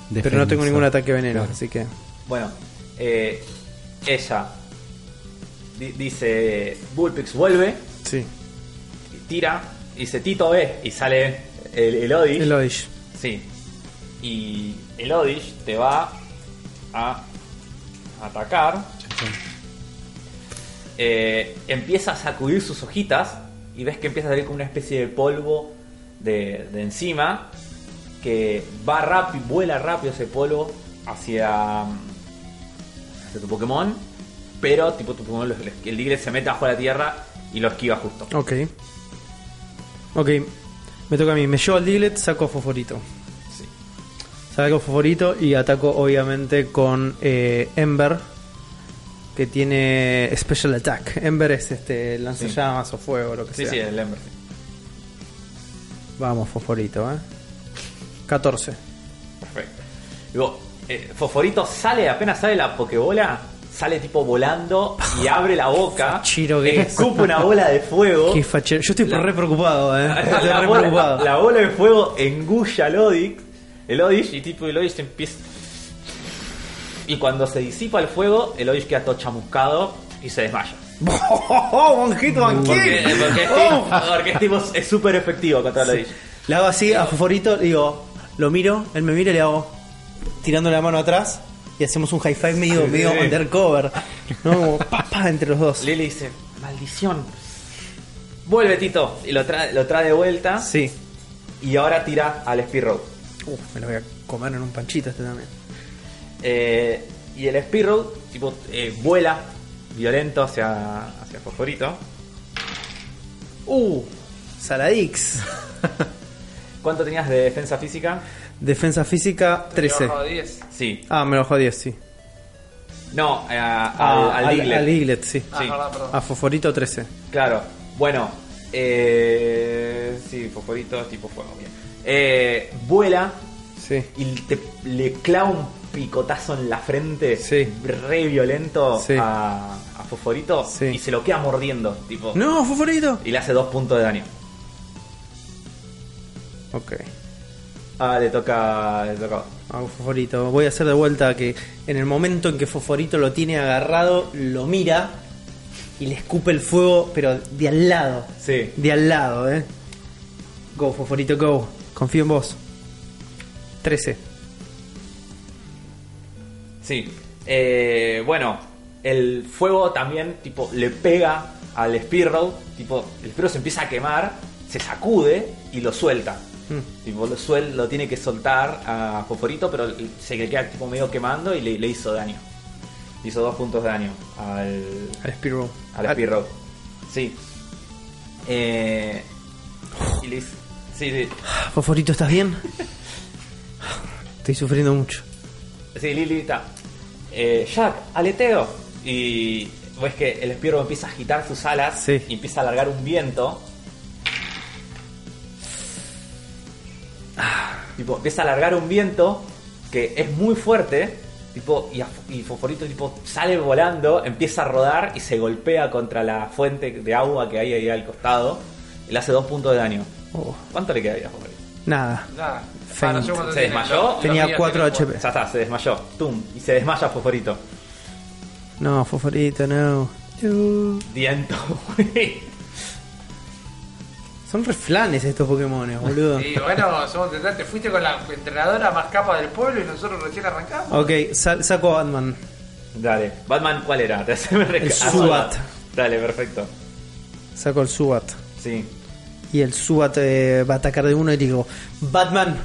Speaker 4: Pero no tengo
Speaker 3: Defensa.
Speaker 4: ningún ataque veneno,
Speaker 3: Claro.
Speaker 4: así que...
Speaker 2: Bueno, eh, ella di- dice, Bullpix vuelve,
Speaker 4: Sí,
Speaker 2: y tira, y dice Tito ve, y sale el, el Odish.
Speaker 4: el Oish.
Speaker 2: Sí. Y el Odish te va a atacar. Eh, empieza a sacudir sus hojitas y ves que empieza a salir como una especie de polvo de, de encima que va rápido, vuela rápido ese polvo hacia, mm, hacia tu Pokémon, pero tipo tu Pokémon, lo- lo- el Digre se mete bajo la tierra y lo esquiva justo.
Speaker 4: Ok. Ok. Me toca a mí. Me llevo al Diglett, saco a Fosforito.
Speaker 2: Sí.
Speaker 4: Saco a Fosforito y ataco obviamente con eh, Ember. Que tiene Special Attack. Ember es este lanzallamas o fuego, lo que
Speaker 2: Sí,
Speaker 4: sea.
Speaker 2: sí, eh. el Ember. sí.
Speaker 4: Vamos, Fosforito, eh. 14.
Speaker 2: Perfecto. Digo, eh, Fosforito sale, apenas sale la Pokébola, sale tipo volando y abre la boca.
Speaker 4: Chiro que es.
Speaker 2: escupe una bola de fuego.
Speaker 4: Qué fachero. Yo estoy
Speaker 2: Oh. La-
Speaker 4: re preocupado, eh. Estoy
Speaker 2: la,
Speaker 4: re
Speaker 2: bola,
Speaker 4: preocupado.
Speaker 2: la bola de fuego engulla al Odix. El Odix y tipo el Odix empieza. Y cuando se disipa el fuego, el Odix queda todo chamuscado y se desmaya. Porque,
Speaker 4: Monjito, banquete.
Speaker 2: porque es, tipo, porque es tipo- es súper efectivo contra el Odix.
Speaker 4: Le hago así a Fosforito, le digo, lo miro, él me mira y le hago tirando la mano atrás y hacemos un high five medio,
Speaker 2: Sí.
Speaker 4: medio undercover. No, Como pa, pa, entre los dos.
Speaker 2: Lily dice, maldición. Vuelve Tito. Y lo trae, lo trae de vuelta.
Speaker 4: Sí.
Speaker 2: Y ahora tira al Spearrow.
Speaker 4: Uf, me lo voy a comer en un panchito este también.
Speaker 2: Eh, y el Spearrow tipo, eh, vuela violento hacia, hacia Fosforito.
Speaker 4: Uh, Saladix.
Speaker 2: ¿Cuánto tenías de defensa física?
Speaker 4: Defensa física 13.
Speaker 1: Ojo, 10.
Speaker 2: Sí.
Speaker 4: Ah, me lo jodió, sí.
Speaker 2: No, eh, a-
Speaker 4: Ah,
Speaker 2: al, al Diglett.
Speaker 4: Diglett, sí.
Speaker 1: Ah,
Speaker 2: Sí.
Speaker 1: perdón, perdón.
Speaker 4: A Fosforito 13.
Speaker 2: Claro. Bueno. eh, sí, Fosforito es tipo fuego. Bien. Eh, vuela
Speaker 4: Sí.
Speaker 2: y te, le clava un picotazo en la frente
Speaker 4: Sí.
Speaker 2: re violento
Speaker 4: Sí.
Speaker 2: a, a Fosforito
Speaker 4: Sí.
Speaker 2: y se lo queda mordiendo, tipo.
Speaker 4: No, Fosforito.
Speaker 2: Y le hace dos puntos de daño.
Speaker 4: Ok.
Speaker 2: Ah, le toca. Le toca.
Speaker 4: Hago Fosforito. Voy a hacer de vuelta que en el momento en que Fosforito lo tiene agarrado, lo mira y le escupe el fuego, pero de al lado.
Speaker 2: Sí.
Speaker 4: De al lado, eh. Go, Fosforito, go. Confío en vos. 13.
Speaker 2: Sí. Eh, bueno, el fuego también, tipo, le pega al Spearrow. Tipo, el Spearrow se empieza a quemar, se sacude y lo suelta.
Speaker 4: Mm.
Speaker 2: Tipo, lo, suel, lo tiene que soltar a Fosforito, pero se le queda tipo medio quemando y le, le hizo daño. Le hizo dos puntos de daño al,
Speaker 4: Al Spearrow.
Speaker 2: al Spearrow. Sí. Eh, y le hizo- sí, sí.
Speaker 4: Ah, Fosforito, ¿estás bien? Estoy sufriendo mucho.
Speaker 2: Sí, Lili está. Eh, Jack, aleteo. Y ves que el espirro empieza a agitar sus alas
Speaker 4: Sí.
Speaker 2: y empieza a largar un viento. Tipo, empieza a largar un viento que es muy fuerte. Tipo, y, a- y Fosforito tipo, sale volando, empieza a rodar y se golpea contra la fuente de agua que hay ahí al costado. Y le hace dos puntos de daño.
Speaker 4: Oh,
Speaker 2: ¿Cuánto le queda a Fosforito?
Speaker 4: nada.
Speaker 1: Nada.
Speaker 4: Feint.
Speaker 1: Ah, no sé cuánto
Speaker 2: ¿Se
Speaker 1: tiene. Lo-
Speaker 2: desmayó?
Speaker 1: lo
Speaker 4: Tenía
Speaker 1: mío
Speaker 4: 4
Speaker 1: tiene
Speaker 4: HP.
Speaker 2: Ya está, se desmayó. ¡Tum! Y se desmaya Fosforito.
Speaker 4: No, Fosforito, no.
Speaker 2: Diento.
Speaker 4: Son re flanes estos Pokémon, boludo.
Speaker 1: Y bueno, somos te fuiste con la entrenadora más capa del pueblo y nosotros recién arrancamos.
Speaker 4: Ok, sa- saco a Batman.
Speaker 2: Dale. Batman, ¿cuál era? Te haceme reca-
Speaker 4: El Zubat.
Speaker 2: Ah, Dale, perfecto.
Speaker 4: Saco el Subat.
Speaker 2: Sí.
Speaker 4: Y el Subat eh, va a atacar de uno y digo, Batman.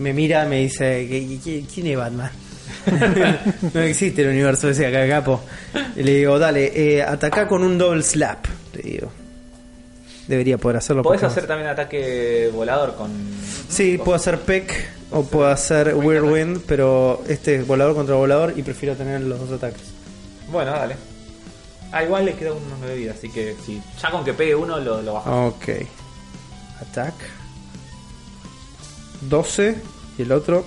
Speaker 4: Me mira, me dice, "¿Qui- qui- ¿quién es Batman? no existe el universo ese acá, capo. Y le digo, dale, eh, ataca con un double slap, te digo. Debería poder hacerlo.
Speaker 2: Podés
Speaker 4: porque-
Speaker 2: hacer también ataque volador con.
Speaker 4: Sí,
Speaker 2: con-
Speaker 4: puedo hacer Peck o puedo hacer Whirlwind, pero este es volador contra volador y prefiero tener los dos ataques.
Speaker 2: Bueno, dale. Ah, igual le queda unos 9 vidas, así que si ya con que pegue uno lo, lo baja.
Speaker 4: Ok. Attack. 12. Y el otro.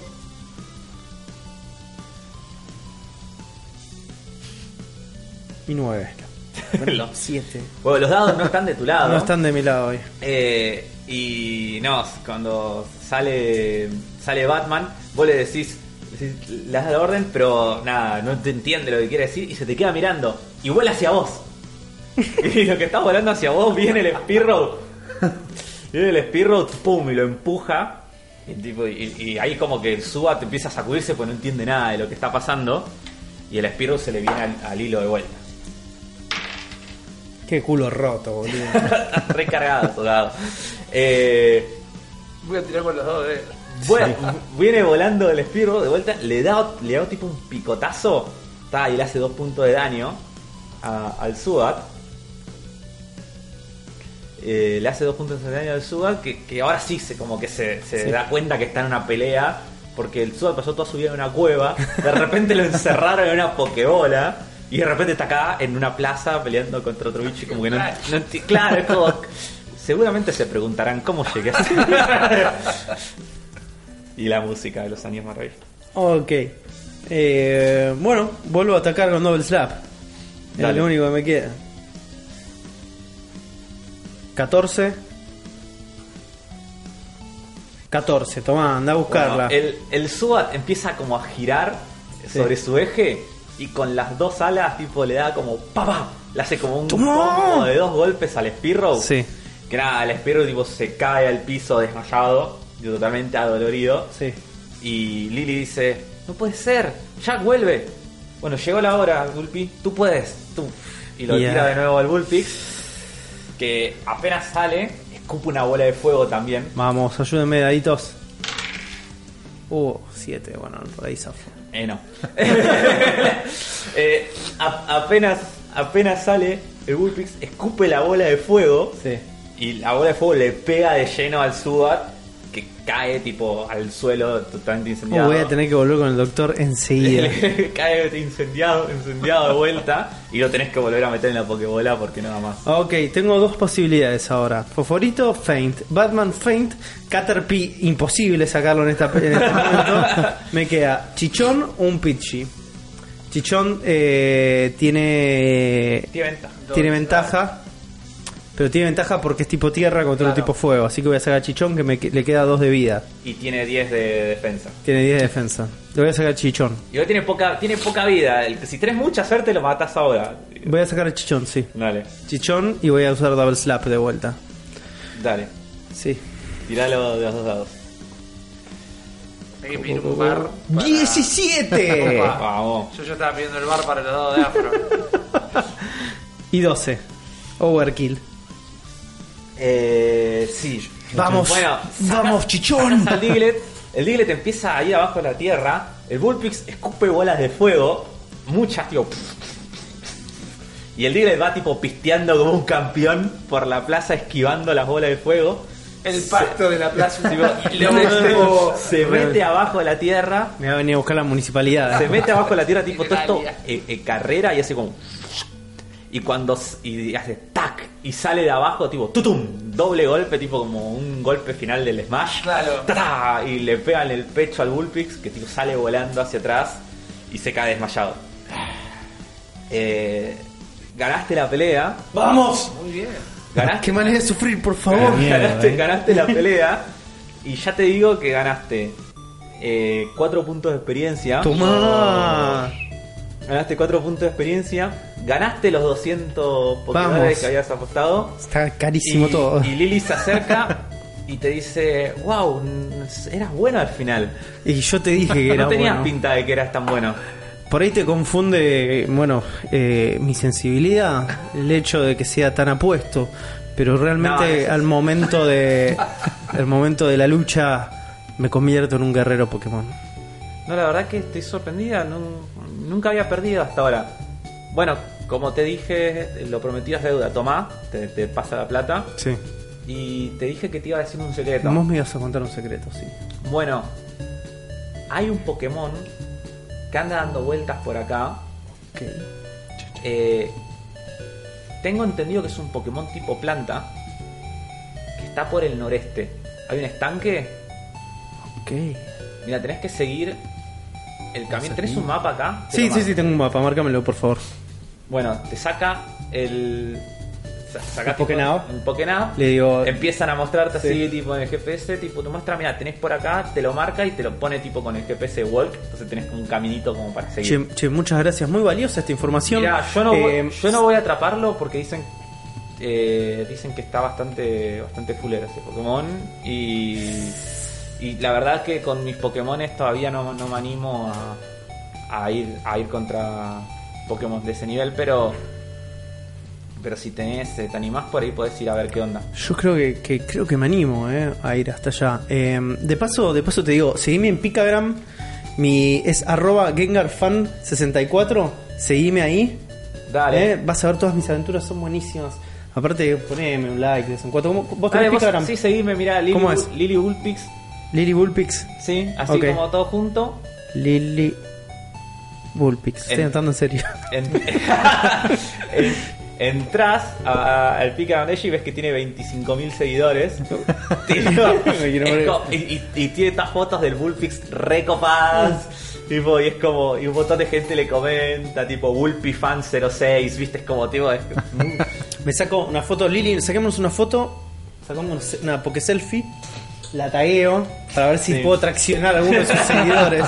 Speaker 4: 9.
Speaker 2: Lo-
Speaker 4: 7.
Speaker 2: Bueno, los dados no están de tu lado.
Speaker 4: Ah. No están de mi lado hoy.
Speaker 2: Eh, y no, cuando sale sale Batman, vos le decís, decís- le das la orden, pero nada, no te entiende lo que quiere decir y se te queda mirando y vuela hacia vos. y lo que está volando hacia vos viene el Spirrow. Viene el Spirrow, pum, y lo empuja. Y, tipo, y- y ahí como que el Suba te empieza a sacudirse porque no entiende nada de lo que está pasando. Y el Spirrow se le viene al, al hilo de vuelta.
Speaker 4: Qué culo roto, boludo.
Speaker 2: Recargado, soldado. Eh,
Speaker 1: Voy a tirar con los dos dedos.
Speaker 2: Bueno, viene volando el Spearrow de vuelta, le da, le da tipo un picotazo, ta, y le hace dos puntos de daño a- al Subat. Eh, le hace dos puntos de daño al Subat, que, que ahora sí se como que se, se
Speaker 4: Sí.
Speaker 2: da cuenta que está en una pelea, porque el Subat pasó toda su vida en una cueva, de repente lo encerraron en una pokebola. Y de repente está acá en una plaza peleando contra otro bicho y como que no, no enti- Claro, es como... Seguramente se preguntarán cómo llegué así. Y la música de los años maravillosos.
Speaker 4: Ok. Eh, bueno, vuelvo a atacar con Double Slap. Era
Speaker 2: Dale.
Speaker 4: lo único que me queda. 14. 14, tomá, anda a buscarla.
Speaker 2: el, el SWAT empieza como a girar sobre su eje y con las dos alas tipo le da como ¡Papá! Le hace como un
Speaker 4: Tomá.
Speaker 2: combo de dos golpes al Spirrow.
Speaker 4: Sí.
Speaker 2: Que nada, el Spirrow tipo se cae al piso desmayado, y totalmente adolorido.
Speaker 4: Sí.
Speaker 2: Y Lily dice, no puede ser, Jack vuelve. Bueno, llegó la hora, Gulpi, tú puedes, tú. Y lo
Speaker 4: Yeah.
Speaker 2: tira de nuevo al Bullpix, que apenas sale, escupe una bola de fuego también.
Speaker 4: Vamos, ayúdenme, daditos. Uh, 7, bueno, por ahí zafo.
Speaker 2: Eh, no. Eh, a- apenas, apenas sale, el Bullpix escupe la bola de fuego.
Speaker 4: Sí.
Speaker 2: Y la bola de fuego le pega de lleno al Subat, que cae tipo al suelo totalmente incendiado.
Speaker 4: Uh, voy a tener que volver con el doctor enseguida.
Speaker 2: cae incendiado, incendiado de vuelta y lo tenés que volver a meter en la pokebola porque nada más.
Speaker 4: Ok, tengo dos posibilidades ahora. Foforito, Faint. Batman, Faint. Caterpie, imposible sacarlo en, esta, en este momento. Me queda Chichón, un Pidgey. Chichón eh, tiene,
Speaker 2: Tiene ventaja.
Speaker 4: tiene ventaja, pero tiene ventaja porque es tipo tierra contra el tipo fuego. Así que voy a sacar a Chichón que me, que- le queda dos de vida.
Speaker 2: Y tiene 10 de defensa.
Speaker 4: Tiene 10 de defensa. Le voy a sacar a Chichón.
Speaker 2: Y ahora tiene poca, tiene poca vida. El- Si tenés mucha suerte lo matás ahora.
Speaker 4: Voy a sacar a Chichón, sí.
Speaker 2: Dale,
Speaker 4: Chichón y voy a usar Double Slap de vuelta.
Speaker 2: dale.
Speaker 4: Sí.
Speaker 2: Tiralo de los dos dados.
Speaker 1: Hay que pedir un bar. para-
Speaker 2: Eh,
Speaker 4: ¡17!
Speaker 2: Vamos.
Speaker 1: Yo ya estaba pidiendo el bar para los dados de afro.
Speaker 4: Y 12. Overkill.
Speaker 2: Eh, sí.
Speaker 4: Vamos,
Speaker 2: Bueno,
Speaker 4: vamos, chichón.
Speaker 2: sacas al Diglett. El Diglett empieza a ir abajo de la tierra. El Bullpix escupe bolas de fuego. Muchas, tío. Y el Diglett va tipo pisteando como un campeón por la plaza esquivando las bolas de fuego.
Speaker 1: El pacto de la plaza.
Speaker 2: Tipo, y luego tipo, se mete abajo de la tierra.
Speaker 4: Me va a venir a buscar la municipalidad.
Speaker 2: Se mete abajo de la tierra tipo todo esto
Speaker 1: Italia.
Speaker 2: eh, eh, carrera y hace como y cuando s- y hace tac y sale de abajo tipo tutum doble golpe tipo como un golpe final del smash
Speaker 1: Claro.
Speaker 2: ¡Tatá! y le pega en el pecho al bullpix que tipo sale volando hacia atrás y se cae desmayado Eh, ganaste la pelea
Speaker 4: ¡Vamos!
Speaker 1: Muy bien.
Speaker 2: ganaste
Speaker 4: ¡Qué manera de sufrir, por
Speaker 2: Vos
Speaker 4: favor!
Speaker 2: ganaste, ganaste la pelea y ya te digo que ganaste 4 puntos de experiencia.
Speaker 4: Tomá.
Speaker 2: Ganaste 4 puntos de experiencia, Ganaste los 200
Speaker 4: Vamos.
Speaker 2: Pokédex que habías apostado.
Speaker 4: Está carísimo todo.
Speaker 2: y Lily se acerca y te dice, wow, eras bueno al final.
Speaker 4: Y yo te dije que
Speaker 2: no
Speaker 4: era
Speaker 2: tenías
Speaker 4: bueno.
Speaker 2: pinta de que eras tan bueno.
Speaker 4: Por ahí te confunde, bueno, eh, mi sensibilidad, el hecho de que sea tan apuesto, pero
Speaker 2: No,
Speaker 4: realmente
Speaker 2: eso
Speaker 4: al
Speaker 2: sí.
Speaker 4: momento de al momento de la lucha me convierto en un guerrero Pokémon.
Speaker 2: No, la verdad que estoy sorprendida. nu- nunca había perdido hasta ahora. Bueno, como te dije, lo prometido es deuda. Tomá, te, te pasa la plata.
Speaker 4: Sí.
Speaker 2: Y te dije que te iba a decir un secreto.
Speaker 4: Vos me ibas a contar un secreto, sí.
Speaker 2: Bueno, hay un Pokémon que anda dando vueltas por acá. Eh, tengo entendido que es un Pokémon tipo planta que está por el noreste. Hay un estanque.
Speaker 4: Ok.
Speaker 2: Mira, tenés que seguir el camino.
Speaker 3: a
Speaker 2: ¿Tenés un mapa acá? Te
Speaker 4: Sí,
Speaker 2: lo
Speaker 4: sí,
Speaker 2: mando.
Speaker 4: sí, tengo un mapa, márcamelo por favor.
Speaker 2: Bueno, te saca el. sa- Sacás
Speaker 4: El
Speaker 2: tipo
Speaker 4: Pokénao.
Speaker 2: un Pokénao.
Speaker 4: Le digo-
Speaker 2: Empiezan a mostrarte
Speaker 4: Sí.
Speaker 2: así, tipo en el GPS, tipo, te muestra, mira, tenés por acá, te lo marca y te lo pone tipo con el GPS Walk. Entonces tenés como un caminito como para seguir.
Speaker 4: Che, che, muchas gracias, muy valiosa esta información.
Speaker 2: Mirá, yo no, voy,
Speaker 4: Eh,
Speaker 2: yo no voy a atraparlo porque dicen. eh, dicen que está bastante. bastante fulero ese Pokémon. Y. Y la verdad que con mis Pokémones todavía no, no me animo a, a ir a ir contra Pokémon de ese nivel, pero. Pero si tenés, eh, te animás por ahí podés ir a ver qué onda.
Speaker 4: Yo creo que, que- creo que me animo eh, a ir hasta allá. Eh, de paso, de paso te digo, seguime en Picagram, mi es arroba GengarFan64, seguime ahí.
Speaker 2: Dale.
Speaker 4: eh, vas a ver todas mis aventuras, son buenísimas. Aparte, poneme un like, de vez en cuando. ¿Cómo- ¿Vos
Speaker 2: Dale,
Speaker 4: tenés
Speaker 2: vos-
Speaker 4: Picagram?
Speaker 2: sí, seguime, mirá, Lily,
Speaker 4: ¿Cómo
Speaker 2: Bul-
Speaker 4: es?
Speaker 2: Lily Bullpix,
Speaker 4: Lily Bullpix.
Speaker 2: sí, así
Speaker 4: Ok.
Speaker 2: como todo junto.
Speaker 4: Lily Bullpix. Estoy
Speaker 2: En-
Speaker 4: entrando en serio.
Speaker 2: En- en- entras a- a- al Pica Bandeji y ves que tiene 25.000 seguidores. Tiene-
Speaker 4: Me quiero
Speaker 2: es
Speaker 4: morir.
Speaker 2: co- y, y- y tiene estas fotos del Bullpix recopadas. tipo, y es como, y un montón de gente le comenta, tipo Bullpy fan 06, viste, es como, tipo, es-
Speaker 4: Me saco una foto, Lili, saquémonos una foto, sacamos una poke selfie, la tagueo para ver si
Speaker 2: Sí.
Speaker 4: puedo traccionar a alguno de sus seguidores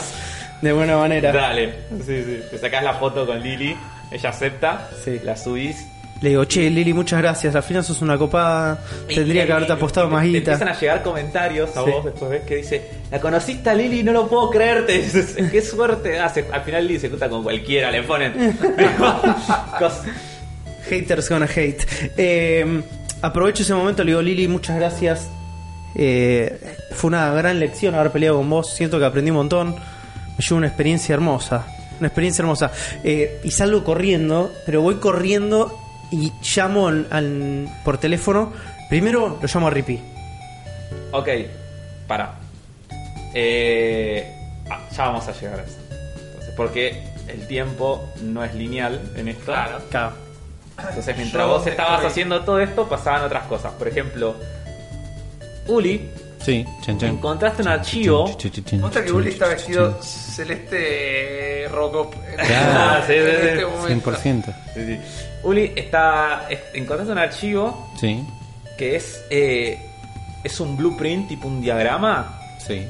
Speaker 4: de buena manera.
Speaker 2: dale. Sí, sí. Te sacás la foto con Lili, ella acepta,
Speaker 4: Sí.
Speaker 2: la subís.
Speaker 4: Le digo, che, Lili, muchas gracias, al final sos una copada, tendría que haberte apostado más
Speaker 2: Te- te
Speaker 4: guita.
Speaker 2: Empiezan a llegar comentarios a
Speaker 4: Sí.
Speaker 2: vos después ves que dice, la conociste a Lili, no lo puedo creerte. Dices, Qué suerte. Ah, se- al final Lili se junta con cualquiera, le ponen. Cos-
Speaker 4: Haters gonna hate. Eh, aprovecho ese momento, le digo, Lili, muchas gracias. Eh, fue una gran lección haber peleado con vos. Siento que aprendí un montón. Me llevo una experiencia hermosa. Una experiencia hermosa. Eh, y salgo corriendo, pero voy corriendo y llamo al- al- por teléfono. Primero lo llamo a Rippy.
Speaker 2: ok, para. Eh, ah, ya vamos a llegar a eso. Entonces, porque el tiempo no es lineal en esto.
Speaker 1: Claro.
Speaker 4: Claro.
Speaker 2: Entonces, mientras
Speaker 1: Yo
Speaker 2: vos estabas
Speaker 1: estoy-
Speaker 2: haciendo todo esto, pasaban otras cosas. Por ejemplo, Uli,
Speaker 3: Sí, chan chan.
Speaker 2: encontraste un archivo.
Speaker 3: Chan, chan, chan,
Speaker 1: Muestra que
Speaker 3: chan,
Speaker 1: Bully está
Speaker 3: chan,
Speaker 1: vestido
Speaker 3: chan.
Speaker 1: celeste eh, rocop. en-
Speaker 3: Claro.
Speaker 2: Ah, sí, sí,
Speaker 1: en
Speaker 2: sí.
Speaker 1: este momento.
Speaker 3: 100%.
Speaker 2: Sí, sí. Uli, está, es- encontraste un archivo
Speaker 3: Sí,
Speaker 2: que es, eh, es un blueprint, tipo un diagrama,
Speaker 3: sí.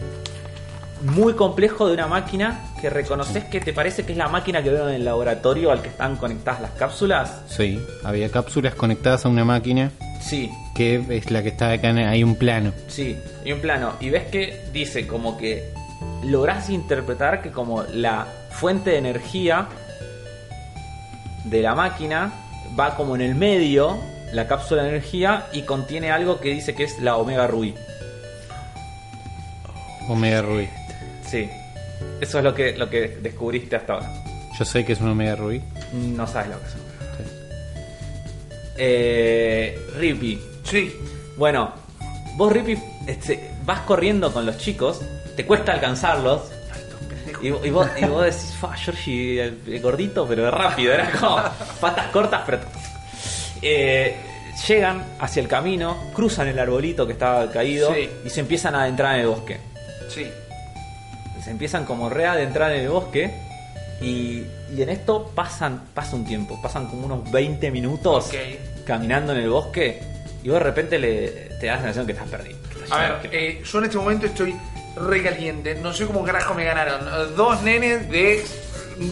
Speaker 2: muy complejo de una máquina que reconoces que te parece que es la máquina que veo en el laboratorio al que están conectadas las cápsulas.
Speaker 3: Sí, había cápsulas conectadas a una máquina
Speaker 2: Sí,
Speaker 3: que es la que está acá. en- Hay un plano.
Speaker 2: sí, y un plano. Y ves que dice como que lográs interpretar que como la fuente de energía de la máquina va como en el medio, la cápsula de energía, y contiene algo que dice que es la omega Rui.
Speaker 3: Omega Ruby.
Speaker 2: Sí. Eso es lo que, lo que descubriste hasta ahora.
Speaker 3: Yo sé que es un Omega Ruby.
Speaker 2: No sabes lo que son.
Speaker 3: Sí.
Speaker 2: Eh, Rippy.
Speaker 1: Sí.
Speaker 2: Bueno, vos Rippy este, vas corriendo con los chicos, te cuesta alcanzarlos. Y, y vos, y vos decís, fa, Georgie, el, el gordito, pero rápido, era como patas cortas, pero. Eh, llegan hacia el camino, cruzan el arbolito que estaba caído
Speaker 1: Sí.
Speaker 2: y se empiezan a adentrar en el bosque.
Speaker 1: Sí.
Speaker 2: se empiezan como re a adentrar en el bosque y, y en esto pasan pasa un tiempo, pasan como unos 20 minutos
Speaker 1: Ok.
Speaker 2: caminando en el bosque y vos de repente le, te das la sensación que estás perdido. que estás
Speaker 1: A
Speaker 2: lleno,
Speaker 1: ver,
Speaker 2: que-
Speaker 1: eh, yo en este momento estoy recaliente. No sé cómo carajo me ganaron. Dos nenes de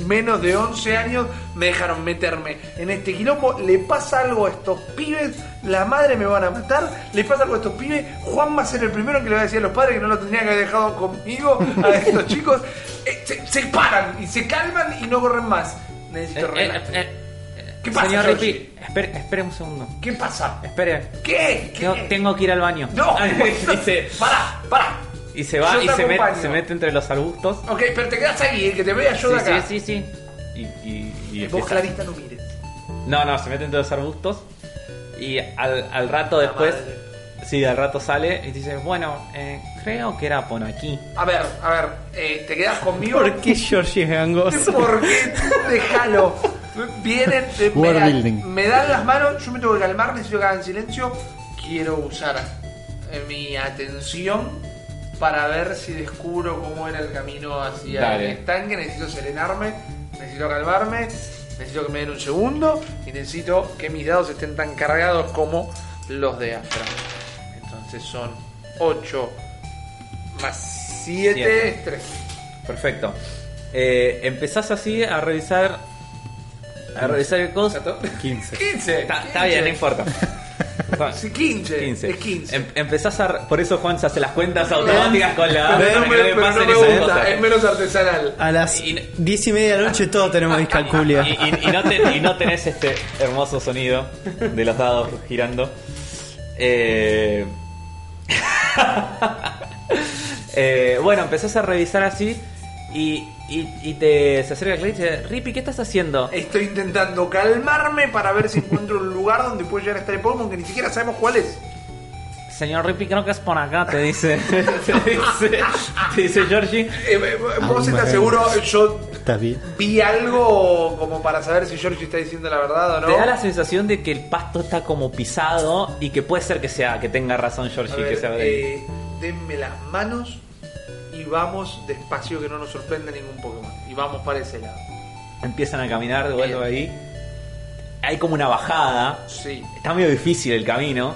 Speaker 1: menos de 11 años me dejaron meterme en este quilombo. Le pasa algo a estos pibes, la madre me van a matar, le pasa algo a estos pibes. Juan va a ser el primero que le va a decir a los padres que no lo tendrían que haber dejado conmigo a estos chicos. Eh, se, se paran y se calman y no corren más.
Speaker 2: Eh,
Speaker 1: Necesito relax. ¿Qué pasa,
Speaker 2: Señor
Speaker 1: Georgie?
Speaker 2: Ripi, espere, espere un segundo.
Speaker 1: ¿Qué pasa?
Speaker 2: Espere.
Speaker 1: ¿Qué? ¿Qué?
Speaker 2: Tengo, tengo que ir al baño.
Speaker 1: No,
Speaker 2: y, se,
Speaker 1: pará, pará.
Speaker 2: y se va
Speaker 1: Yo
Speaker 2: y
Speaker 1: te
Speaker 2: se, met-
Speaker 1: acompaño.
Speaker 2: se mete entre los arbustos.
Speaker 1: Ok, pero te quedas ahí, eh, que te vea yo de
Speaker 2: sí,
Speaker 1: acá.
Speaker 2: sí, sí, sí. Y, y- y
Speaker 1: Vos,
Speaker 2: empieza-
Speaker 1: Clarita, no mires.
Speaker 2: No, no, se mete entre los arbustos. Y al, al rato después. Sí, al rato sale y dice: Bueno, eh, creo que era por aquí.
Speaker 1: A ver, a ver, eh, ¿te quedas conmigo?
Speaker 4: ¿Por qué Georgie es gangoso?
Speaker 1: ¿Por qué? Déjalo. Vienen, eh, me,
Speaker 3: World
Speaker 1: dan-
Speaker 3: building.
Speaker 1: me dan las manos, yo me tengo que calmar, necesito que hagan silencio. Quiero usar eh, mi atención para ver si descubro cómo era el camino hacia
Speaker 2: Dale.
Speaker 1: el estanque. Necesito serenarme, necesito calmarme, necesito que me den un segundo y necesito que mis dados estén tan cargados como los de Afra. Entonces son 8 más 7
Speaker 2: Siete.
Speaker 1: es 3.
Speaker 2: Perfecto. Eh, empezás así a revisar. A revisar el coso.
Speaker 1: ¿Sato?
Speaker 3: 15.
Speaker 1: 15.
Speaker 2: Está, está bien, no
Speaker 1: 15.
Speaker 2: importa. Juan,
Speaker 1: Sí, 15.
Speaker 2: 15.
Speaker 1: Es 15.
Speaker 2: Em- empezás a. Por eso Juan se hace las cuentas automáticas con la.
Speaker 1: pero no me,
Speaker 2: para que
Speaker 1: pero no
Speaker 2: pasen
Speaker 1: me
Speaker 2: esas
Speaker 1: gusta,
Speaker 2: cosas.
Speaker 1: es menos artesanal.
Speaker 4: A las
Speaker 2: Y-
Speaker 4: diez y media de la noche todos tenemos discalculia.
Speaker 2: Y, y- y no te- y no tenés este hermoso sonido de los dados girando. Eh, eh, bueno, empezás a revisar así y, y- y te se acerca el cliente y te dice, Rippy, ¿qué estás haciendo?
Speaker 1: Estoy intentando calmarme para ver si encuentro un lugar donde puede llegar a estar el Pokémon que ni siquiera sabemos cuál es.
Speaker 2: Señor Rippy, creo que es por acá, te dice. te dice, te dice Georgie.
Speaker 1: Eh, eh, vos
Speaker 3: Ah,
Speaker 1: estás
Speaker 3: bueno.
Speaker 1: seguro, yo
Speaker 3: ¿Estás bien?
Speaker 1: vi algo como para saber si Georgie está diciendo la verdad o no.
Speaker 2: Te da la sensación de que el pasto está como pisado y que puede ser que sea, que tenga razón
Speaker 1: A
Speaker 2: Georgie,
Speaker 1: ver,
Speaker 2: que sea de-
Speaker 1: eh, denme las manos y vamos despacio que no nos sorprenda ningún Pokémon. Y vamos para ese lado.
Speaker 2: Empiezan a caminar de vuelta
Speaker 1: Bien.
Speaker 2: ahí. Hay como una bajada.
Speaker 1: Sí.
Speaker 2: Está medio difícil el camino.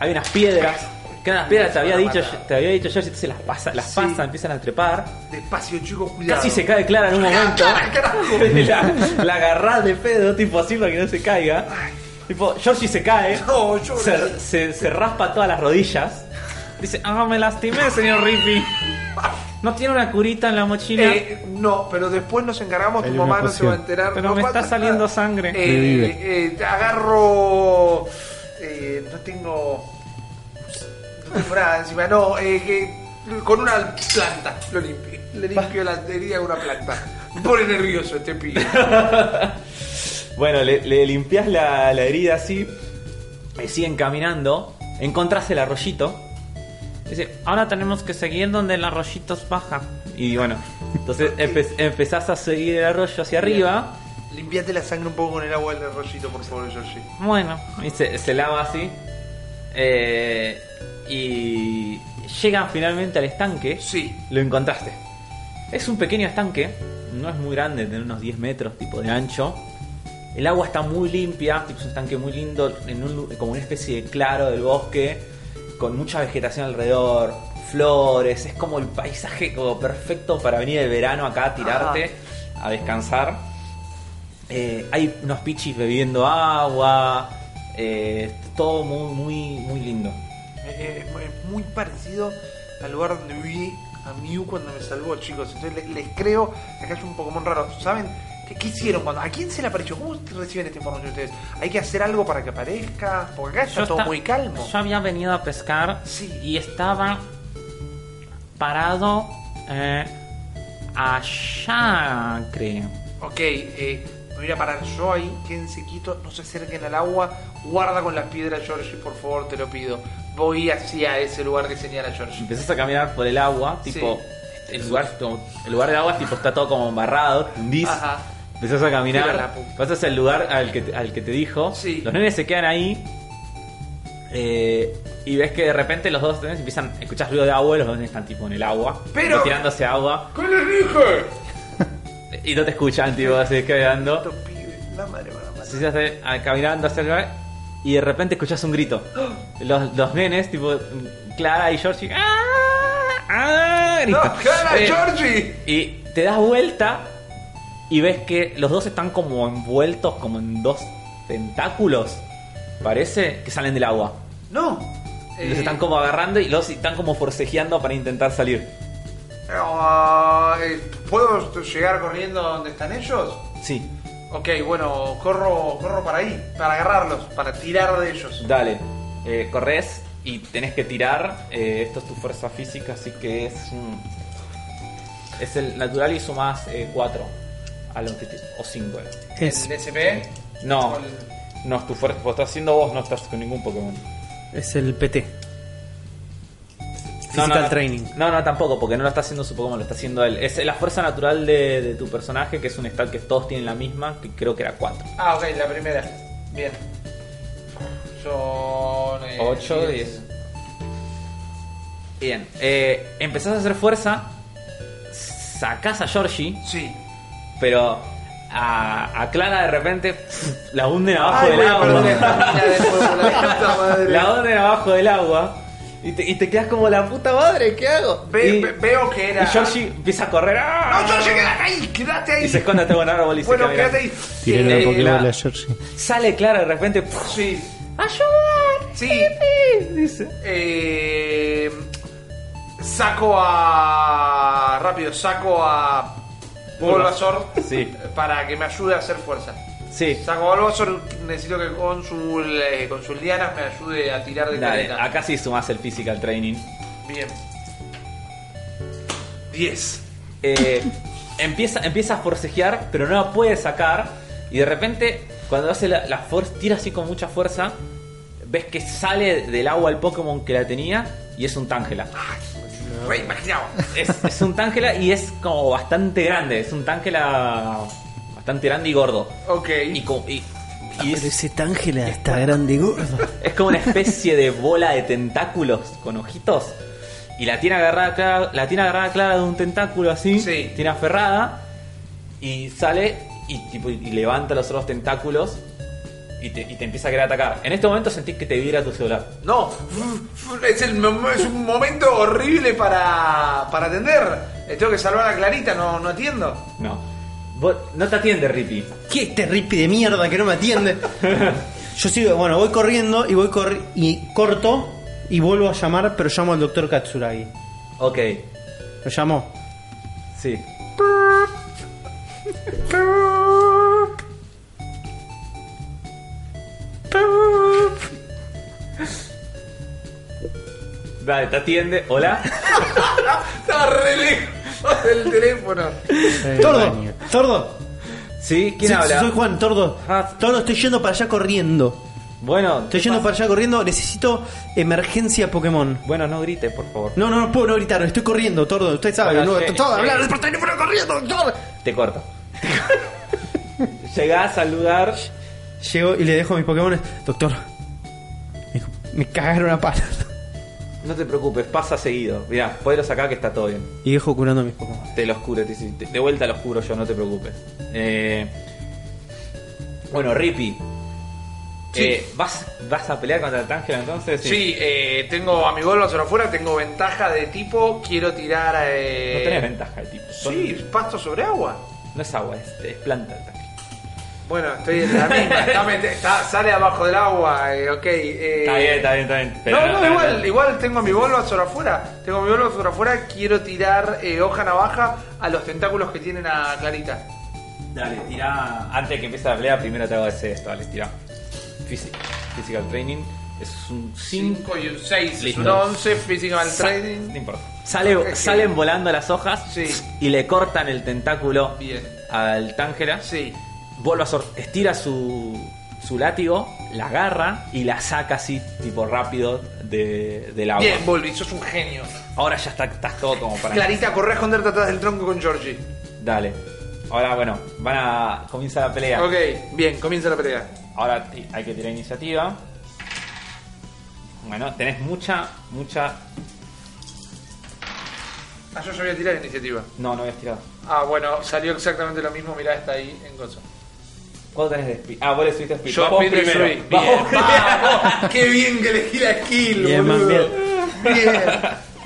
Speaker 2: Hay unas piedras. Que eran las piedras, te había
Speaker 1: Una
Speaker 2: dicho,
Speaker 1: patada.
Speaker 2: te había dicho yo, entonces las pasa, las
Speaker 1: Sí.
Speaker 2: pasa, empiezan a trepar.
Speaker 1: Despacio, chicos, cuidado.
Speaker 2: Casi se cae Clara en un momento.
Speaker 1: Clara, carajo.
Speaker 2: la, la agarrás de pedo, tipo así para que no se caiga. Tipo, Georgie se cae.
Speaker 1: No, yo
Speaker 2: se, se- se raspa todas las rodillas. Dice, ah, me lastimé, señor Rippy. No tiene una curita en la mochila.
Speaker 1: Eh, no, pero después nos encargamos, tu
Speaker 3: Hay
Speaker 1: mamá
Speaker 3: una
Speaker 1: no se va a
Speaker 3: poción.
Speaker 1: enterar.
Speaker 2: Pero
Speaker 1: no
Speaker 2: me
Speaker 1: pasa
Speaker 2: está saliendo
Speaker 1: nada.
Speaker 2: sangre.
Speaker 1: Eh,
Speaker 3: Revive.
Speaker 1: eh, agarro. eh, no tengo. No tengo nada encima, no, eh, que con una planta lo limpio. Le limpio la herida con una planta. Me pone nervioso este pibe.
Speaker 2: Bueno, le, le limpias la, la herida así. Y siguen caminando. Encontrás el arroyito. Dice, ahora tenemos que seguir donde el arroyito baja. Y bueno, entonces empe- empezás a seguir el arroyo hacia arriba.
Speaker 1: Limpiate la sangre un poco con el agua del arroyito, por favor, Georgie.
Speaker 2: Bueno, y se, se lava así. Eh, y llegan finalmente al estanque.
Speaker 1: Sí.
Speaker 2: Lo encontraste. Es un pequeño estanque, no es muy grande, tiene unos 10 metros tipo de ancho. El agua está muy limpia, tipo, es un estanque muy lindo, en un lu- como una especie de claro del bosque, con mucha vegetación alrededor, flores, es como el paisaje como perfecto para venir el verano acá a tirarte, a descansar. Eh, hay unos pichis bebiendo agua, eh, todo muy, muy, muy lindo.
Speaker 1: Eh, Es, es muy parecido al lugar donde viví a Mew cuando me salvó, chicos. Entonces le- les, creo que acá es un Pokémon raro. ¿Saben qué, qué hicieron? cuando ¿A quién se le apareció? ¿Cómo reciben esta información ustedes? ¿Hay que hacer algo para que aparezca? Porque acá está
Speaker 2: Yo
Speaker 1: todo
Speaker 2: esta-
Speaker 1: muy calmo.
Speaker 2: Yo había venido a pescar
Speaker 1: Sí.
Speaker 2: y estaba parado eh, allá, creo.
Speaker 1: Ok, eh, me voy a parar yo ahí. Quédense quietos, no se acerquen al agua. Guarda con las piedras, Georgie, por favor, te lo pido. Voy hacia ese lugar que señala Georgie.
Speaker 2: Empezás a caminar por el agua, tipo, el, lugar, es como- el lugar del agua tipo, está todo como embarrado, te hundís.
Speaker 1: Ajá.
Speaker 2: Empezás a caminar,
Speaker 1: Tira la puta.
Speaker 2: pasas al lugar al que, te- al que te dijo.
Speaker 1: Sí.
Speaker 2: Los nenes se quedan ahí. eh, y ves que de repente los dos nenes empiezan, escuchás ruido de agua y los dos nenes están tipo en el agua,
Speaker 1: Pero-
Speaker 2: tirándose agua
Speaker 1: ¿Qué les dije?
Speaker 2: y no te escuchan, tipo, así quedando.
Speaker 1: Estos pibes, la madre para matar.
Speaker 2: Así se hace, a- caminando hacia el lugar y de repente escuchas un grito. Los, los nenes, tipo Clara y Georgie. ¡Ah! ¡Ah!
Speaker 1: ¡No,
Speaker 2: gritan.
Speaker 1: cara,
Speaker 2: Eh,
Speaker 1: Georgie!
Speaker 2: Y te das vuelta y ves que los dos están como envueltos, como en dos tentáculos, parece, que salen del agua.
Speaker 1: No.
Speaker 2: Y Los
Speaker 1: Eh,
Speaker 2: están como agarrando y los están como forcejeando para intentar salir.
Speaker 1: ah, eh, ¿Puedo llegar corriendo a donde están ellos?
Speaker 2: Sí,
Speaker 1: Ok, bueno, corro, corro para ahí, para agarrarlos, para tirar de ellos.
Speaker 2: dale. Eh, corres y tenés que tirar. eh, esto es tu fuerza física, así que es un- Es el natural y sumás 4 a lo que te- o 5.
Speaker 4: Es,
Speaker 1: ¿El SP?
Speaker 2: No,
Speaker 1: Con-
Speaker 2: no es tu fuerza. Vos estás haciendo vos, no estás con ningún Pokémon.
Speaker 4: es el PT.
Speaker 2: No,
Speaker 4: Physical
Speaker 2: no, no.
Speaker 4: Training.
Speaker 2: No, no, tampoco, porque no lo está haciendo su Pokémon, lo está haciendo él. Es la fuerza natural de, de tu personaje, que es un stat que todos tienen la misma, que creo que era 4.
Speaker 1: Ah, ok, la primera. Bien. Son. eh,
Speaker 2: 8,
Speaker 1: diez.
Speaker 2: 10. Bien, eh, empezás a hacer fuerza, sacás a Georgie,
Speaker 1: Sí.
Speaker 2: pero a, a Clara de repente la hunden abajo
Speaker 1: Ay,
Speaker 2: del
Speaker 1: voy a
Speaker 2: agua.
Speaker 1: perder estamina de nuevo, la puta madre.
Speaker 2: La hunden abajo del agua y te, y te quedas como la puta madre, ¿qué hago?
Speaker 1: Ve-
Speaker 2: y,
Speaker 1: ve- veo que era.
Speaker 2: y Georgie empieza a correr. ¡ah!
Speaker 1: No, Georgie, quédate ahí, quédate ahí.
Speaker 2: Y se esconde hasta un árbol y se
Speaker 1: bueno,
Speaker 2: queda mirando.
Speaker 1: quédate ahí.
Speaker 3: Tiré
Speaker 2: Eh,
Speaker 3: la Pokébola
Speaker 2: la-
Speaker 3: a Georgie.
Speaker 2: Sale Clara de repente. ¡puf!
Speaker 1: Sí,
Speaker 2: ¡Ayuda!
Speaker 1: sí.
Speaker 2: Dice.
Speaker 1: Eh, saco a. Rápido, saco a. Bulbasaur.
Speaker 2: Sí.
Speaker 1: Para que me ayude a hacer fuerza.
Speaker 2: Sí.
Speaker 1: Saco a Bulbasaur, necesito que con su, eh, con sus lianas me ayude a tirar de
Speaker 2: Dale,
Speaker 1: careta.
Speaker 2: acá sí sumás el physical training.
Speaker 1: Bien. 10.
Speaker 2: Eh, empieza, empieza a forcejear, pero no la puede sacar. Y de repente, cuando hace la, la fuerza, tira así con mucha fuerza. Ves que sale del agua el Pokémon que la tenía y es un Tangela.
Speaker 1: Wey, imaginaba.
Speaker 2: Es, es un Tangela y es como bastante grande. Es un Tangela bastante grande y gordo.
Speaker 1: Ok.
Speaker 2: Y, co- y- y es-
Speaker 4: Ah, Pero ese Tángela está grande y gordo.
Speaker 2: Es como una especie de bola de tentáculos con ojitos. Y la tiene agarrada clara, la tiene agarrada clara de un tentáculo así.
Speaker 1: Sí.
Speaker 2: Tiene aferrada. Y sale y, tipo, y levanta los otros tentáculos. Y te, y te empieza a querer atacar. En este momento sentís que te vibra tu celular.
Speaker 1: No, es, el mom- es un momento horrible para, para atender. Eh, Tengo que salvar a Clarita, no, no atiendo.
Speaker 2: No. Vos- no te atiende, Rippy.
Speaker 4: ¿Qué este ripi de mierda que no me atiende? Yo sigo, bueno, voy corriendo y voy corri- y corto y vuelvo a llamar, pero llamo al doctor Katsuragi.
Speaker 2: Ok.
Speaker 4: Lo llamó.
Speaker 2: Sí. Dale, te atiende. Hola.
Speaker 1: Está re lejos del teléfono.
Speaker 3: Eh,
Speaker 4: Tordo, Tordo.
Speaker 2: ¿Sí? ¿Quién
Speaker 4: Sí,
Speaker 2: habla?
Speaker 4: Soy Juan, Tordo.
Speaker 2: Ah.
Speaker 4: Tordo, estoy yendo para allá corriendo.
Speaker 2: Bueno,
Speaker 4: Estoy yendo para allá corriendo, necesito emergencia Pokémon.
Speaker 2: Bueno, no grites, por favor.
Speaker 4: No, no, no puedo no gritar, estoy corriendo, Tordo, usted sabe,
Speaker 2: Hola,
Speaker 4: no,
Speaker 2: sí,
Speaker 4: Tordo,
Speaker 2: sí.
Speaker 4: hablar por teléfono corriendo, Tordo.
Speaker 2: Te corto. Llegás al lugar.
Speaker 4: Llego y le dejo mis Pokémon. Doctor, me- me cagaron a palos.
Speaker 2: No te preocupes, pasa seguido. Mirá, ponlos acá que está todo bien.
Speaker 4: Y dejo curando a mis Pokémon.
Speaker 2: Te lo oscuro, te, te- de vuelta lo oscuro yo, no te preocupes. Eh, bueno, Rippy.
Speaker 1: Sí.
Speaker 2: Eh, ¿vas, ¿Vas a pelear contra el Tangela entonces?
Speaker 1: Sí, eh, tengo a mi Bulbasaur afuera, tengo ventaja de tipo, quiero tirar... Eh...
Speaker 2: No tenés ventaja, el tipo. Son-
Speaker 1: Sí, pasto sobre agua.
Speaker 2: No es agua, es, es planta el Tangela.
Speaker 1: Bueno, estoy en la misma, está met- está- sale abajo del agua, eh, ok. eh,
Speaker 2: Está bien, está bien, está bien. Pero
Speaker 1: no, no, igual, igual tengo mi Bulbasaur afuera. Tengo mi Bulbasaur afuera, quiero tirar eh, hoja navaja a los tentáculos que tienen a Clarita.
Speaker 2: Dale, tirá. Antes de que empiece la pelea, primero te hago ese esto, dale, tirá. Physi- Physical Training. Es un 5.
Speaker 1: 5 y un 6, es
Speaker 2: Listo.
Speaker 1: un 11, Physical
Speaker 2: No
Speaker 1: Trading.
Speaker 2: importa. Sale-
Speaker 1: Ok.
Speaker 2: salen volando las hojas
Speaker 1: Sí.
Speaker 2: y le cortan el tentáculo
Speaker 1: Bien.
Speaker 2: al Tángela.
Speaker 1: Sí.
Speaker 2: Bulbasaur estira su, su látigo, la agarra y la saca así, tipo rápido, de, del agua.
Speaker 1: Bien, Volvi, sos un genio.
Speaker 2: Ahora ya está, estás todo como para.
Speaker 1: Clarita, corre a esconderte atrás del tronco con Georgie.
Speaker 2: Dale. Ahora, bueno, van a. Comienza la pelea.
Speaker 1: Ok, bien, comienza la pelea.
Speaker 2: Ahora ti- hay que tirar iniciativa. Bueno, tenés mucha, mucha.
Speaker 1: Ah, yo ya voy a tirar iniciativa.
Speaker 2: No, no habías tirado.
Speaker 1: Ah, bueno, salió exactamente lo mismo, mirá, está ahí en cosa.
Speaker 2: ¿Cuánto tenés de speed? Ah, vos le subiste speed.
Speaker 1: Yo
Speaker 2: Vos
Speaker 1: Speed le
Speaker 2: primero.
Speaker 1: subí.
Speaker 2: Vos
Speaker 1: Bien,
Speaker 2: primero.
Speaker 1: vamos. Qué bien que elegí la skill,
Speaker 4: Bien, man,
Speaker 1: boludo. Bien.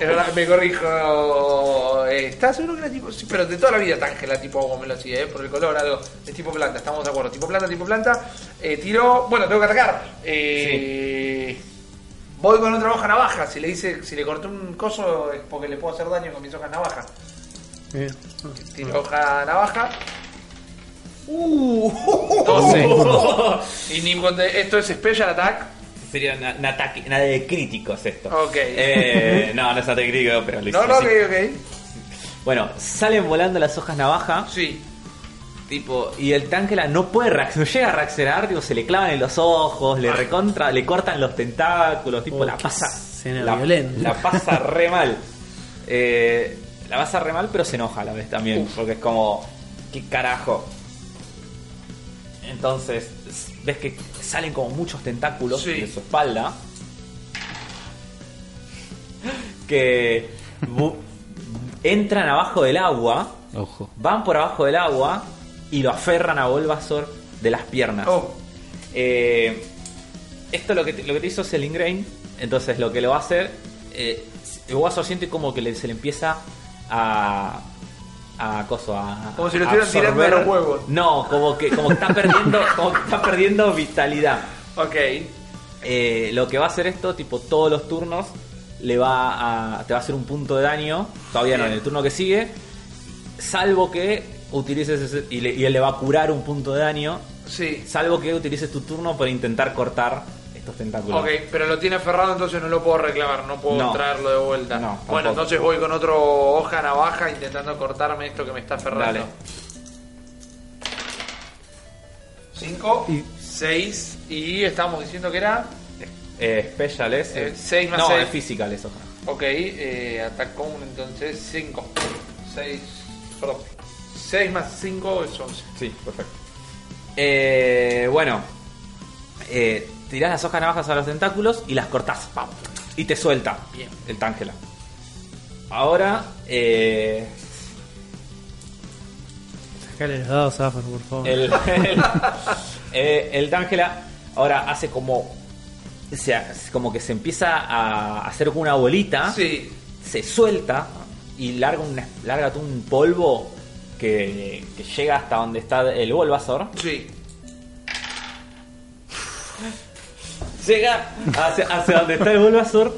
Speaker 1: Es verdad, me corrijo. eh, ¿estás seguro que era tipo.? Sí, pero de toda la vida Tangela, tipo Gómez, así, ¿eh? Por el color, algo. Es tipo planta, estamos de acuerdo. Tipo planta, tipo planta. Eh, tiro. Bueno, tengo que atacar. Eh, Voy con otra hoja navaja. Si le hice, si le corté un coso es porque le puedo hacer daño con mis hojas navajas.
Speaker 4: Bien.
Speaker 1: Tiro hoja navaja. Uh,
Speaker 2: 12.
Speaker 1: y ni cuando- esto es Special Attack.
Speaker 2: Sería un un ataque, un ataque crítico es esto.
Speaker 1: Ok.
Speaker 2: Eh, no, no es ataque crítico, pero lo
Speaker 1: No,
Speaker 2: hice
Speaker 1: no,
Speaker 2: así.
Speaker 1: ok, ok.
Speaker 2: Bueno, salen volando las hojas navaja.
Speaker 1: Sí.
Speaker 2: Tipo, y el Tángela no puede reaccionar, no llega a reaccionar, tipo, se le clavan en los ojos, le recontra, le cortan los tentáculos, tipo,
Speaker 4: Oh,
Speaker 2: la
Speaker 4: qué
Speaker 2: pasa.
Speaker 4: escena
Speaker 2: la,
Speaker 4: violenta.
Speaker 2: la pasa re mal. Eh, la pasa re mal, pero se enoja a la vez también, porque es como, ¿qué carajo? Entonces, s- ves que salen como muchos tentáculos
Speaker 1: Sí.
Speaker 2: de su espalda. Que bu- entran abajo del agua
Speaker 3: Ojo.
Speaker 2: van por abajo del agua y lo aferran a Bulbasaur de las piernas.
Speaker 1: Oh,
Speaker 2: Eh, esto lo que, te- lo que te hizo es el ingrain, entonces lo que lo va a hacer, eh, el Bulbasaur siente como que le- se le empieza a... A coso, a.
Speaker 1: Como si lo
Speaker 2: a
Speaker 1: estuvieran tirando
Speaker 2: absorber.
Speaker 1: a los huevos.
Speaker 2: No, como que, como que está perdiendo, como que está perdiendo vitalidad.
Speaker 1: ok.
Speaker 2: Eh, lo que va a hacer esto, tipo todos los turnos, le va a, te va a hacer un punto de daño. Todavía no, en el turno que sigue. Salvo que utilices ese- y, le- y él le va a curar un punto de daño.
Speaker 1: Sí.
Speaker 2: Salvo que utilices tu turno para intentar cortar estos tentáculos.
Speaker 1: Ok, pero lo tiene aferrado, entonces no lo puedo reclamar, no puedo
Speaker 2: No.
Speaker 1: traerlo de vuelta.
Speaker 2: No, tampoco.
Speaker 1: bueno, entonces voy con otro hoja navaja intentando cortarme esto que me está
Speaker 2: Dale.
Speaker 1: aferrando. 5,
Speaker 4: Y-
Speaker 1: 6 y estamos diciendo que era.
Speaker 2: Eh, special es.
Speaker 1: Eh, seis más
Speaker 2: no,
Speaker 1: seis.
Speaker 2: es physical eso.
Speaker 1: Ok, eh, atacó un entonces 5, 6, perdón. 6 más 5 es 11.
Speaker 2: Sí, perfecto. Eh, bueno, eh, tirás las hojas navajas a los tentáculos y las cortás. ¡pam! Y te suelta
Speaker 1: Bien.
Speaker 2: el Tángela. Ahora, eh,
Speaker 4: Sacale los dados, Zafar, por favor.
Speaker 2: el, el, eh, el Tángela ahora hace como. o sea, como que se empieza a hacer como una bolita.
Speaker 1: Sí,
Speaker 2: se suelta y larga, una, larga un polvo que, que llega hasta donde está el Bulbasaur.
Speaker 1: sí.
Speaker 2: Llega hacia, hacia donde está el Bulbasaur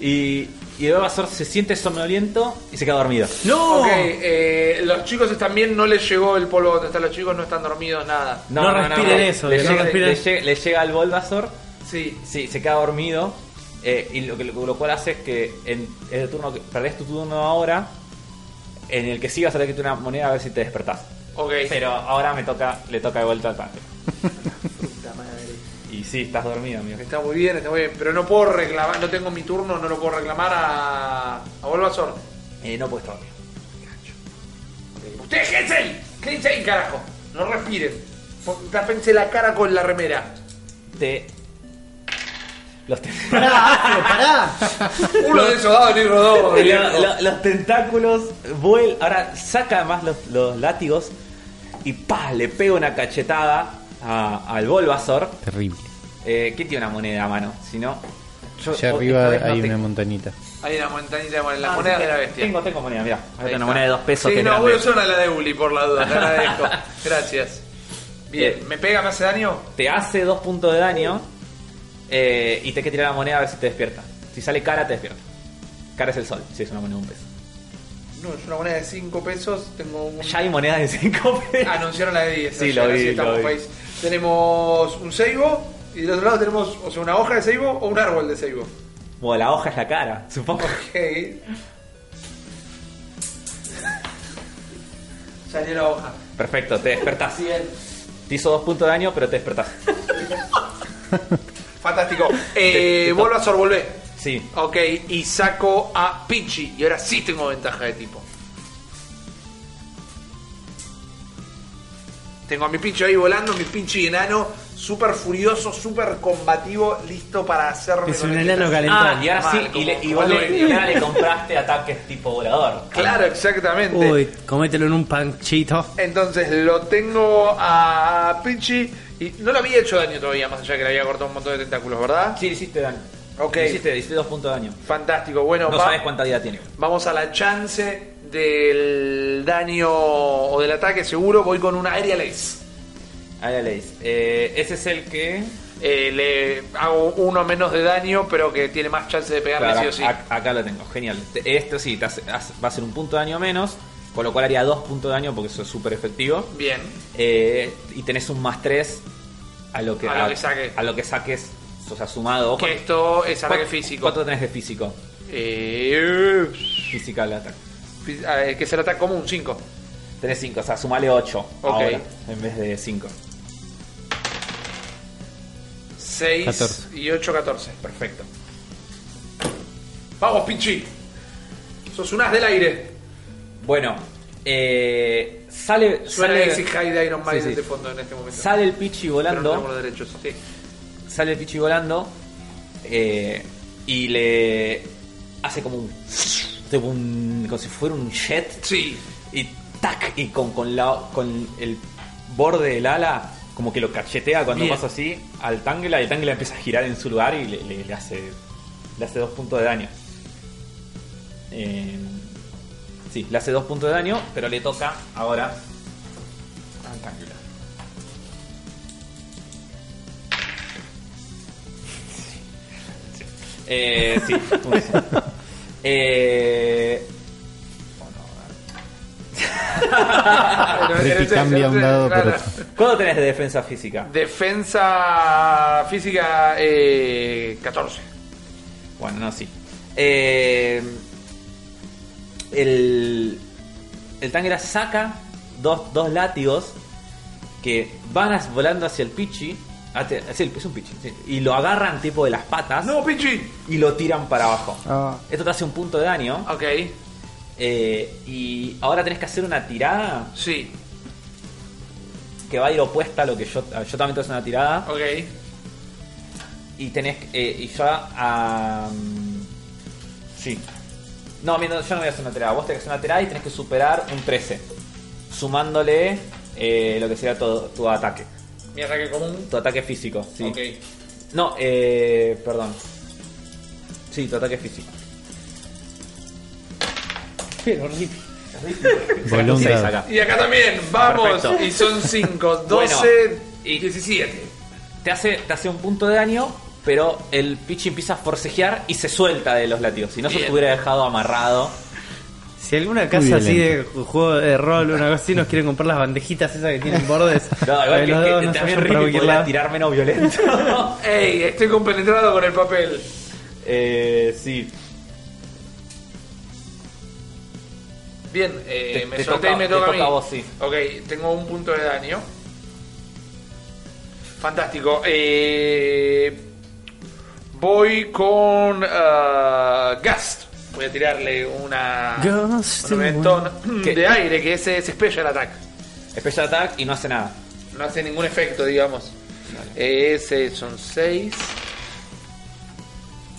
Speaker 2: y, y el Bulbasaur se siente somnoliento y se queda dormido.
Speaker 4: ¡No!
Speaker 1: Ok, eh, los chicos están bien, no les llegó el polvo donde están los chicos, no están dormidos, nada.
Speaker 4: No respiren eso,
Speaker 2: Le,
Speaker 4: que no
Speaker 2: llega,
Speaker 4: respiren.
Speaker 2: le llega- le llega al Bulbasaur,
Speaker 1: Sí,
Speaker 2: sí, se queda dormido. eh, y lo, que, lo cual hace es que en el turno que perdés tu turno ahora, en el que sigas vas a tener que tirar una moneda a ver si te despertás.
Speaker 1: ok.
Speaker 2: Pero ahora me toca, le toca de vuelta al tanque. Y sí, estás dormido, amigo.
Speaker 1: Está muy bien, está muy bien. Pero no puedo reclamar, no tengo mi turno, no lo puedo reclamar a, a Bulbasaur.
Speaker 2: Eh, no puedes dormir.
Speaker 1: ¡Usted quédense ahí! ¡Quédense ahí, carajo! No respiren. Pon- Tápense la cara con la remera.
Speaker 2: Te. Los, ten-
Speaker 4: ¡Pará, Afro, pará!
Speaker 1: Uno de esos dados negro dos.
Speaker 2: Lo- lo- los tentáculos vuel... Ahora saca además los, los látigos y ¡pah! Le pega una cachetada a- al Bulbasaur.
Speaker 3: Terrible.
Speaker 2: Eh, ¿Qué tiene una moneda a mano? Si no. yo-
Speaker 3: Allá
Speaker 2: o-
Speaker 3: arriba
Speaker 2: esta vez no
Speaker 3: hay
Speaker 2: te-
Speaker 3: una montañita.
Speaker 1: Hay una montañita con
Speaker 2: Ah,
Speaker 1: la moneda
Speaker 2: sí,
Speaker 1: de la bestia.
Speaker 2: Tengo, tengo moneda, mira. Ahí
Speaker 1: Ahí
Speaker 2: tengo una
Speaker 1: está.
Speaker 2: moneda de dos pesos
Speaker 1: Sí,
Speaker 2: que es
Speaker 1: no,
Speaker 2: grande.
Speaker 1: voy a usar una la de Uli por la duda, te agradezco. Gracias. Bien, ¿me pega, me hace daño?
Speaker 2: Te hace dos puntos de daño eh, y te que tirar la moneda a ver si te despierta. Si sale cara, te despierta. Cara es el sol, si es una moneda de un peso.
Speaker 1: No, es una moneda de 5 pesos, tengo un...
Speaker 2: Ya hay monedas de 5 pesos.
Speaker 1: Anunciaron la de 10.
Speaker 2: Sí,
Speaker 1: ayer,
Speaker 2: lo vi,
Speaker 1: así estamos,
Speaker 2: lo vi.
Speaker 1: país. Tenemos un ceibo y del otro lado tenemos o sea, una hoja de ceibo o un árbol de ceibo.
Speaker 2: Bueno, la hoja es la cara, supongo.
Speaker 1: Ok. Salió la hoja.
Speaker 2: Perfecto, te despertás.
Speaker 1: Así es.
Speaker 2: Te hizo dos puntos de daño, pero te despertás.
Speaker 1: Fantástico. Eh, vuelvo a sorvolver.
Speaker 2: Sí.
Speaker 1: Ok, y saco a Pichi. Y ahora sí tengo ventaja de tipo. Tengo a mi Pichi ahí volando, mi Pichi enano, súper furioso, súper combativo, listo para hacerme.
Speaker 4: Es
Speaker 1: con
Speaker 4: un
Speaker 1: el-
Speaker 4: enano
Speaker 2: Ah,
Speaker 4: calentón.
Speaker 2: y ahora
Speaker 1: Mal,
Speaker 2: sí, y,
Speaker 1: como-
Speaker 2: le, y
Speaker 1: como
Speaker 2: vos
Speaker 1: lo
Speaker 2: le,
Speaker 1: venía.
Speaker 2: y ahora le compraste ataques tipo volador.
Speaker 1: Claro, exactamente.
Speaker 4: Uy, comételo en un panchito.
Speaker 1: Entonces lo tengo a Pichi y no le había hecho daño todavía, más allá que le había cortado un montón de tentáculos, ¿verdad?
Speaker 2: Sí, le hiciste daño.
Speaker 1: Ok.
Speaker 2: Le hiciste, le hiciste dos puntos de daño.
Speaker 1: Fantástico, bueno,
Speaker 2: No
Speaker 1: va-
Speaker 2: sabes cuánta vida tiene.
Speaker 1: vamos a la chance del daño o del ataque seguro, voy con un Aerial Ace.
Speaker 2: Aerial Ace. Eh, ese es el que.
Speaker 1: Eh, le hago uno menos de daño, pero que tiene más chance de pegarle
Speaker 2: Claro,
Speaker 1: sí o sí.
Speaker 2: ac- Acá lo tengo, genial. Te- Este sí, te hace- hace- va a ser un punto de daño menos, con lo cual haría dos puntos de daño porque eso es súper efectivo.
Speaker 1: Bien.
Speaker 2: Eh, y tenés un más 3 a lo que,
Speaker 1: A lo que saque.
Speaker 2: a lo que saques, o sea, sumado.
Speaker 1: Que esto es ataque físico.
Speaker 2: ¿Cuánto tenés de físico?
Speaker 1: Eh,
Speaker 2: Physical attack.
Speaker 1: fí- a ver, que se lo ataque como un 5.
Speaker 2: Tenés 5, o sea, sumale 8
Speaker 1: Ok.
Speaker 2: ahora en vez de 5.
Speaker 1: 6
Speaker 3: 14.
Speaker 1: y 8, 14. Perfecto. Vamos, Pichi. Sos un as del aire.
Speaker 2: Bueno, eh, sale,
Speaker 1: Suena
Speaker 2: sale,
Speaker 1: Exit High de Iron Maiden
Speaker 2: Sí, sí.
Speaker 1: de fondo en este momento.
Speaker 2: sale el Pichi
Speaker 1: Pero no
Speaker 2: volando.
Speaker 1: tenemos los derechos. Sí.
Speaker 2: sale el pichi volando eh, y le hace como un, tipo un- como si fuera un jet
Speaker 1: Sí.
Speaker 2: y tac y con con la con el borde del ala como que lo cachetea cuando
Speaker 1: Bien.
Speaker 2: pasa así al Tangela y el Tangela empieza a girar en su lugar y le, le- le hace le hace dos puntos de daño Eh, sí le hace dos puntos de daño pero le toca ahora al Tangela Eh, sí. un eso. eh,
Speaker 1: Pero
Speaker 3: Ricky
Speaker 1: en el-
Speaker 3: cambia un dado por
Speaker 1: claro.
Speaker 3: otro.
Speaker 2: ¿Cuánto tenés de defensa física?
Speaker 1: Defensa física eh, 14.
Speaker 2: Bueno, no, sí. Eh, el el Tangra saca dos, dos látigos que van as- volando hacia el Pichi. hacia- hacia el- Es un Pichi. sí, Y lo agarran tipo de las patas
Speaker 1: No, Pichi.
Speaker 2: y lo tiran para abajo.
Speaker 3: Ah.
Speaker 2: Esto te hace un punto de daño.
Speaker 1: Ok,
Speaker 2: eh, y ahora tenés que hacer una tirada
Speaker 1: sí.
Speaker 2: que va a ir opuesta a lo que yo. a- Yo también te hago una tirada.
Speaker 1: Ok.
Speaker 2: Y tenés. que- eh, y ya. ah, mm, sí. No, mira, yo no voy a hacer una tirada. Vos tenés que hacer una tirada y tenés que superar un 13. Sumándole eh, lo que sería todo, tu ataque.
Speaker 1: Mi ataque común.
Speaker 2: Tu ataque físico, sí.
Speaker 1: Ok.
Speaker 2: No, eh, perdón. Sí, tu ataque físico.
Speaker 4: Pero Ricky.
Speaker 2: Sacaste un
Speaker 3: Voló un
Speaker 2: seis
Speaker 3: dado.
Speaker 2: acá.
Speaker 1: Y acá también, vamos.
Speaker 2: Perfecto.
Speaker 1: Y son 5, 12
Speaker 2: Bueno,
Speaker 1: y 17.
Speaker 2: Te hace, te hace un punto de daño, pero el Pichi empieza a forcejear y se suelta de los latidos. Si no, se
Speaker 1: Bien.
Speaker 2: te hubiera dejado amarrado.
Speaker 4: Si alguna casa así de juego de rol, una cosa así, nos quieren comprar las bandejitas esas que tienen bordes.
Speaker 2: No, igual
Speaker 4: eh,
Speaker 2: que,
Speaker 4: los
Speaker 2: que
Speaker 4: dados no se
Speaker 2: también
Speaker 4: vayan para
Speaker 2: Ricky
Speaker 4: cualquier
Speaker 2: podría
Speaker 4: lado.
Speaker 2: tirar menos violento.
Speaker 1: Ey, estoy compenetrado con el papel.
Speaker 2: Eh, sí.
Speaker 1: Bien, eh,
Speaker 2: Te-
Speaker 1: me
Speaker 2: te
Speaker 1: solté
Speaker 2: toca-
Speaker 1: y me
Speaker 2: te
Speaker 1: toca a mí.
Speaker 2: toca a vos, sí.
Speaker 1: Ok, tengo un punto de daño. Fantástico. Eh, voy con ah, Gast. Voy a tirarle una,
Speaker 4: Gast,
Speaker 1: un ventón
Speaker 2: ¿Qué?
Speaker 1: de aire, que ese es Special Attack.
Speaker 2: Special Attack y no hace nada.
Speaker 1: No hace ningún efecto, digamos. Eh, Ese son 6.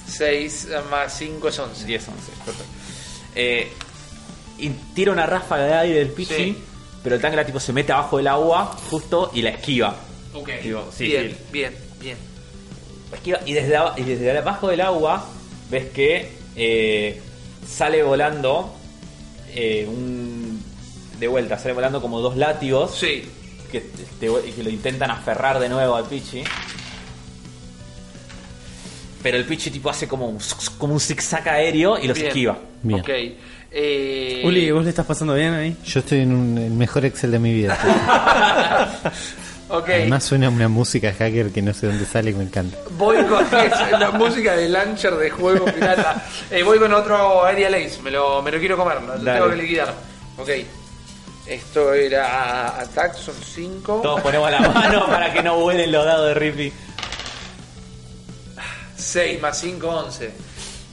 Speaker 1: 6 más 5 es 11.
Speaker 2: 10, 11. Perfecto. Eh, y tira una ráfaga de aire del Pichi,
Speaker 1: Sí.
Speaker 2: pero el tanque tipo se mete abajo del agua justo y la esquiva.
Speaker 1: Ok.
Speaker 2: Digo, sí,
Speaker 1: bien,
Speaker 2: sí.
Speaker 1: bien, bien.
Speaker 2: La esquiva y desde, aba- y desde abajo del agua ves que eh, sale volando eh, un... De vuelta, sale volando como dos látigos
Speaker 1: Sí.
Speaker 2: que, te- que lo intentan aferrar de nuevo al Pichi. Pero el Pichi tipo hace como un, como un zigzag aéreo y los
Speaker 1: Bien.
Speaker 2: esquiva.
Speaker 3: Bien.
Speaker 1: Ok. Eh,
Speaker 4: Uli, ¿vos le estás pasando bien ahí?
Speaker 3: Yo estoy en un, el mejor Excel de mi vida.
Speaker 1: ok.
Speaker 3: Además suena una música hacker que no sé dónde sale y me encanta.
Speaker 1: Voy con es la música de launcher de juego pirata. Eh, voy con otro Aerial Ace. Me lo, me lo quiero comer. Lo
Speaker 2: Dale.
Speaker 1: tengo que liquidar. Ok. Esto era Attack, son 5.
Speaker 2: Todos ponemos la mano para que no vuelen los dados de Rippy.
Speaker 1: 6 más 5, 11.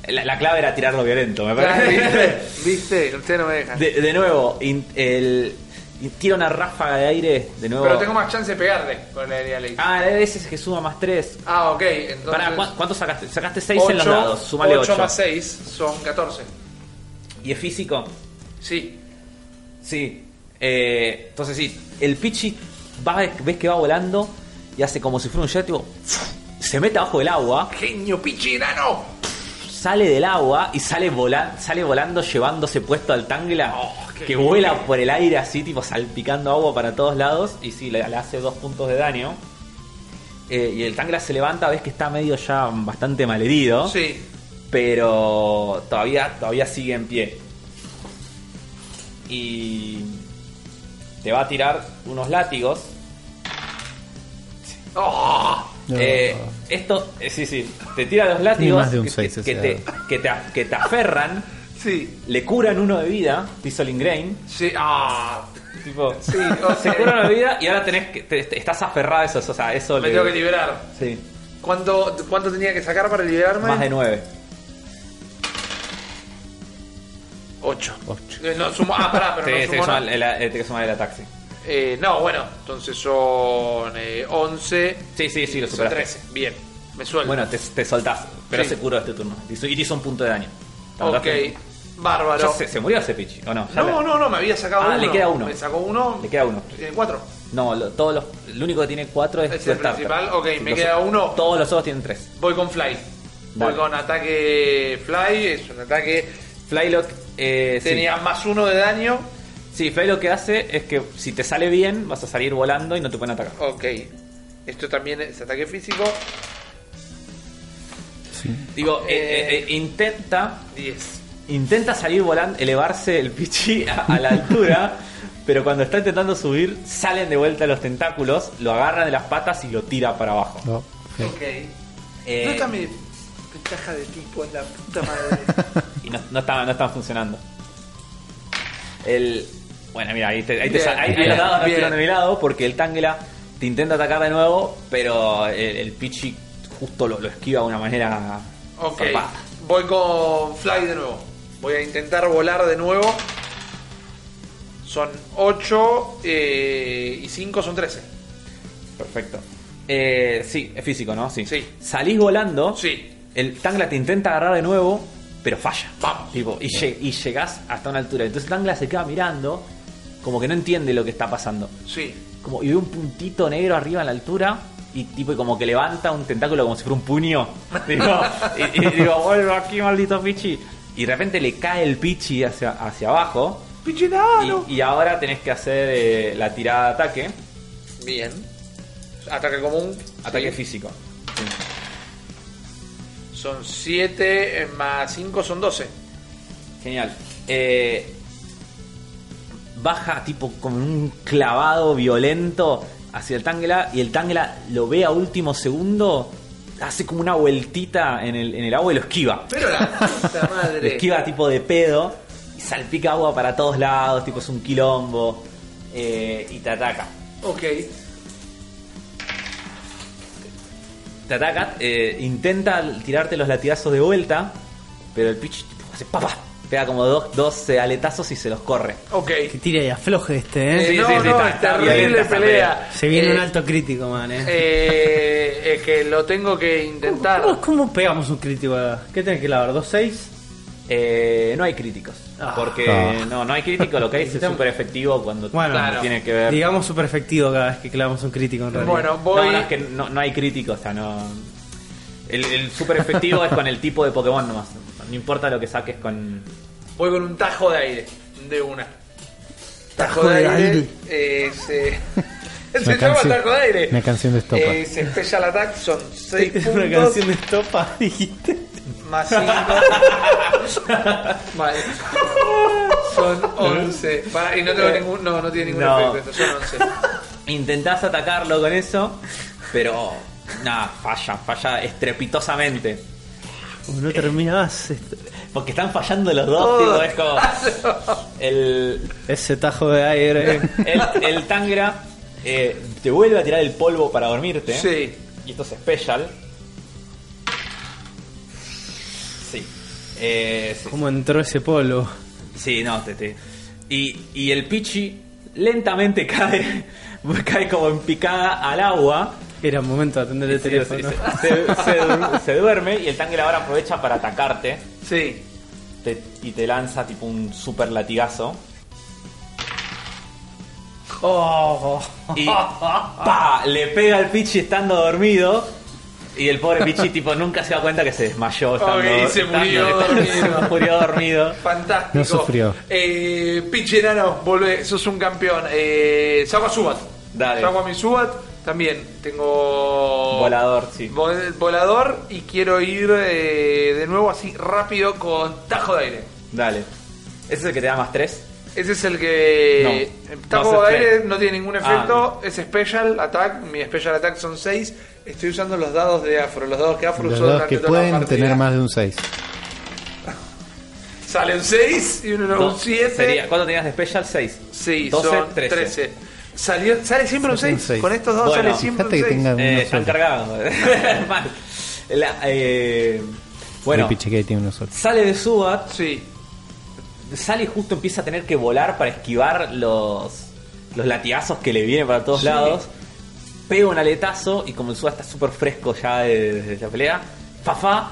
Speaker 2: La, la clave era tirarlo violento, me
Speaker 1: ¿Viste?
Speaker 2: parece.
Speaker 1: ¿Viste? Ustedes no me dejan.
Speaker 2: De, de nuevo, in- el, in- tira una ráfaga de aire de nuevo.
Speaker 1: Pero tengo más chance de pegarle con el Aerial Ace. Ah,
Speaker 2: Ah, de veces que suma más 3.
Speaker 1: ok. Entonces,
Speaker 2: Pará, ¿cu- ¿cuánto sacaste? Sacaste 6 en los
Speaker 1: ocho-
Speaker 2: dados, súmale 8.
Speaker 1: ocho más 6 son 14.
Speaker 2: ¿Y es físico?
Speaker 1: Sí.
Speaker 2: Sí. Eh, entonces sí, el Pichi va, ves que va volando y hace como si fuera un jet, tipo, se mete abajo del agua,
Speaker 1: Genio pichi enano.
Speaker 2: sale del agua y sale, vola- sale volando llevándose puesto al Tangla que vuela por el aire así, tipo salpicando agua para todos lados. Y sí, le, le hace dos puntos de daño. Eh, y el Tangla se levanta, ves que está medio ya bastante malherido.
Speaker 1: Sí.
Speaker 2: Pero todavía, todavía sigue en pie. Y te va a tirar unos látigos.
Speaker 1: Oh,
Speaker 3: No.
Speaker 2: Eh, esto, eh, sí, sí, te tira los látigos
Speaker 3: más de un
Speaker 2: que-
Speaker 3: seis,
Speaker 2: que,
Speaker 3: o
Speaker 2: que
Speaker 3: sea.
Speaker 2: te, que, te, que te aferran,
Speaker 1: Sí.
Speaker 2: le curan uno de vida, te hizo el ingrain.
Speaker 1: Sí. Ah.
Speaker 2: Tipo,
Speaker 1: Sí, o
Speaker 2: se
Speaker 1: sea,
Speaker 2: cura uno de vida y ahora tenés que, te- te- estás aferrado a eso, o sea, eso
Speaker 1: me
Speaker 2: le-
Speaker 1: tengo que liberar.
Speaker 2: sí,
Speaker 1: ¿Cuánto, ¿Cuánto tenía que sacar para liberarme?
Speaker 2: más de nueve.
Speaker 1: 8. No, sumo, ah, pará, pero
Speaker 2: Te-
Speaker 1: no
Speaker 2: te
Speaker 1: sumo
Speaker 2: suma
Speaker 1: nada.
Speaker 2: el- el- te que sumar el ataque.
Speaker 1: Eh, no, bueno, entonces son eh, 11.
Speaker 2: Sí, sí, sí, lo
Speaker 1: Son
Speaker 2: superaste.
Speaker 1: 13. Bien, me suelto.
Speaker 2: Bueno, te, te soltás, pero
Speaker 1: Sí.
Speaker 2: se curó este turno. Y hizo- y te hizo un punto de daño. Te
Speaker 1: ok,
Speaker 2: soltaste. Ya
Speaker 1: bárbaro.
Speaker 2: se, se murió ese pichi, ¿o no? Ya
Speaker 1: No,
Speaker 2: la-
Speaker 1: no, no, me había sacado
Speaker 2: Ah,
Speaker 1: uno.
Speaker 2: le queda uno.
Speaker 1: Me sacó uno.
Speaker 2: Le queda uno.
Speaker 1: Tiene cuatro.
Speaker 2: No, lo- todos los, el único que tiene cuatro es,
Speaker 1: Es
Speaker 2: tu
Speaker 1: el
Speaker 2: starter.
Speaker 1: principal, ok, me
Speaker 2: los-
Speaker 1: queda uno.
Speaker 2: Todos los otros tienen tres.
Speaker 1: Voy con Fly. Voy
Speaker 2: Dale.
Speaker 1: con ataque Fly. Es un ataque.
Speaker 2: Flylock eh, sí.
Speaker 1: Tenía más uno de daño.
Speaker 2: Sí, Fly lo que hace es que si te sale bien, vas a salir volando y no te pueden atacar.
Speaker 1: Ok. Esto también es ataque físico.
Speaker 2: Digo, eh,
Speaker 1: Eh.
Speaker 2: eh, eh, intenta
Speaker 1: 10.
Speaker 2: intenta salir volando, elevarse el pichi a, a la altura, pero cuando está intentando subir, salen de vuelta los tentáculos, lo agarran de las patas y lo tira para abajo.
Speaker 3: No, ok.
Speaker 1: Ok.
Speaker 2: Eh,
Speaker 1: No está mi ventaja de tipo en la puta madre.
Speaker 2: y no, no está- no están funcionando. El. Bueno, mira, ahí te, ahí te
Speaker 1: Bien,
Speaker 2: sa- ahí- ahí
Speaker 1: bien,
Speaker 2: los dados no
Speaker 1: bien.
Speaker 2: estuvieron de mi lado porque el Tangela te intenta atacar de nuevo, pero el, el Pichi justo lo, lo esquiva de una manera.
Speaker 1: Ok.
Speaker 2: zarpada.
Speaker 1: Voy con Fly de nuevo. Voy a intentar volar de nuevo. Son 8 y 5 son 13.
Speaker 2: Perfecto. Eh, sí, es físico, ¿no? Sí.
Speaker 1: Sí.
Speaker 2: Salís volando.
Speaker 1: Sí.
Speaker 2: El Tangla te intenta agarrar de nuevo, pero falla.
Speaker 1: Vamos.
Speaker 2: Tipo, y, lle- y llegás hasta una altura. Entonces el Tangla se queda mirando, como que no entiende lo que está pasando.
Speaker 1: Sí.
Speaker 2: como y ve un puntito negro arriba en la altura y tipo y como que levanta un tentáculo como si fuera un puño digo, y, y digo vuelvo aquí maldito pichi y de repente le cae el pichi hacia, hacia abajo
Speaker 1: ¡Pinche
Speaker 2: y-
Speaker 1: nano!
Speaker 2: y, ahora tenés que hacer eh, la tirada de ataque
Speaker 1: Bien. Ataque común.
Speaker 2: ataque
Speaker 1: Sí.
Speaker 2: físico
Speaker 1: Son 7 más 5 son 12.
Speaker 2: genial Eh, baja tipo con un clavado violento hacia el Tangela y el Tangela lo ve a último segundo hace como una vueltita en el, en el agua y lo esquiva
Speaker 1: Pero la puta
Speaker 2: Le
Speaker 1: madre.
Speaker 2: esquiva tipo de pedo y salpica agua para todos lados, tipo es un quilombo eh, y te ataca.
Speaker 1: Ok.
Speaker 2: Te ataca, eh, intenta tirarte los latigazos de vuelta, pero el pitch tipo, hace papá, pega como dos, dos eh, aletazos y se los corre.
Speaker 1: Ok.
Speaker 4: Que tira y afloje este, ¿eh?
Speaker 1: Eh,
Speaker 2: sí,
Speaker 1: no,
Speaker 2: sí,
Speaker 1: no,
Speaker 2: sí, está-
Speaker 1: es
Speaker 2: está
Speaker 1: terrible
Speaker 2: violenta esa
Speaker 1: pelea.
Speaker 4: Se viene
Speaker 1: Eh,
Speaker 4: un alto crítico, man, ¿eh?
Speaker 1: eh, es que lo tengo que intentar.
Speaker 4: ¿Cómo, cómo pegamos un crítico? ¿Qué tenés que lavar? ¿Dos seis?
Speaker 2: Eh, no hay críticos,
Speaker 4: Ah.
Speaker 2: porque
Speaker 3: Ah.
Speaker 2: no, no hay críticos, lo que hay es
Speaker 4: Necesitamos-
Speaker 2: súper efectivo cuando
Speaker 4: Bueno,
Speaker 2: cuando
Speaker 1: Claro.
Speaker 2: tiene que ver...
Speaker 4: digamos súper efectivo cada vez que clavamos un crítico en realidad.
Speaker 1: Bueno,
Speaker 2: No,
Speaker 1: voy.
Speaker 2: no, es que no, no hay críticos, o sea, no... El, el super efectivo es con el tipo de Pokémon nomás, no importa lo que saques con...
Speaker 1: Voy con un tajo de aire, de una. Tajo,
Speaker 3: Tajo
Speaker 1: de,
Speaker 3: de
Speaker 1: aire.
Speaker 3: aire.
Speaker 1: eh, se se
Speaker 3: Una
Speaker 1: llama
Speaker 3: canción-
Speaker 1: tajo de aire.
Speaker 3: una canción de Estopa.
Speaker 1: Eh, se Special Attack son 6
Speaker 4: Es
Speaker 1: puntos
Speaker 4: una canción de estopa, dijiste.
Speaker 1: más 5. vale. Son 11. Pará, y no tengo ningún. No, no tiene ningún
Speaker 2: No.
Speaker 1: efecto. entonces Son 11.
Speaker 2: Intentás atacarlo con eso, pero nada, falla, falla estrepitosamente.
Speaker 4: No terminás. esto.
Speaker 2: Porque están fallando los dos, tipo, es como. El,
Speaker 4: Ese tajo de aire. eh.
Speaker 2: el, el Tangra eh, te vuelve a tirar el polvo para dormirte.
Speaker 1: Sí.
Speaker 2: Y esto es special. Sí. Eh, sí,
Speaker 4: ¿Cómo entró ese polo?
Speaker 2: Sí, no, te, te- Y, y el Pichi lentamente cae, cae como en picada al agua.
Speaker 4: Era momento de atender el
Speaker 2: Sí, sí,
Speaker 4: teléfono.
Speaker 2: se, se- se du- se duerme y el Tangela ahora aprovecha para atacarte
Speaker 1: Sí.
Speaker 2: te- y te lanza tipo un super latigazo.
Speaker 4: Oh,
Speaker 2: Y ¡pa! le pega al Pichi estando dormido. Y el pobre Pichi, tipo, nunca se da cuenta que se desmayó.
Speaker 1: Ay, se murió dormido.
Speaker 2: murió dormido.
Speaker 1: Fantástico.
Speaker 3: No sufrió.
Speaker 1: Eh, pinche enano, volvé, sos un campeón. Eh, Sago a Subat.
Speaker 2: Dale.
Speaker 1: Sago a mi Subat. También tengo.
Speaker 2: Volador, sí.
Speaker 1: Vol- Volador y quiero ir eh, de nuevo así rápido con Tajo de Aire.
Speaker 2: Dale. ¿Ese es el que te da más 3?
Speaker 1: Ese es el que. eh,
Speaker 2: No, no
Speaker 1: Tajo
Speaker 2: hace
Speaker 1: de aire
Speaker 2: efecto.
Speaker 1: no tiene ningún
Speaker 2: Ah,
Speaker 1: efecto. Es special attack. Mi special attack son 6. Estoy usando los dados de afro. Los dados que afro
Speaker 3: Los
Speaker 1: usó
Speaker 3: dos
Speaker 1: durante
Speaker 3: que
Speaker 1: toda la
Speaker 3: pueden
Speaker 1: partida.
Speaker 3: tener más de un 6.
Speaker 1: Sale un 6 y uno un 7.
Speaker 2: ¿Cuánto tenías de special? 6.
Speaker 1: Sí, son 13.
Speaker 2: Eh,
Speaker 1: Salió, sale siempre un
Speaker 3: Sale un
Speaker 1: 6.
Speaker 3: seis.
Speaker 1: Con estos dos
Speaker 2: Bueno,
Speaker 1: sale siempre un
Speaker 3: fíjate que
Speaker 1: 6.
Speaker 3: tenga-
Speaker 2: Eh,
Speaker 3: Uno
Speaker 2: están
Speaker 3: solo.
Speaker 2: cargados. Mal. La, eh, bueno,
Speaker 3: El Pichiquet tiene uno solo.
Speaker 2: sale de Subat,
Speaker 1: Sí.
Speaker 2: sale y justo empieza a tener que volar para esquivar los, los latigazos que le vienen para todos
Speaker 1: Sí.
Speaker 2: lados. Pega un aletazo y como el Subat está súper fresco ya de- desde la pelea, fafá.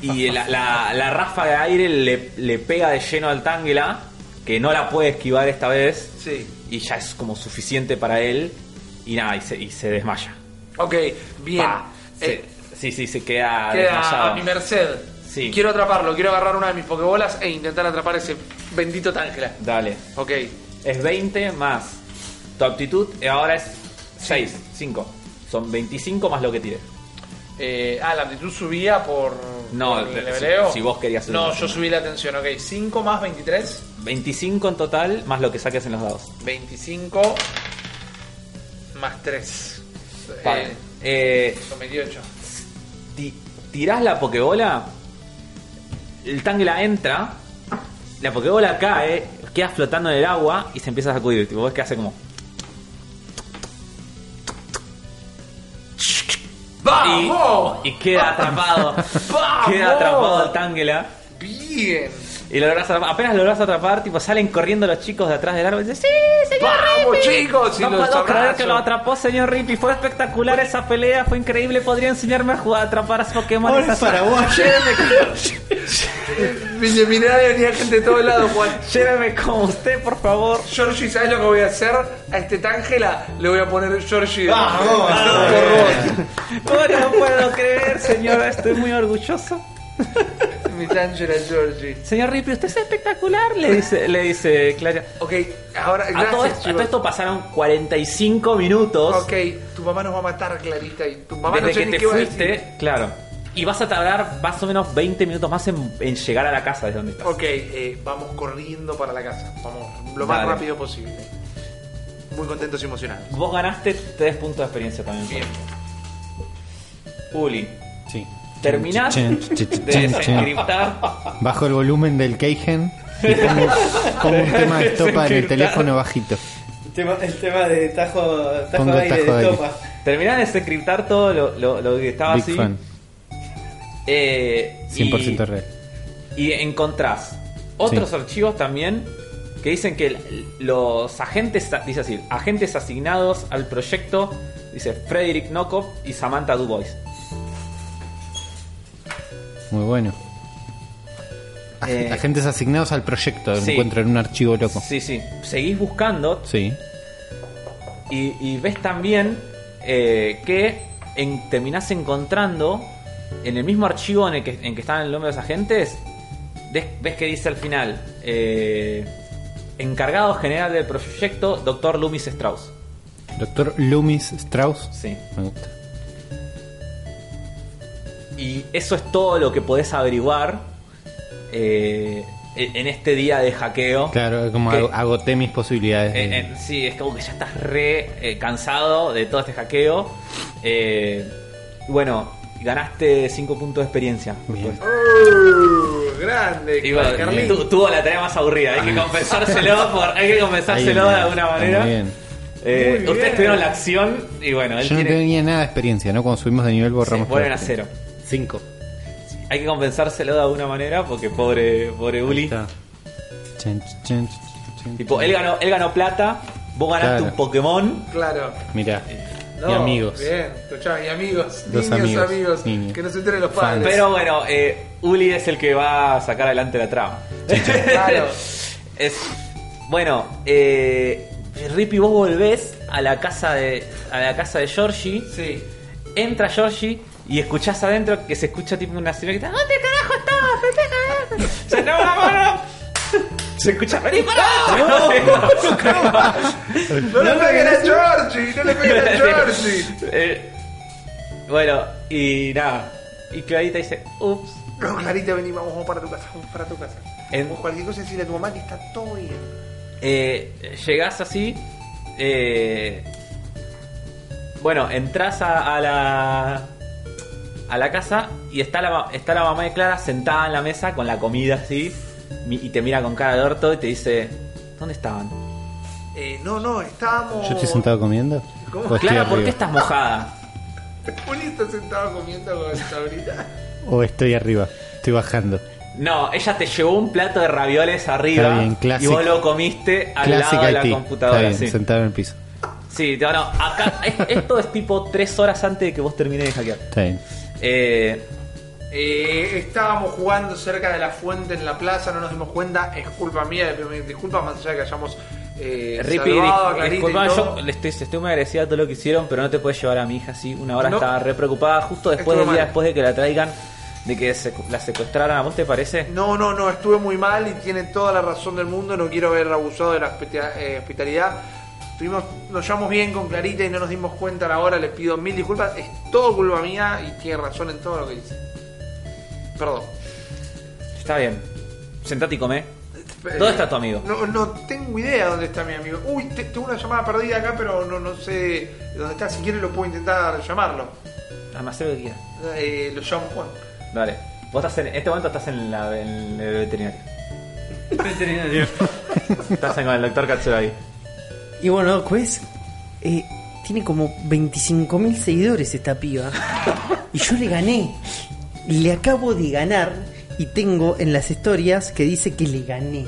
Speaker 2: Y la, la, la ráfaga de aire le, le pega de lleno al Tangela, que no la puede esquivar esta vez.
Speaker 1: Sí.
Speaker 2: Y ya es como suficiente para él. Y nada, y se, y se desmaya.
Speaker 1: Ok, bien.
Speaker 2: Pa.
Speaker 1: Eh,
Speaker 2: Se- sí, sí, se queda,
Speaker 1: queda
Speaker 2: desmayado.
Speaker 1: a mi merced.
Speaker 2: Sí.
Speaker 1: Quiero atraparlo. Quiero agarrar una de mis pokebolas e intentar atrapar ese bendito Tángela.
Speaker 2: Dale.
Speaker 1: Ok.
Speaker 2: Es 20 más tu aptitud. y Ahora es 6, 5. Son 25 más lo que tires.
Speaker 1: Eh, ah, la aptitud subía por.
Speaker 2: No,
Speaker 1: por
Speaker 2: te-
Speaker 1: el leveleo.
Speaker 2: si- si vos querías subir
Speaker 1: No,
Speaker 2: más,
Speaker 1: yo
Speaker 2: ¿no?
Speaker 1: subí la tensión, ok. 5 más 23.
Speaker 2: 25 en total más lo que saques en los dados.
Speaker 1: 25 más 3.
Speaker 2: Vale. Eh,
Speaker 1: son 28.
Speaker 2: ti- tirás la pokebola. El tangla entra. La pokebola cae. Queda flotando en el agua y se empieza a sacudir. Tipo, ves que hace como. Y,
Speaker 1: ¡Vamos!
Speaker 2: y queda atrapado.
Speaker 1: ¡Vamos!
Speaker 2: queda atrapado el tangla.
Speaker 1: Bien.
Speaker 2: Y lográs atrapar. apenas lográs atrapar, tipo salen corriendo los chicos de atrás del árbol y dicen, ¡Sí, señor
Speaker 1: ¡Vamos,
Speaker 2: Rippy!
Speaker 1: chicos! Y
Speaker 2: no
Speaker 1: los
Speaker 2: puedo creer
Speaker 1: abrazos.
Speaker 2: que lo atrapó, señor Rippy. Fue espectacular esa pelea, fue increíble. Podría enseñarme a jugar a atrapar a Pokémon.
Speaker 4: Ahora es paraguayo.
Speaker 1: Viñeminaria tenía gente de todos lados, Juan.
Speaker 2: Lléveme como usted, por favor.
Speaker 1: Georgie, ¿sabes lo que voy a hacer? A este Tángela le voy a poner Georgie. de-
Speaker 4: Vamos.
Speaker 1: Por vos.
Speaker 2: Bueno, no puedo creer, señora. Estoy muy orgulloso.
Speaker 1: Mi Tángela Georgie.
Speaker 2: Señor Rippy, usted es espectacular, le dice, le dice Clara.
Speaker 1: Ok, ahora,
Speaker 2: A
Speaker 1: gracias,
Speaker 2: todo, esto, a todo
Speaker 1: chicos.
Speaker 2: esto pasaron 45 minutos.
Speaker 1: Ok, tu mamá nos va a matar, Clarita. Y tu mamá no sé
Speaker 2: Desde que
Speaker 1: ni
Speaker 2: te
Speaker 1: qué va a decir.
Speaker 2: fuiste, claro. Y vas a tardar más o menos 20 minutos más en, en llegar a la casa desde donde estás.
Speaker 1: Ok, eh, vamos corriendo para la casa. Vamos lo más
Speaker 2: Dale.
Speaker 1: rápido posible. Muy contentos y emocionados.
Speaker 2: Vos ganaste 3 puntos de experiencia también.
Speaker 1: Bien.
Speaker 2: Uli,
Speaker 3: Sí.
Speaker 2: terminás
Speaker 3: Chin,
Speaker 2: de
Speaker 3: chin, chin, chin, chin.
Speaker 2: desencriptar.
Speaker 3: Bajo el volumen del Keigen y pongo, pongo un tema de estopa en el teléfono bajito.
Speaker 4: El tema, el tema de tajo, tajo
Speaker 3: Pongo
Speaker 4: de aire de
Speaker 3: tajo de aire.
Speaker 4: topa.
Speaker 2: Terminás de desencriptar todo lo, lo- lo que
Speaker 1: Ah,
Speaker 2: estaba
Speaker 3: Big
Speaker 2: así.
Speaker 3: fan.
Speaker 2: Eh, y-
Speaker 3: 100% real.
Speaker 2: y encontrás otros
Speaker 3: Sí.
Speaker 2: archivos también que dicen que l- los agentes, dice así, agentes asignados al proyecto, dice Frederick Nokov y Samantha Dubois.
Speaker 3: Muy bueno. Aj-
Speaker 2: Eh,
Speaker 3: Agentes asignados al proyecto. Lo
Speaker 2: sí.
Speaker 3: encuentro en un archivo Ah, loco.
Speaker 2: Sí, sí. Seguís buscando
Speaker 3: Sí.
Speaker 2: y, y ves también eh, que en- terminás encontrando en el mismo archivo en el que, en que estaban el nombre de los agentes, des- ves que dice al final, eh, encargado general del proyecto, doctor Loomis Strauss.
Speaker 3: Doctor Loomis Strauss.
Speaker 2: Sí.
Speaker 3: Me gusta.
Speaker 2: Y eso es todo lo que podés averiguar eh, en en este día de hackeo.
Speaker 3: Claro, como
Speaker 2: Que-
Speaker 3: ag- agoté mis posibilidades. de-
Speaker 2: Eh, eh, sí, es como que ya estás re eh, cansado de todo este hackeo. Eh, bueno, ganaste 5 puntos de experiencia. Pues, por
Speaker 3: Bien.
Speaker 2: supuesto.
Speaker 1: Uh, grande,
Speaker 2: Y bueno,
Speaker 1: Carlín.
Speaker 2: tu- tuvo la tarea más aburrida, hay que compensárselo, por- hay que compensárselo
Speaker 3: Ahí
Speaker 2: de
Speaker 3: está,
Speaker 2: alguna
Speaker 3: está
Speaker 2: manera.
Speaker 3: muy bien.
Speaker 2: Eh,
Speaker 1: Muy bien.
Speaker 2: ustedes tuvieron la acción y bueno, él
Speaker 3: Yo no
Speaker 2: tiene,
Speaker 3: tenía nada de experiencia, ¿no? Cuando subimos de nivel
Speaker 2: se
Speaker 3: borramos.
Speaker 2: vuelven
Speaker 3: todo.
Speaker 2: a cero.
Speaker 3: Cinco.
Speaker 2: Hay que compensárselo de alguna manera porque pobre, pobre
Speaker 3: Ahí
Speaker 2: Uli.
Speaker 3: está. Chan, chan, chan, chan,
Speaker 2: Tipo,
Speaker 3: chan.
Speaker 2: él ganó, él ganó plata, vos ganaste
Speaker 3: Claro.
Speaker 2: un Pokémon.
Speaker 1: Claro.
Speaker 3: Mirá.
Speaker 2: Eh,
Speaker 1: No,
Speaker 3: y amigos.
Speaker 1: Bien, escuchá, y amigos.
Speaker 3: Los
Speaker 1: niños, amigos.
Speaker 3: amigos, niños.
Speaker 1: Que no se enteren los
Speaker 3: Fans.
Speaker 1: padres.
Speaker 2: Pero bueno, eh, Uli es el que va a sacar adelante la trama.
Speaker 1: Claro.
Speaker 2: Es, bueno, eh, Rippy, vos volvés a la casa de a la casa de Georgie.
Speaker 1: Sí.
Speaker 2: Entra Georgie Y escuchás adentro que se escucha tipo una señora que está ¿Dónde carajo estabas? ¿Dónde carajo? O sea, no, no, no. Se escucha, vení para
Speaker 1: No le peguen a Georgie, no le peguen a Georgie.
Speaker 2: Eh, bueno, y nada. Y Clarita dice, ups.
Speaker 1: No, Clarita, vení, vamos, vamos para tu casa, vamos para tu casa.
Speaker 2: En-
Speaker 1: O cualquier cosa decirle a tu mamá que está todo bien.
Speaker 2: Eh, llegás así. eh, bueno, entras a, a la. a la casa y está la, ma- está la mamá de Clara sentada en la mesa con la comida así. mi- Y te mira con cara de orto y te dice. ¿Dónde estaban?
Speaker 1: Eh, no, no, estábamos.
Speaker 3: ¿Yo estoy sentado comiendo?
Speaker 1: ¿Cómo?
Speaker 3: ¿O estoy,
Speaker 2: Clara, ¿por qué
Speaker 3: arriba?
Speaker 2: estás mojada?
Speaker 1: Juli está sentado comiendo con Sabrina.
Speaker 3: ¿O estoy arriba? Estoy bajando.
Speaker 2: No, ella te llevó un plato de ravioles arriba
Speaker 3: bien,
Speaker 2: y
Speaker 3: clásico.
Speaker 2: vos lo comiste al
Speaker 3: Clásica
Speaker 2: lado de la
Speaker 3: Haití.
Speaker 2: computadora.
Speaker 3: Está bien,
Speaker 2: sí.
Speaker 3: sentado en el piso.
Speaker 2: Sí, no, no, acá, es- esto es tipo tres horas antes de que vos termines de hackear.
Speaker 3: Está bien.
Speaker 2: Eh,
Speaker 1: Eh, estábamos jugando cerca de la fuente en la plaza, no nos dimos cuenta. Es culpa mía, eh, disculpas más allá de que hayamos eh,
Speaker 2: Rippy,
Speaker 1: salvado a
Speaker 2: dis-
Speaker 1: Clarita. y
Speaker 2: disculpa,
Speaker 1: todo.
Speaker 2: yo le estoy, estoy muy agradecida de todo lo que hicieron, pero no te puedes llevar a mi hija así. Una hora
Speaker 1: No.
Speaker 2: estaba re preocupada, justo después
Speaker 1: Estuvo
Speaker 2: del día
Speaker 1: mal.
Speaker 2: después de que la traigan, de que secu- la secuestraran. ¿A vos te parece?
Speaker 1: No, no, no, estuve muy mal y tiene toda la razón del mundo. No quiero haber abusado de la hospita- eh, hospitalidad. Tuvimos, nos llevamos bien con Clarita y no nos dimos cuenta a la hora. Les pido mil disculpas. Es todo culpa mía y tiene razón en todo lo que dice. Perdón.
Speaker 2: Está bien. Sentate y comé. ¿Dónde está tu amigo?
Speaker 1: Eh, No, no tengo idea dónde está mi amigo. Uy, te- tengo una llamada perdida acá, pero no, no sé dónde está. Si quieres lo puedo intentar llamarlo.
Speaker 2: Además, sé lo que quieras.
Speaker 1: Eh, lo llamo Juan.
Speaker 2: Dale. Vos estás en, en este momento estás en, la- en el veterinario. estás con el doctor Katsurai.
Speaker 4: Y bueno, pues eh, tiene como 25.000 seguidores esta piba. Y yo le gané. Le acabo de ganar y tengo en las historias que dice que le gané.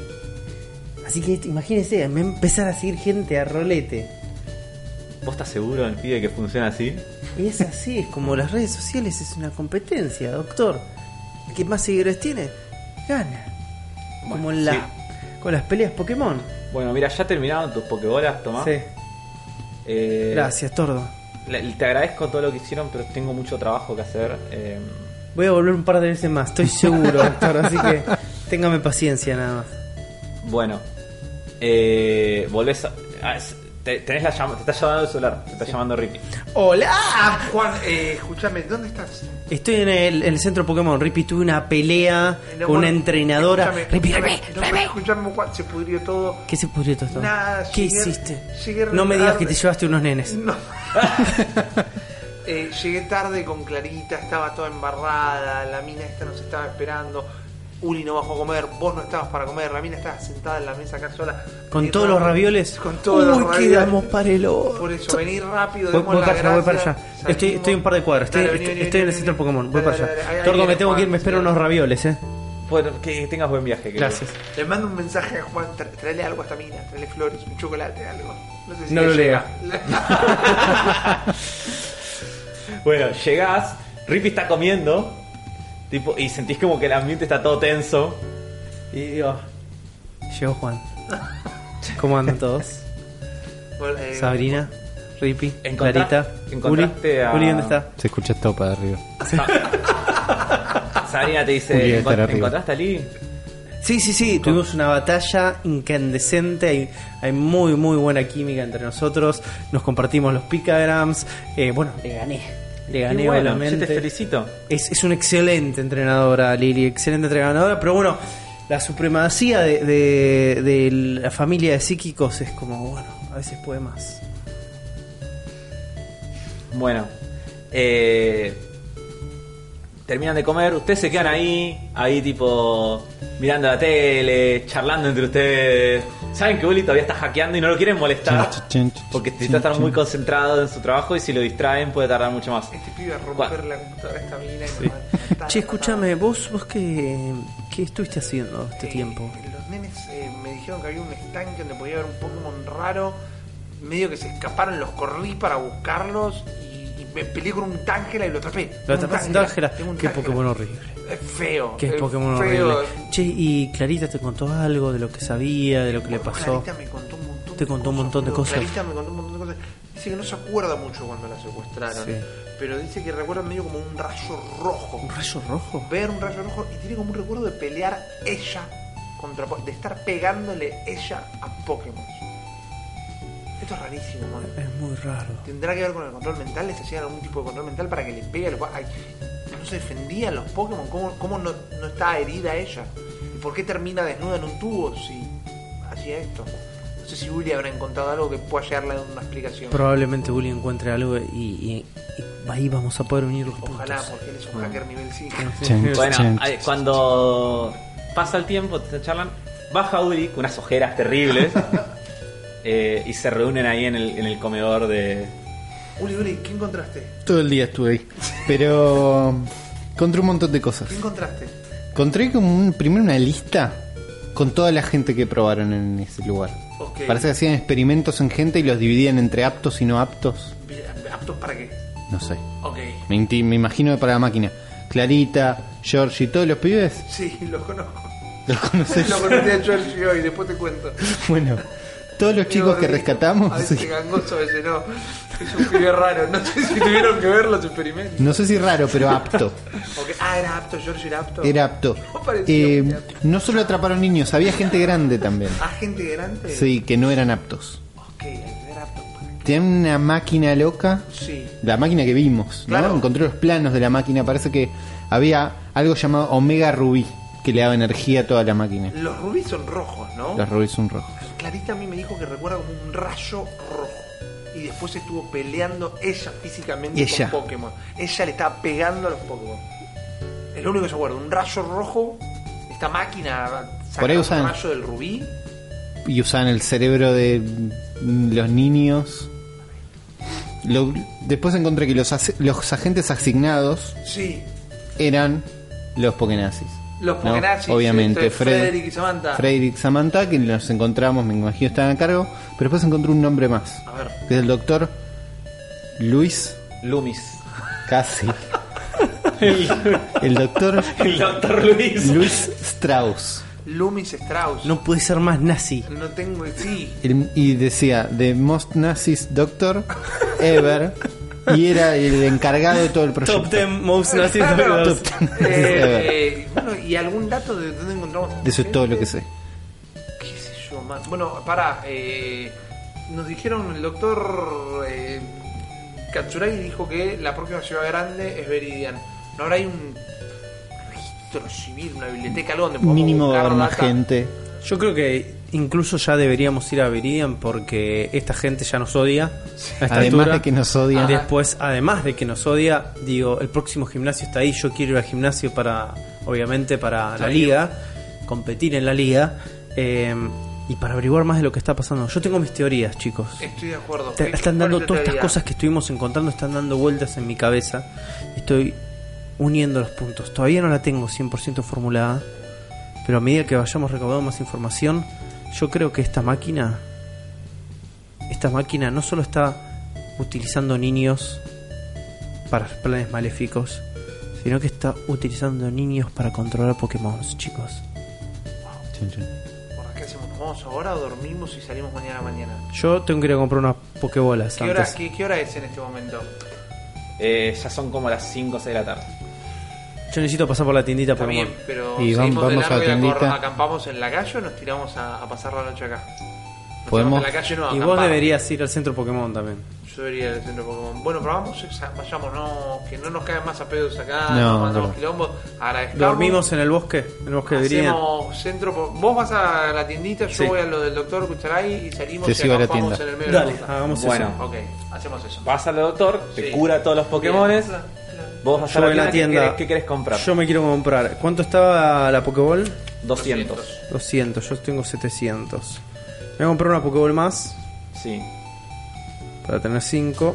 Speaker 4: Así que imagínense, me va a empezar a seguir gente a rolete.
Speaker 2: ¿Vos estás seguro del pibe que funciona así?
Speaker 4: Y es así, es como las redes sociales, es una competencia, doctor. El que más seguidores tiene, gana. como
Speaker 2: Bueno,
Speaker 4: la,
Speaker 2: sí.
Speaker 4: con las peleas Pokémon.
Speaker 2: Bueno, mira, ya terminaron tus pokebolas, tomá.
Speaker 4: Sí.
Speaker 2: Eh,
Speaker 4: Gracias, Tordo.
Speaker 2: Le- Te agradezco todo lo que hicieron, pero tengo mucho trabajo que hacer. eh,
Speaker 4: Voy a volver un par de veces más, estoy seguro, doctor. Así que téngame paciencia nada más.
Speaker 2: bueno, eh, volvés a. ah, es- te- tenés la llama- te está llamando el celular, te está llamando Ricky. ¡Ah!
Speaker 4: ¡Hola!
Speaker 1: Juan, eh, escúchame, ¿dónde estás?
Speaker 4: Estoy en el, en el centro Pokémon. Rippy tuve una pelea
Speaker 1: No,
Speaker 4: con una
Speaker 1: bueno,
Speaker 4: entrenadora.
Speaker 1: escúchame,
Speaker 4: Rippy,
Speaker 1: escúchame,
Speaker 4: Rippy,
Speaker 1: no,
Speaker 4: Rippy.
Speaker 1: Escúchame, Juan, se pudrió todo.
Speaker 4: ¿Qué se pudrió todo esto?
Speaker 1: Nada,
Speaker 4: ¿Qué
Speaker 1: llegué-
Speaker 4: hiciste?
Speaker 1: llegué
Speaker 4: No me digas que te
Speaker 1: tarde.
Speaker 4: llevaste unos nenes.
Speaker 1: No. Eh, llegué tarde con Clarita, estaba toda embarrada, la mina esta nos estaba esperando, Uli no bajó a comer, vos no estabas para comer, la mina estaba sentada en la mesa acá sola.
Speaker 4: ¿Con
Speaker 1: Eh,
Speaker 4: todos
Speaker 1: no,
Speaker 4: los ravioles?
Speaker 1: Con todos los
Speaker 4: Uy,
Speaker 1: ravioles.
Speaker 4: quedamos para el orto.
Speaker 1: Por eso, vení rápido,
Speaker 4: Voy,
Speaker 1: demos
Speaker 4: voy
Speaker 1: las
Speaker 4: para allá, voy para
Speaker 1: gracias,
Speaker 4: allá.
Speaker 1: salimos.
Speaker 4: Estoy, estoy un par de cuadras. Estoy,
Speaker 1: Dale, vení,
Speaker 4: estoy-
Speaker 1: vení,
Speaker 4: estoy en el
Speaker 1: vení,
Speaker 4: centro
Speaker 1: vení.
Speaker 4: Pokémon. Voy
Speaker 1: Dale,
Speaker 4: para allá.
Speaker 1: dale, dale, ahí
Speaker 4: Torgo,
Speaker 1: viene
Speaker 4: me tengo que ir.
Speaker 1: Juan,
Speaker 4: Me espero
Speaker 1: sí.
Speaker 4: unos ravioles, eh.
Speaker 2: Bueno, que tengas buen viaje. querido.
Speaker 4: Gracias.
Speaker 1: Le mando un mensaje a Juan, tra- traele algo a esta mina, traele flores, un chocolate, algo. No, sé
Speaker 4: No
Speaker 1: le
Speaker 4: lo
Speaker 1: llega.
Speaker 2: Bueno, llegás, Rippy está comiendo, tipo, y sentís como que el ambiente está todo tenso.
Speaker 4: Y digo, llegó Juan. ¿Cómo andan todos?
Speaker 1: Bueno, eh,
Speaker 4: Sabrina, Rippy,
Speaker 2: Encontra-
Speaker 4: Clarita, Uli.
Speaker 2: encontraste a-
Speaker 4: Uli, ¿dónde está?
Speaker 3: Se escucha todo para arriba.
Speaker 2: Sabrina te dice:
Speaker 3: Un día de estar
Speaker 2: "Encont-
Speaker 3: arriba".
Speaker 2: ¿Encontraste a Lee?
Speaker 4: Sí, sí, sí, tuvimos una batalla incandescente, hay, hay muy, muy buena química entre nosotros, nos compartimos los picagrams, eh, bueno, le gané, le gané
Speaker 2: Y bueno, yo
Speaker 4: obviamente.
Speaker 2: te felicito.
Speaker 4: Es, es una excelente entrenadora, Lili, excelente entrenadora, pero bueno, la supremacía de, de- de la familia de psíquicos es como, bueno, a veces puede más.
Speaker 2: Bueno, eh, terminan de comer, ustedes se quedan ahí, ahí tipo mirando la tele, charlando entre ustedes. Saben que Uli todavía está hackeando y no lo quieren molestar.
Speaker 3: Chin, chin, chin,
Speaker 2: Porque necesita
Speaker 3: chin,
Speaker 2: estar
Speaker 3: chin.
Speaker 2: muy concentrado en su trabajo y si lo distraen puede tardar mucho más.
Speaker 1: Este pibe a romper
Speaker 2: Bueno.
Speaker 1: la computadora a esta mina y nos va a matar,
Speaker 4: Che,
Speaker 1: matar.
Speaker 4: escúchame, vos, vos qué, qué estuviste haciendo este
Speaker 1: Eh,
Speaker 4: tiempo.
Speaker 1: Los nenes eh, me dijeron que había un estanque donde podía haber un Pokémon raro. Medio que se escaparon, los corrí para buscarlos y, y me peleé con un Tangela y lo atrapé.
Speaker 4: Lo
Speaker 1: Un
Speaker 4: atrapaste en
Speaker 1: Tangela,
Speaker 4: Tángela.
Speaker 1: tengo un
Speaker 4: Qué
Speaker 1: Tangela.
Speaker 4: Pokémon horrible.
Speaker 1: Es feo.
Speaker 4: Qué
Speaker 1: es
Speaker 4: Pokémon
Speaker 1: feo.
Speaker 4: horrible. Che, y Clarita te contó algo de lo que sabía, de lo que le
Speaker 1: Bueno,
Speaker 4: pasó.
Speaker 1: Clarita me contó un montón
Speaker 4: Te contó un
Speaker 1: de
Speaker 4: montón de
Speaker 1: boludo.
Speaker 4: cosas.
Speaker 1: Clarita me contó un montón de cosas. Dice que no se acuerda mucho cuando la secuestraron.
Speaker 4: Sí.
Speaker 1: Pero dice que recuerda medio como un rayo rojo.
Speaker 4: ¿Un rayo rojo?
Speaker 1: Ver un rayo rojo y tiene como un recuerdo de pelear ella contra Po- de estar pegándole ella a Pokémon. Esto es rarísimo, man.
Speaker 4: Es muy raro.
Speaker 1: ¿Tendrá que ver con el control mental? ¿Les hacían algún tipo de control mental para que le pegue al Ay, No se defendían los Pokémon. ¿Cómo, cómo no, no está herida ella? ¿Y por qué termina desnuda en un tubo si hacía esto? No sé si Uri habrá encontrado algo que pueda llegarle a una explicación.
Speaker 4: Probablemente Bully encuentre algo y, y- y ahí vamos a poder unir los
Speaker 1: Ojalá,
Speaker 4: puntos.
Speaker 1: porque él es un hacker nivel 5.
Speaker 3: Chan,
Speaker 2: Bueno,
Speaker 3: chan,
Speaker 2: ahí, cuando pasa el tiempo, te charlan, baja Uri con unas ojeras terribles eh, y se reúnen ahí en el, en el comedor de...
Speaker 1: Uri, Uri, ¿qué encontraste?
Speaker 3: Todo el día estuve ahí. Pero encontré un montón de cosas.
Speaker 1: ¿Qué encontraste?
Speaker 3: Encontré como un, primero una lista con toda la gente que probaron en ese lugar.
Speaker 1: Ok.
Speaker 3: Parece que hacían experimentos en gente y los dividían entre aptos y no aptos.
Speaker 1: ¿Aptos para qué?
Speaker 3: No sé.
Speaker 1: Ok.
Speaker 3: Me, inti- me imagino que para la máquina. Clarita, Georgie, todos los pibes.
Speaker 1: Sí, los conozco.
Speaker 3: ¿Los conoces?
Speaker 1: Lo conocí a George hoy, después te cuento.
Speaker 3: bueno, todos los chicos que
Speaker 1: A
Speaker 3: rescatamos.
Speaker 1: veces
Speaker 3: sí.
Speaker 1: gangoso, a veces no. Es un pibe raro. No sé si tuvieron que ver los experimentos.
Speaker 3: No sé si raro, pero apto.
Speaker 1: Ok, Ah, era apto, George era apto.
Speaker 3: Era apto.
Speaker 1: No parecía
Speaker 3: Eh,
Speaker 1: muy apto.
Speaker 3: no solo atraparon niños, había gente grande también.
Speaker 1: Ah, gente grande.
Speaker 3: Sí, que no eran aptos.
Speaker 1: Ok, era apto. para-
Speaker 3: Tenían una máquina loca.
Speaker 1: Sí.
Speaker 3: La máquina que vimos, ¿no?
Speaker 1: Claro.
Speaker 3: Encontré los planos de la máquina. Parece que había algo llamado Omega Rubí que le daba energía a toda la máquina.
Speaker 1: Los rubíes son rojos, ¿no?
Speaker 3: Los rubíes son rojos.
Speaker 1: Clarita a mí me dijo que recuerda como un rayo rojo. Y después estuvo peleando ella físicamente
Speaker 3: Ella.
Speaker 1: con Pokémon. Ella le estaba pegando a los Pokémon. Es lo único que se acuerda. Un rayo rojo. Esta máquina
Speaker 3: Por ahí
Speaker 1: saca un
Speaker 3: usaban-
Speaker 1: rayo del rubí.
Speaker 3: Y usaban el cerebro de mm, los niños. Lo- después encontré que los, as- los agentes asignados
Speaker 1: Sí.
Speaker 3: eran los Pokénazis.
Speaker 1: Los
Speaker 3: ¿no?
Speaker 1: Pokénazis,
Speaker 3: Obviamente,
Speaker 1: este,
Speaker 3: Fred-
Speaker 1: Frederick y Samantha.
Speaker 3: Frederick y Samantha, que nos encontramos, me imagino estaban a cargo. Pero después encontré un nombre más,
Speaker 1: A ver.
Speaker 3: que es el doctor Luis
Speaker 2: Loomis.
Speaker 3: Casi. El doctor
Speaker 2: El doctor Luis.
Speaker 3: Luis Strauss.
Speaker 1: Loomis Strauss.
Speaker 4: No puede ser más nazi.
Speaker 1: No tengo. eh, Sí.
Speaker 3: El- y decía, The Most Nazis Doctor Ever. Y era el encargado de todo el proyecto.
Speaker 4: Top 10 most nazi
Speaker 1: Claro.
Speaker 4: doctors.
Speaker 1: Eh, eh, bueno, ¿y algún dato de dónde encontramos?
Speaker 3: Eso es todo lo que sé.
Speaker 1: ¿Qué sé yo, man? Bueno, para. Eh, nos dijeron el doctor eh, Katsuragi dijo que la próxima ciudad grande es Veridian. ¿No habrá ahí un registro civil, una biblioteca, algo donde podamos
Speaker 3: Mínimo va a haber
Speaker 1: buscar
Speaker 3: más
Speaker 1: data?
Speaker 3: gente.
Speaker 4: Yo creo que incluso ya deberíamos ir a Viridian porque esta gente ya nos odia. a esta
Speaker 3: Además
Speaker 4: altura.
Speaker 3: de que nos odia.
Speaker 4: Ah. Después, además de que nos odia, digo, el próximo gimnasio está ahí. Yo quiero ir al gimnasio para, obviamente, para la liga, competir en la liga eh, y para averiguar más de lo que está pasando. Yo tengo mis teorías, chicos.
Speaker 1: Estoy de acuerdo.
Speaker 4: Te-
Speaker 1: ¿Qué-
Speaker 4: están
Speaker 1: cuál es
Speaker 4: dando
Speaker 1: tu
Speaker 4: todas estas
Speaker 1: teoría?
Speaker 4: cosas que estuvimos encontrando, están dando vueltas en mi cabeza. Estoy uniendo los puntos. Todavía no la tengo 100% formulada, pero a medida que vayamos recaudando más información, yo creo que esta máquina, esta máquina no solo está utilizando niños para planes maléficos, sino que está utilizando niños para controlar Pokémon, chicos.
Speaker 3: Chun, chun.
Speaker 1: Bueno, ¿Qué hacemos? ¿Nos vamos ahora o dormimos y salimos mañana a la mañana?
Speaker 4: Yo tengo que ir a comprar unas Pokébolas
Speaker 1: ¿Qué hora,
Speaker 4: antes.
Speaker 1: qué- ¿Qué hora es en este momento?
Speaker 2: Eh, ya son como las 5 o 6 de la tarde.
Speaker 4: Yo necesito pasar por la tiendita
Speaker 1: Está
Speaker 4: Pokémon.
Speaker 1: bien, pero
Speaker 3: Y
Speaker 1: seguimos
Speaker 3: vamos-
Speaker 1: de
Speaker 3: vamos a la
Speaker 1: largo y acor-
Speaker 3: tiendita.
Speaker 1: acampamos en la calle o nos tiramos a, a pasar la noche acá. Nos
Speaker 3: Podemos-
Speaker 1: tiramos a la calle, no, a
Speaker 4: Y vos
Speaker 1: acampar.
Speaker 4: deberías ir al centro Pokémon también.
Speaker 1: Yo debería ir al centro Pokémon. Bueno, pero vamos, exa- vayamos, no, que no nos caen más a pedos acá, no,
Speaker 3: No, es
Speaker 1: mandamos
Speaker 3: verdad.
Speaker 1: quilombos, agradezcamos.
Speaker 4: Dormimos en el bosque, en el bosque de Viridian.
Speaker 1: Hacemos centro po- Vos vas a la tiendita, yo
Speaker 4: Sí.
Speaker 1: voy a lo del doctor Cucharay y salimos
Speaker 3: Te
Speaker 1: y
Speaker 3: sigo a la
Speaker 1: acampamos
Speaker 3: tienda.
Speaker 1: en el medio de
Speaker 4: Dale,
Speaker 1: la ruta.
Speaker 4: hagamos
Speaker 2: Bueno.
Speaker 4: eso.
Speaker 1: Ok, hacemos eso.
Speaker 2: Vas al doctor, te
Speaker 1: Sí.
Speaker 2: cura todos los Pokémones.
Speaker 1: Bien.
Speaker 2: Vos vas
Speaker 4: Yo
Speaker 2: a
Speaker 4: voy
Speaker 2: la
Speaker 4: a la
Speaker 2: tienda. ¿Qué
Speaker 4: tienda.
Speaker 2: querés, qué querés comprar?
Speaker 4: Yo me quiero comprar. ¿Cuánto estaba la Pokéball?
Speaker 2: 200.
Speaker 4: 200, yo tengo 700. Voy a comprar una Pokéball más
Speaker 2: Sí,
Speaker 4: para tener 5.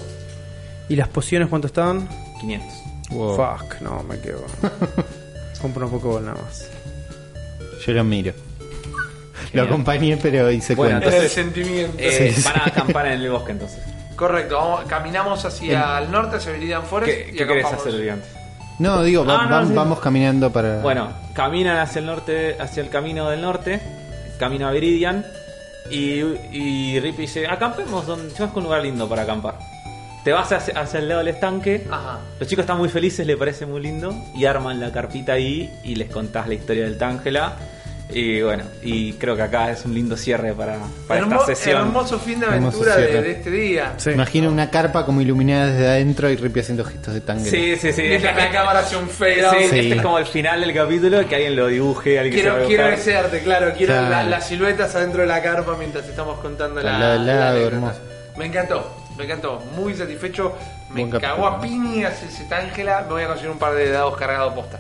Speaker 4: ¿Y las pociones cuánto estaban?
Speaker 2: 500.
Speaker 3: Wow.
Speaker 4: Fuck, no, me quedo. Compro una Pokéball nada más.
Speaker 3: Yo lo miro. Lo acompañé, pero hice
Speaker 2: Bueno,
Speaker 3: cuentas.
Speaker 1: Es el
Speaker 2: Entonces-
Speaker 1: sentimiento.
Speaker 2: Eh,
Speaker 3: Sí, sí.
Speaker 2: Van a acampar en el bosque entonces.
Speaker 1: Correcto, vamos- caminamos hacia el norte, hacia Viridian Forest
Speaker 2: ¿Qué,
Speaker 1: y
Speaker 2: qué querés
Speaker 1: acampamos.
Speaker 2: hacer, Brillante?
Speaker 3: No, digo, va-
Speaker 2: Ah, no,
Speaker 3: vam-
Speaker 2: sí.
Speaker 3: vamos caminando para.
Speaker 2: Bueno, caminan hacia el norte, hacia el camino del norte, camino a Viridian, Y, y Rippy dice, acampemos, donde yo conozco un lugar lindo para acampar. Te vas hacia, hacia el lado del estanque,
Speaker 1: Ajá.
Speaker 2: los chicos están muy felices, les parece muy lindo, y arman la carpita ahí y les contás la historia del Tángela. Y bueno, y creo que acá es un lindo cierre para, para
Speaker 1: Hermo-
Speaker 2: esta sesión.
Speaker 1: Hermoso fin de
Speaker 3: Hermoso
Speaker 1: aventura de,
Speaker 3: cierre.
Speaker 1: de este día.
Speaker 4: Sí.
Speaker 3: Imagina una carpa como iluminada desde adentro y Rippy haciendo gestos de tango.
Speaker 2: Sí, sí, sí.
Speaker 1: Mientras la cámara hace un fade out.
Speaker 2: Sí,
Speaker 3: Sí.
Speaker 2: Este es como el final del capítulo, que alguien lo dibuje, alguien que
Speaker 1: Quiero,
Speaker 2: se
Speaker 1: quiero
Speaker 2: lo
Speaker 1: ese arte, claro. Quiero
Speaker 3: Claro.
Speaker 1: la- las siluetas adentro de la carpa mientras estamos contando la,
Speaker 3: Al lado, al
Speaker 1: la
Speaker 3: lado,
Speaker 1: anécdota.
Speaker 3: hermoso.
Speaker 1: Me encantó, me encantó. Muy satisfecho. Me
Speaker 3: Buen
Speaker 1: cagó a
Speaker 3: capítulo,
Speaker 1: piñas ese Tángela. Me voy a conseguir un par de dados cargados posta.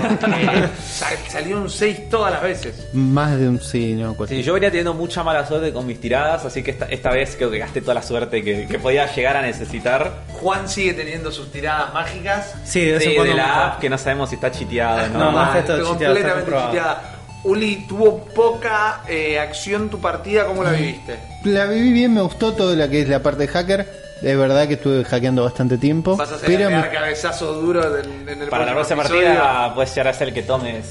Speaker 1: Porque sal- salió un 6 todas las veces.
Speaker 3: Más de un sí, no, cualquier-
Speaker 2: Sí, yo venía teniendo mucha mala suerte con mis tiradas, así que esta, esta vez creo que gasté toda la suerte que, que podía llegar a necesitar.
Speaker 1: Juan sigue teniendo sus tiradas mágicas.
Speaker 4: Sí, de vez en
Speaker 2: Sí, de
Speaker 4: cuando me
Speaker 2: la
Speaker 4: pasa.
Speaker 2: app que no sabemos si está chiteada o no.
Speaker 4: No,
Speaker 1: Mal,
Speaker 4: está todo
Speaker 1: estoy
Speaker 4: chiteado, está
Speaker 1: completamente
Speaker 4: comprobado.
Speaker 1: chiteada. Uli, tuvo poca eh, acción tu partida, ¿cómo la
Speaker 2: Mm.
Speaker 1: viviste?
Speaker 3: La viví bien, me gustó todo la que es la parte de hacker. Es verdad que estuve hackeando bastante tiempo.
Speaker 1: Vas a hacer
Speaker 3: Pero
Speaker 1: pegar
Speaker 3: me-
Speaker 1: cabezazo duro del- en, el
Speaker 2: Para la próxima
Speaker 1: episodio.
Speaker 2: partida puedes llegar a ser el que tomes.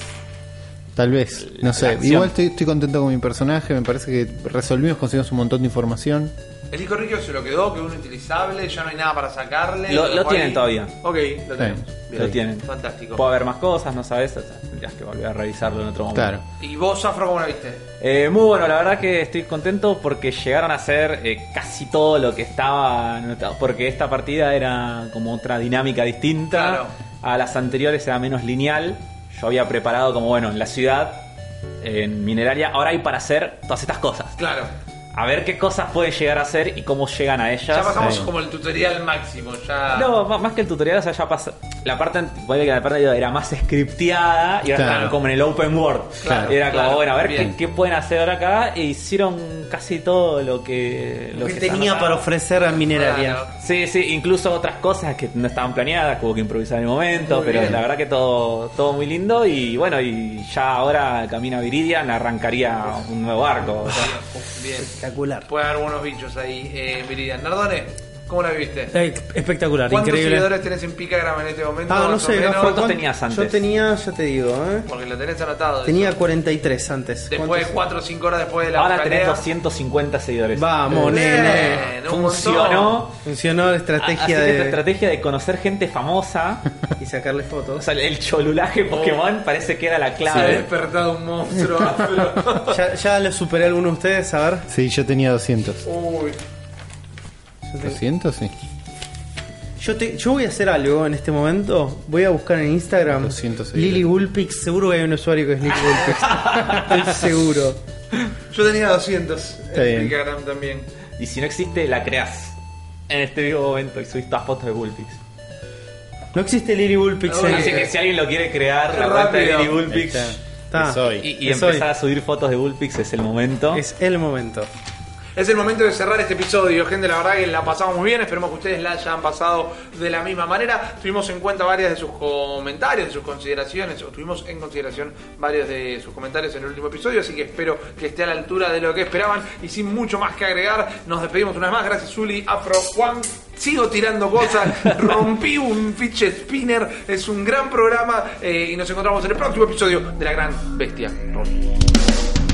Speaker 3: tal vez, no
Speaker 2: la
Speaker 3: sé.
Speaker 2: acción.
Speaker 3: Igual estoy, estoy contento con mi personaje. Me parece que resolvimos, conseguimos un montón de información.
Speaker 1: El disco rígido se lo quedó, quedó inutilizable, ya no hay nada para sacarle.
Speaker 2: Lo- lo
Speaker 1: dejó
Speaker 2: tienen
Speaker 1: ahí.
Speaker 2: todavía.
Speaker 1: Ok, lo tenemos. Bien.
Speaker 2: Lo tienen.
Speaker 1: Fantástico.
Speaker 2: Puede haber más cosas, no sabes, o sea, tendrías que volver a revisarlo en otro momento.
Speaker 3: Claro.
Speaker 1: ¿Y vos, Afro, cómo la viste?
Speaker 2: Eh, muy bueno, la verdad que estoy contento porque llegaron a hacer eh, casi todo lo que estaba anotado. Porque esta partida era como otra dinámica distinta.
Speaker 1: Claro.
Speaker 2: A las anteriores era menos lineal. Yo había preparado como, bueno, en la ciudad, en Mineraria, ahora hay para hacer todas estas cosas.
Speaker 1: Claro.
Speaker 2: A ver qué cosas pueden llegar a hacer y cómo llegan a ellas.
Speaker 1: Ya bajamos
Speaker 3: sí.
Speaker 1: como el tutorial máximo, ya.
Speaker 2: No, más- más que el tutorial, o sea, ya pasa. La parte, ponele que la parte era más scripteada y ahora
Speaker 3: Claro.
Speaker 2: están como en el open world.
Speaker 1: Claro,
Speaker 2: era como,
Speaker 1: claro,
Speaker 2: bueno, a ver
Speaker 1: bien.
Speaker 2: qué, qué pueden hacer ahora acá. E hicieron casi todo lo que.
Speaker 4: Lo que
Speaker 2: se
Speaker 4: tenía
Speaker 2: anotaba.
Speaker 4: para ofrecer a Mineraria.
Speaker 1: Claro.
Speaker 2: Sí, sí, incluso otras cosas que no estaban planeadas, que hubo que improvisar en el momento,
Speaker 1: Muy
Speaker 2: pero
Speaker 1: bien.
Speaker 2: la verdad que todo, todo muy lindo y bueno, y ya ahora Camina Viridian arrancaría un nuevo arco. o sea.
Speaker 1: Bien.
Speaker 4: Espectacular.
Speaker 1: Puede haber buenos bichos ahí, eh, Viridian. Nardone, ¿cómo la viviste?
Speaker 4: Eh, Espectacular,
Speaker 1: ¿Cuántos
Speaker 4: increíble.
Speaker 1: seguidores tenés en Picagram en este momento?
Speaker 4: Ah, no
Speaker 1: Más o
Speaker 4: sé,
Speaker 1: menos,
Speaker 4: Gafo, ¿cuán-
Speaker 2: tenías
Speaker 4: Yo
Speaker 2: antes?
Speaker 4: tenía, ya te digo, ¿eh?
Speaker 1: Porque lo tenés anotado.
Speaker 4: Tenía 43 antes.
Speaker 1: Después,
Speaker 4: ¿Cuántos?
Speaker 1: 4 o 5 horas después de la
Speaker 2: Ahora tenés
Speaker 1: pelea.
Speaker 2: 250 seguidores.
Speaker 4: Vamos, nene.
Speaker 1: Bien, un
Speaker 2: Funcionó.
Speaker 1: montón.
Speaker 4: Funcionó la estrategia
Speaker 2: Ah, Así que esta
Speaker 4: de...
Speaker 2: estrategia de conocer gente famosa,
Speaker 4: Y sacarle
Speaker 2: o
Speaker 4: fotos.
Speaker 2: sea, el cholulaje Pokémon parece que era la
Speaker 1: Se ha
Speaker 2: clave.
Speaker 1: despertado un monstruo. Afro.
Speaker 4: Ya, ya lo superé a alguno de ustedes, a ver.
Speaker 3: Sí, yo tenía 200.
Speaker 1: Uy,
Speaker 4: Yo te-
Speaker 3: ¿200? Sí.
Speaker 4: Yo, te- yo voy a hacer algo en este momento. Voy a buscar en Instagram
Speaker 3: 200 seguidores.
Speaker 4: Lily Gulpix. Seguro que hay un usuario que es Lily Gulpix. Estoy seguro.
Speaker 1: yo tenía 200 en
Speaker 3: Está bien.
Speaker 1: Picagram también.
Speaker 2: Y si no existe, la creás. En este vivo momento y subís todas fotos de Bullpix.
Speaker 4: No existe Lily Gulpix en este
Speaker 2: Así que si alguien lo quiere crear, la cuenta de
Speaker 1: Rápido.
Speaker 2: Lily Bullpix
Speaker 3: Ahí
Speaker 4: Está.
Speaker 3: Es hoy.
Speaker 2: y, y
Speaker 4: Es hoy.
Speaker 2: empezar a subir fotos de Bullpix es el momento.
Speaker 4: Es el momento.
Speaker 1: Es el momento de cerrar este episodio, gente. La verdad que la pasamos muy bien. Esperemos que ustedes la hayan pasado de la misma manera. Tuvimos en cuenta varias de sus comentarios, de sus consideraciones, o tuvimos en consideración varios de sus comentarios en el último episodio. Así que espero que esté a la altura de lo que esperaban. Y sin mucho más que agregar, nos despedimos una vez más. Gracias, Zuli, Afro, Juan. Sigo tirando cosas, rompí un fidget spinner. Es un gran programa eh, y nos encontramos en el próximo episodio de La Gran Bestia. Roll.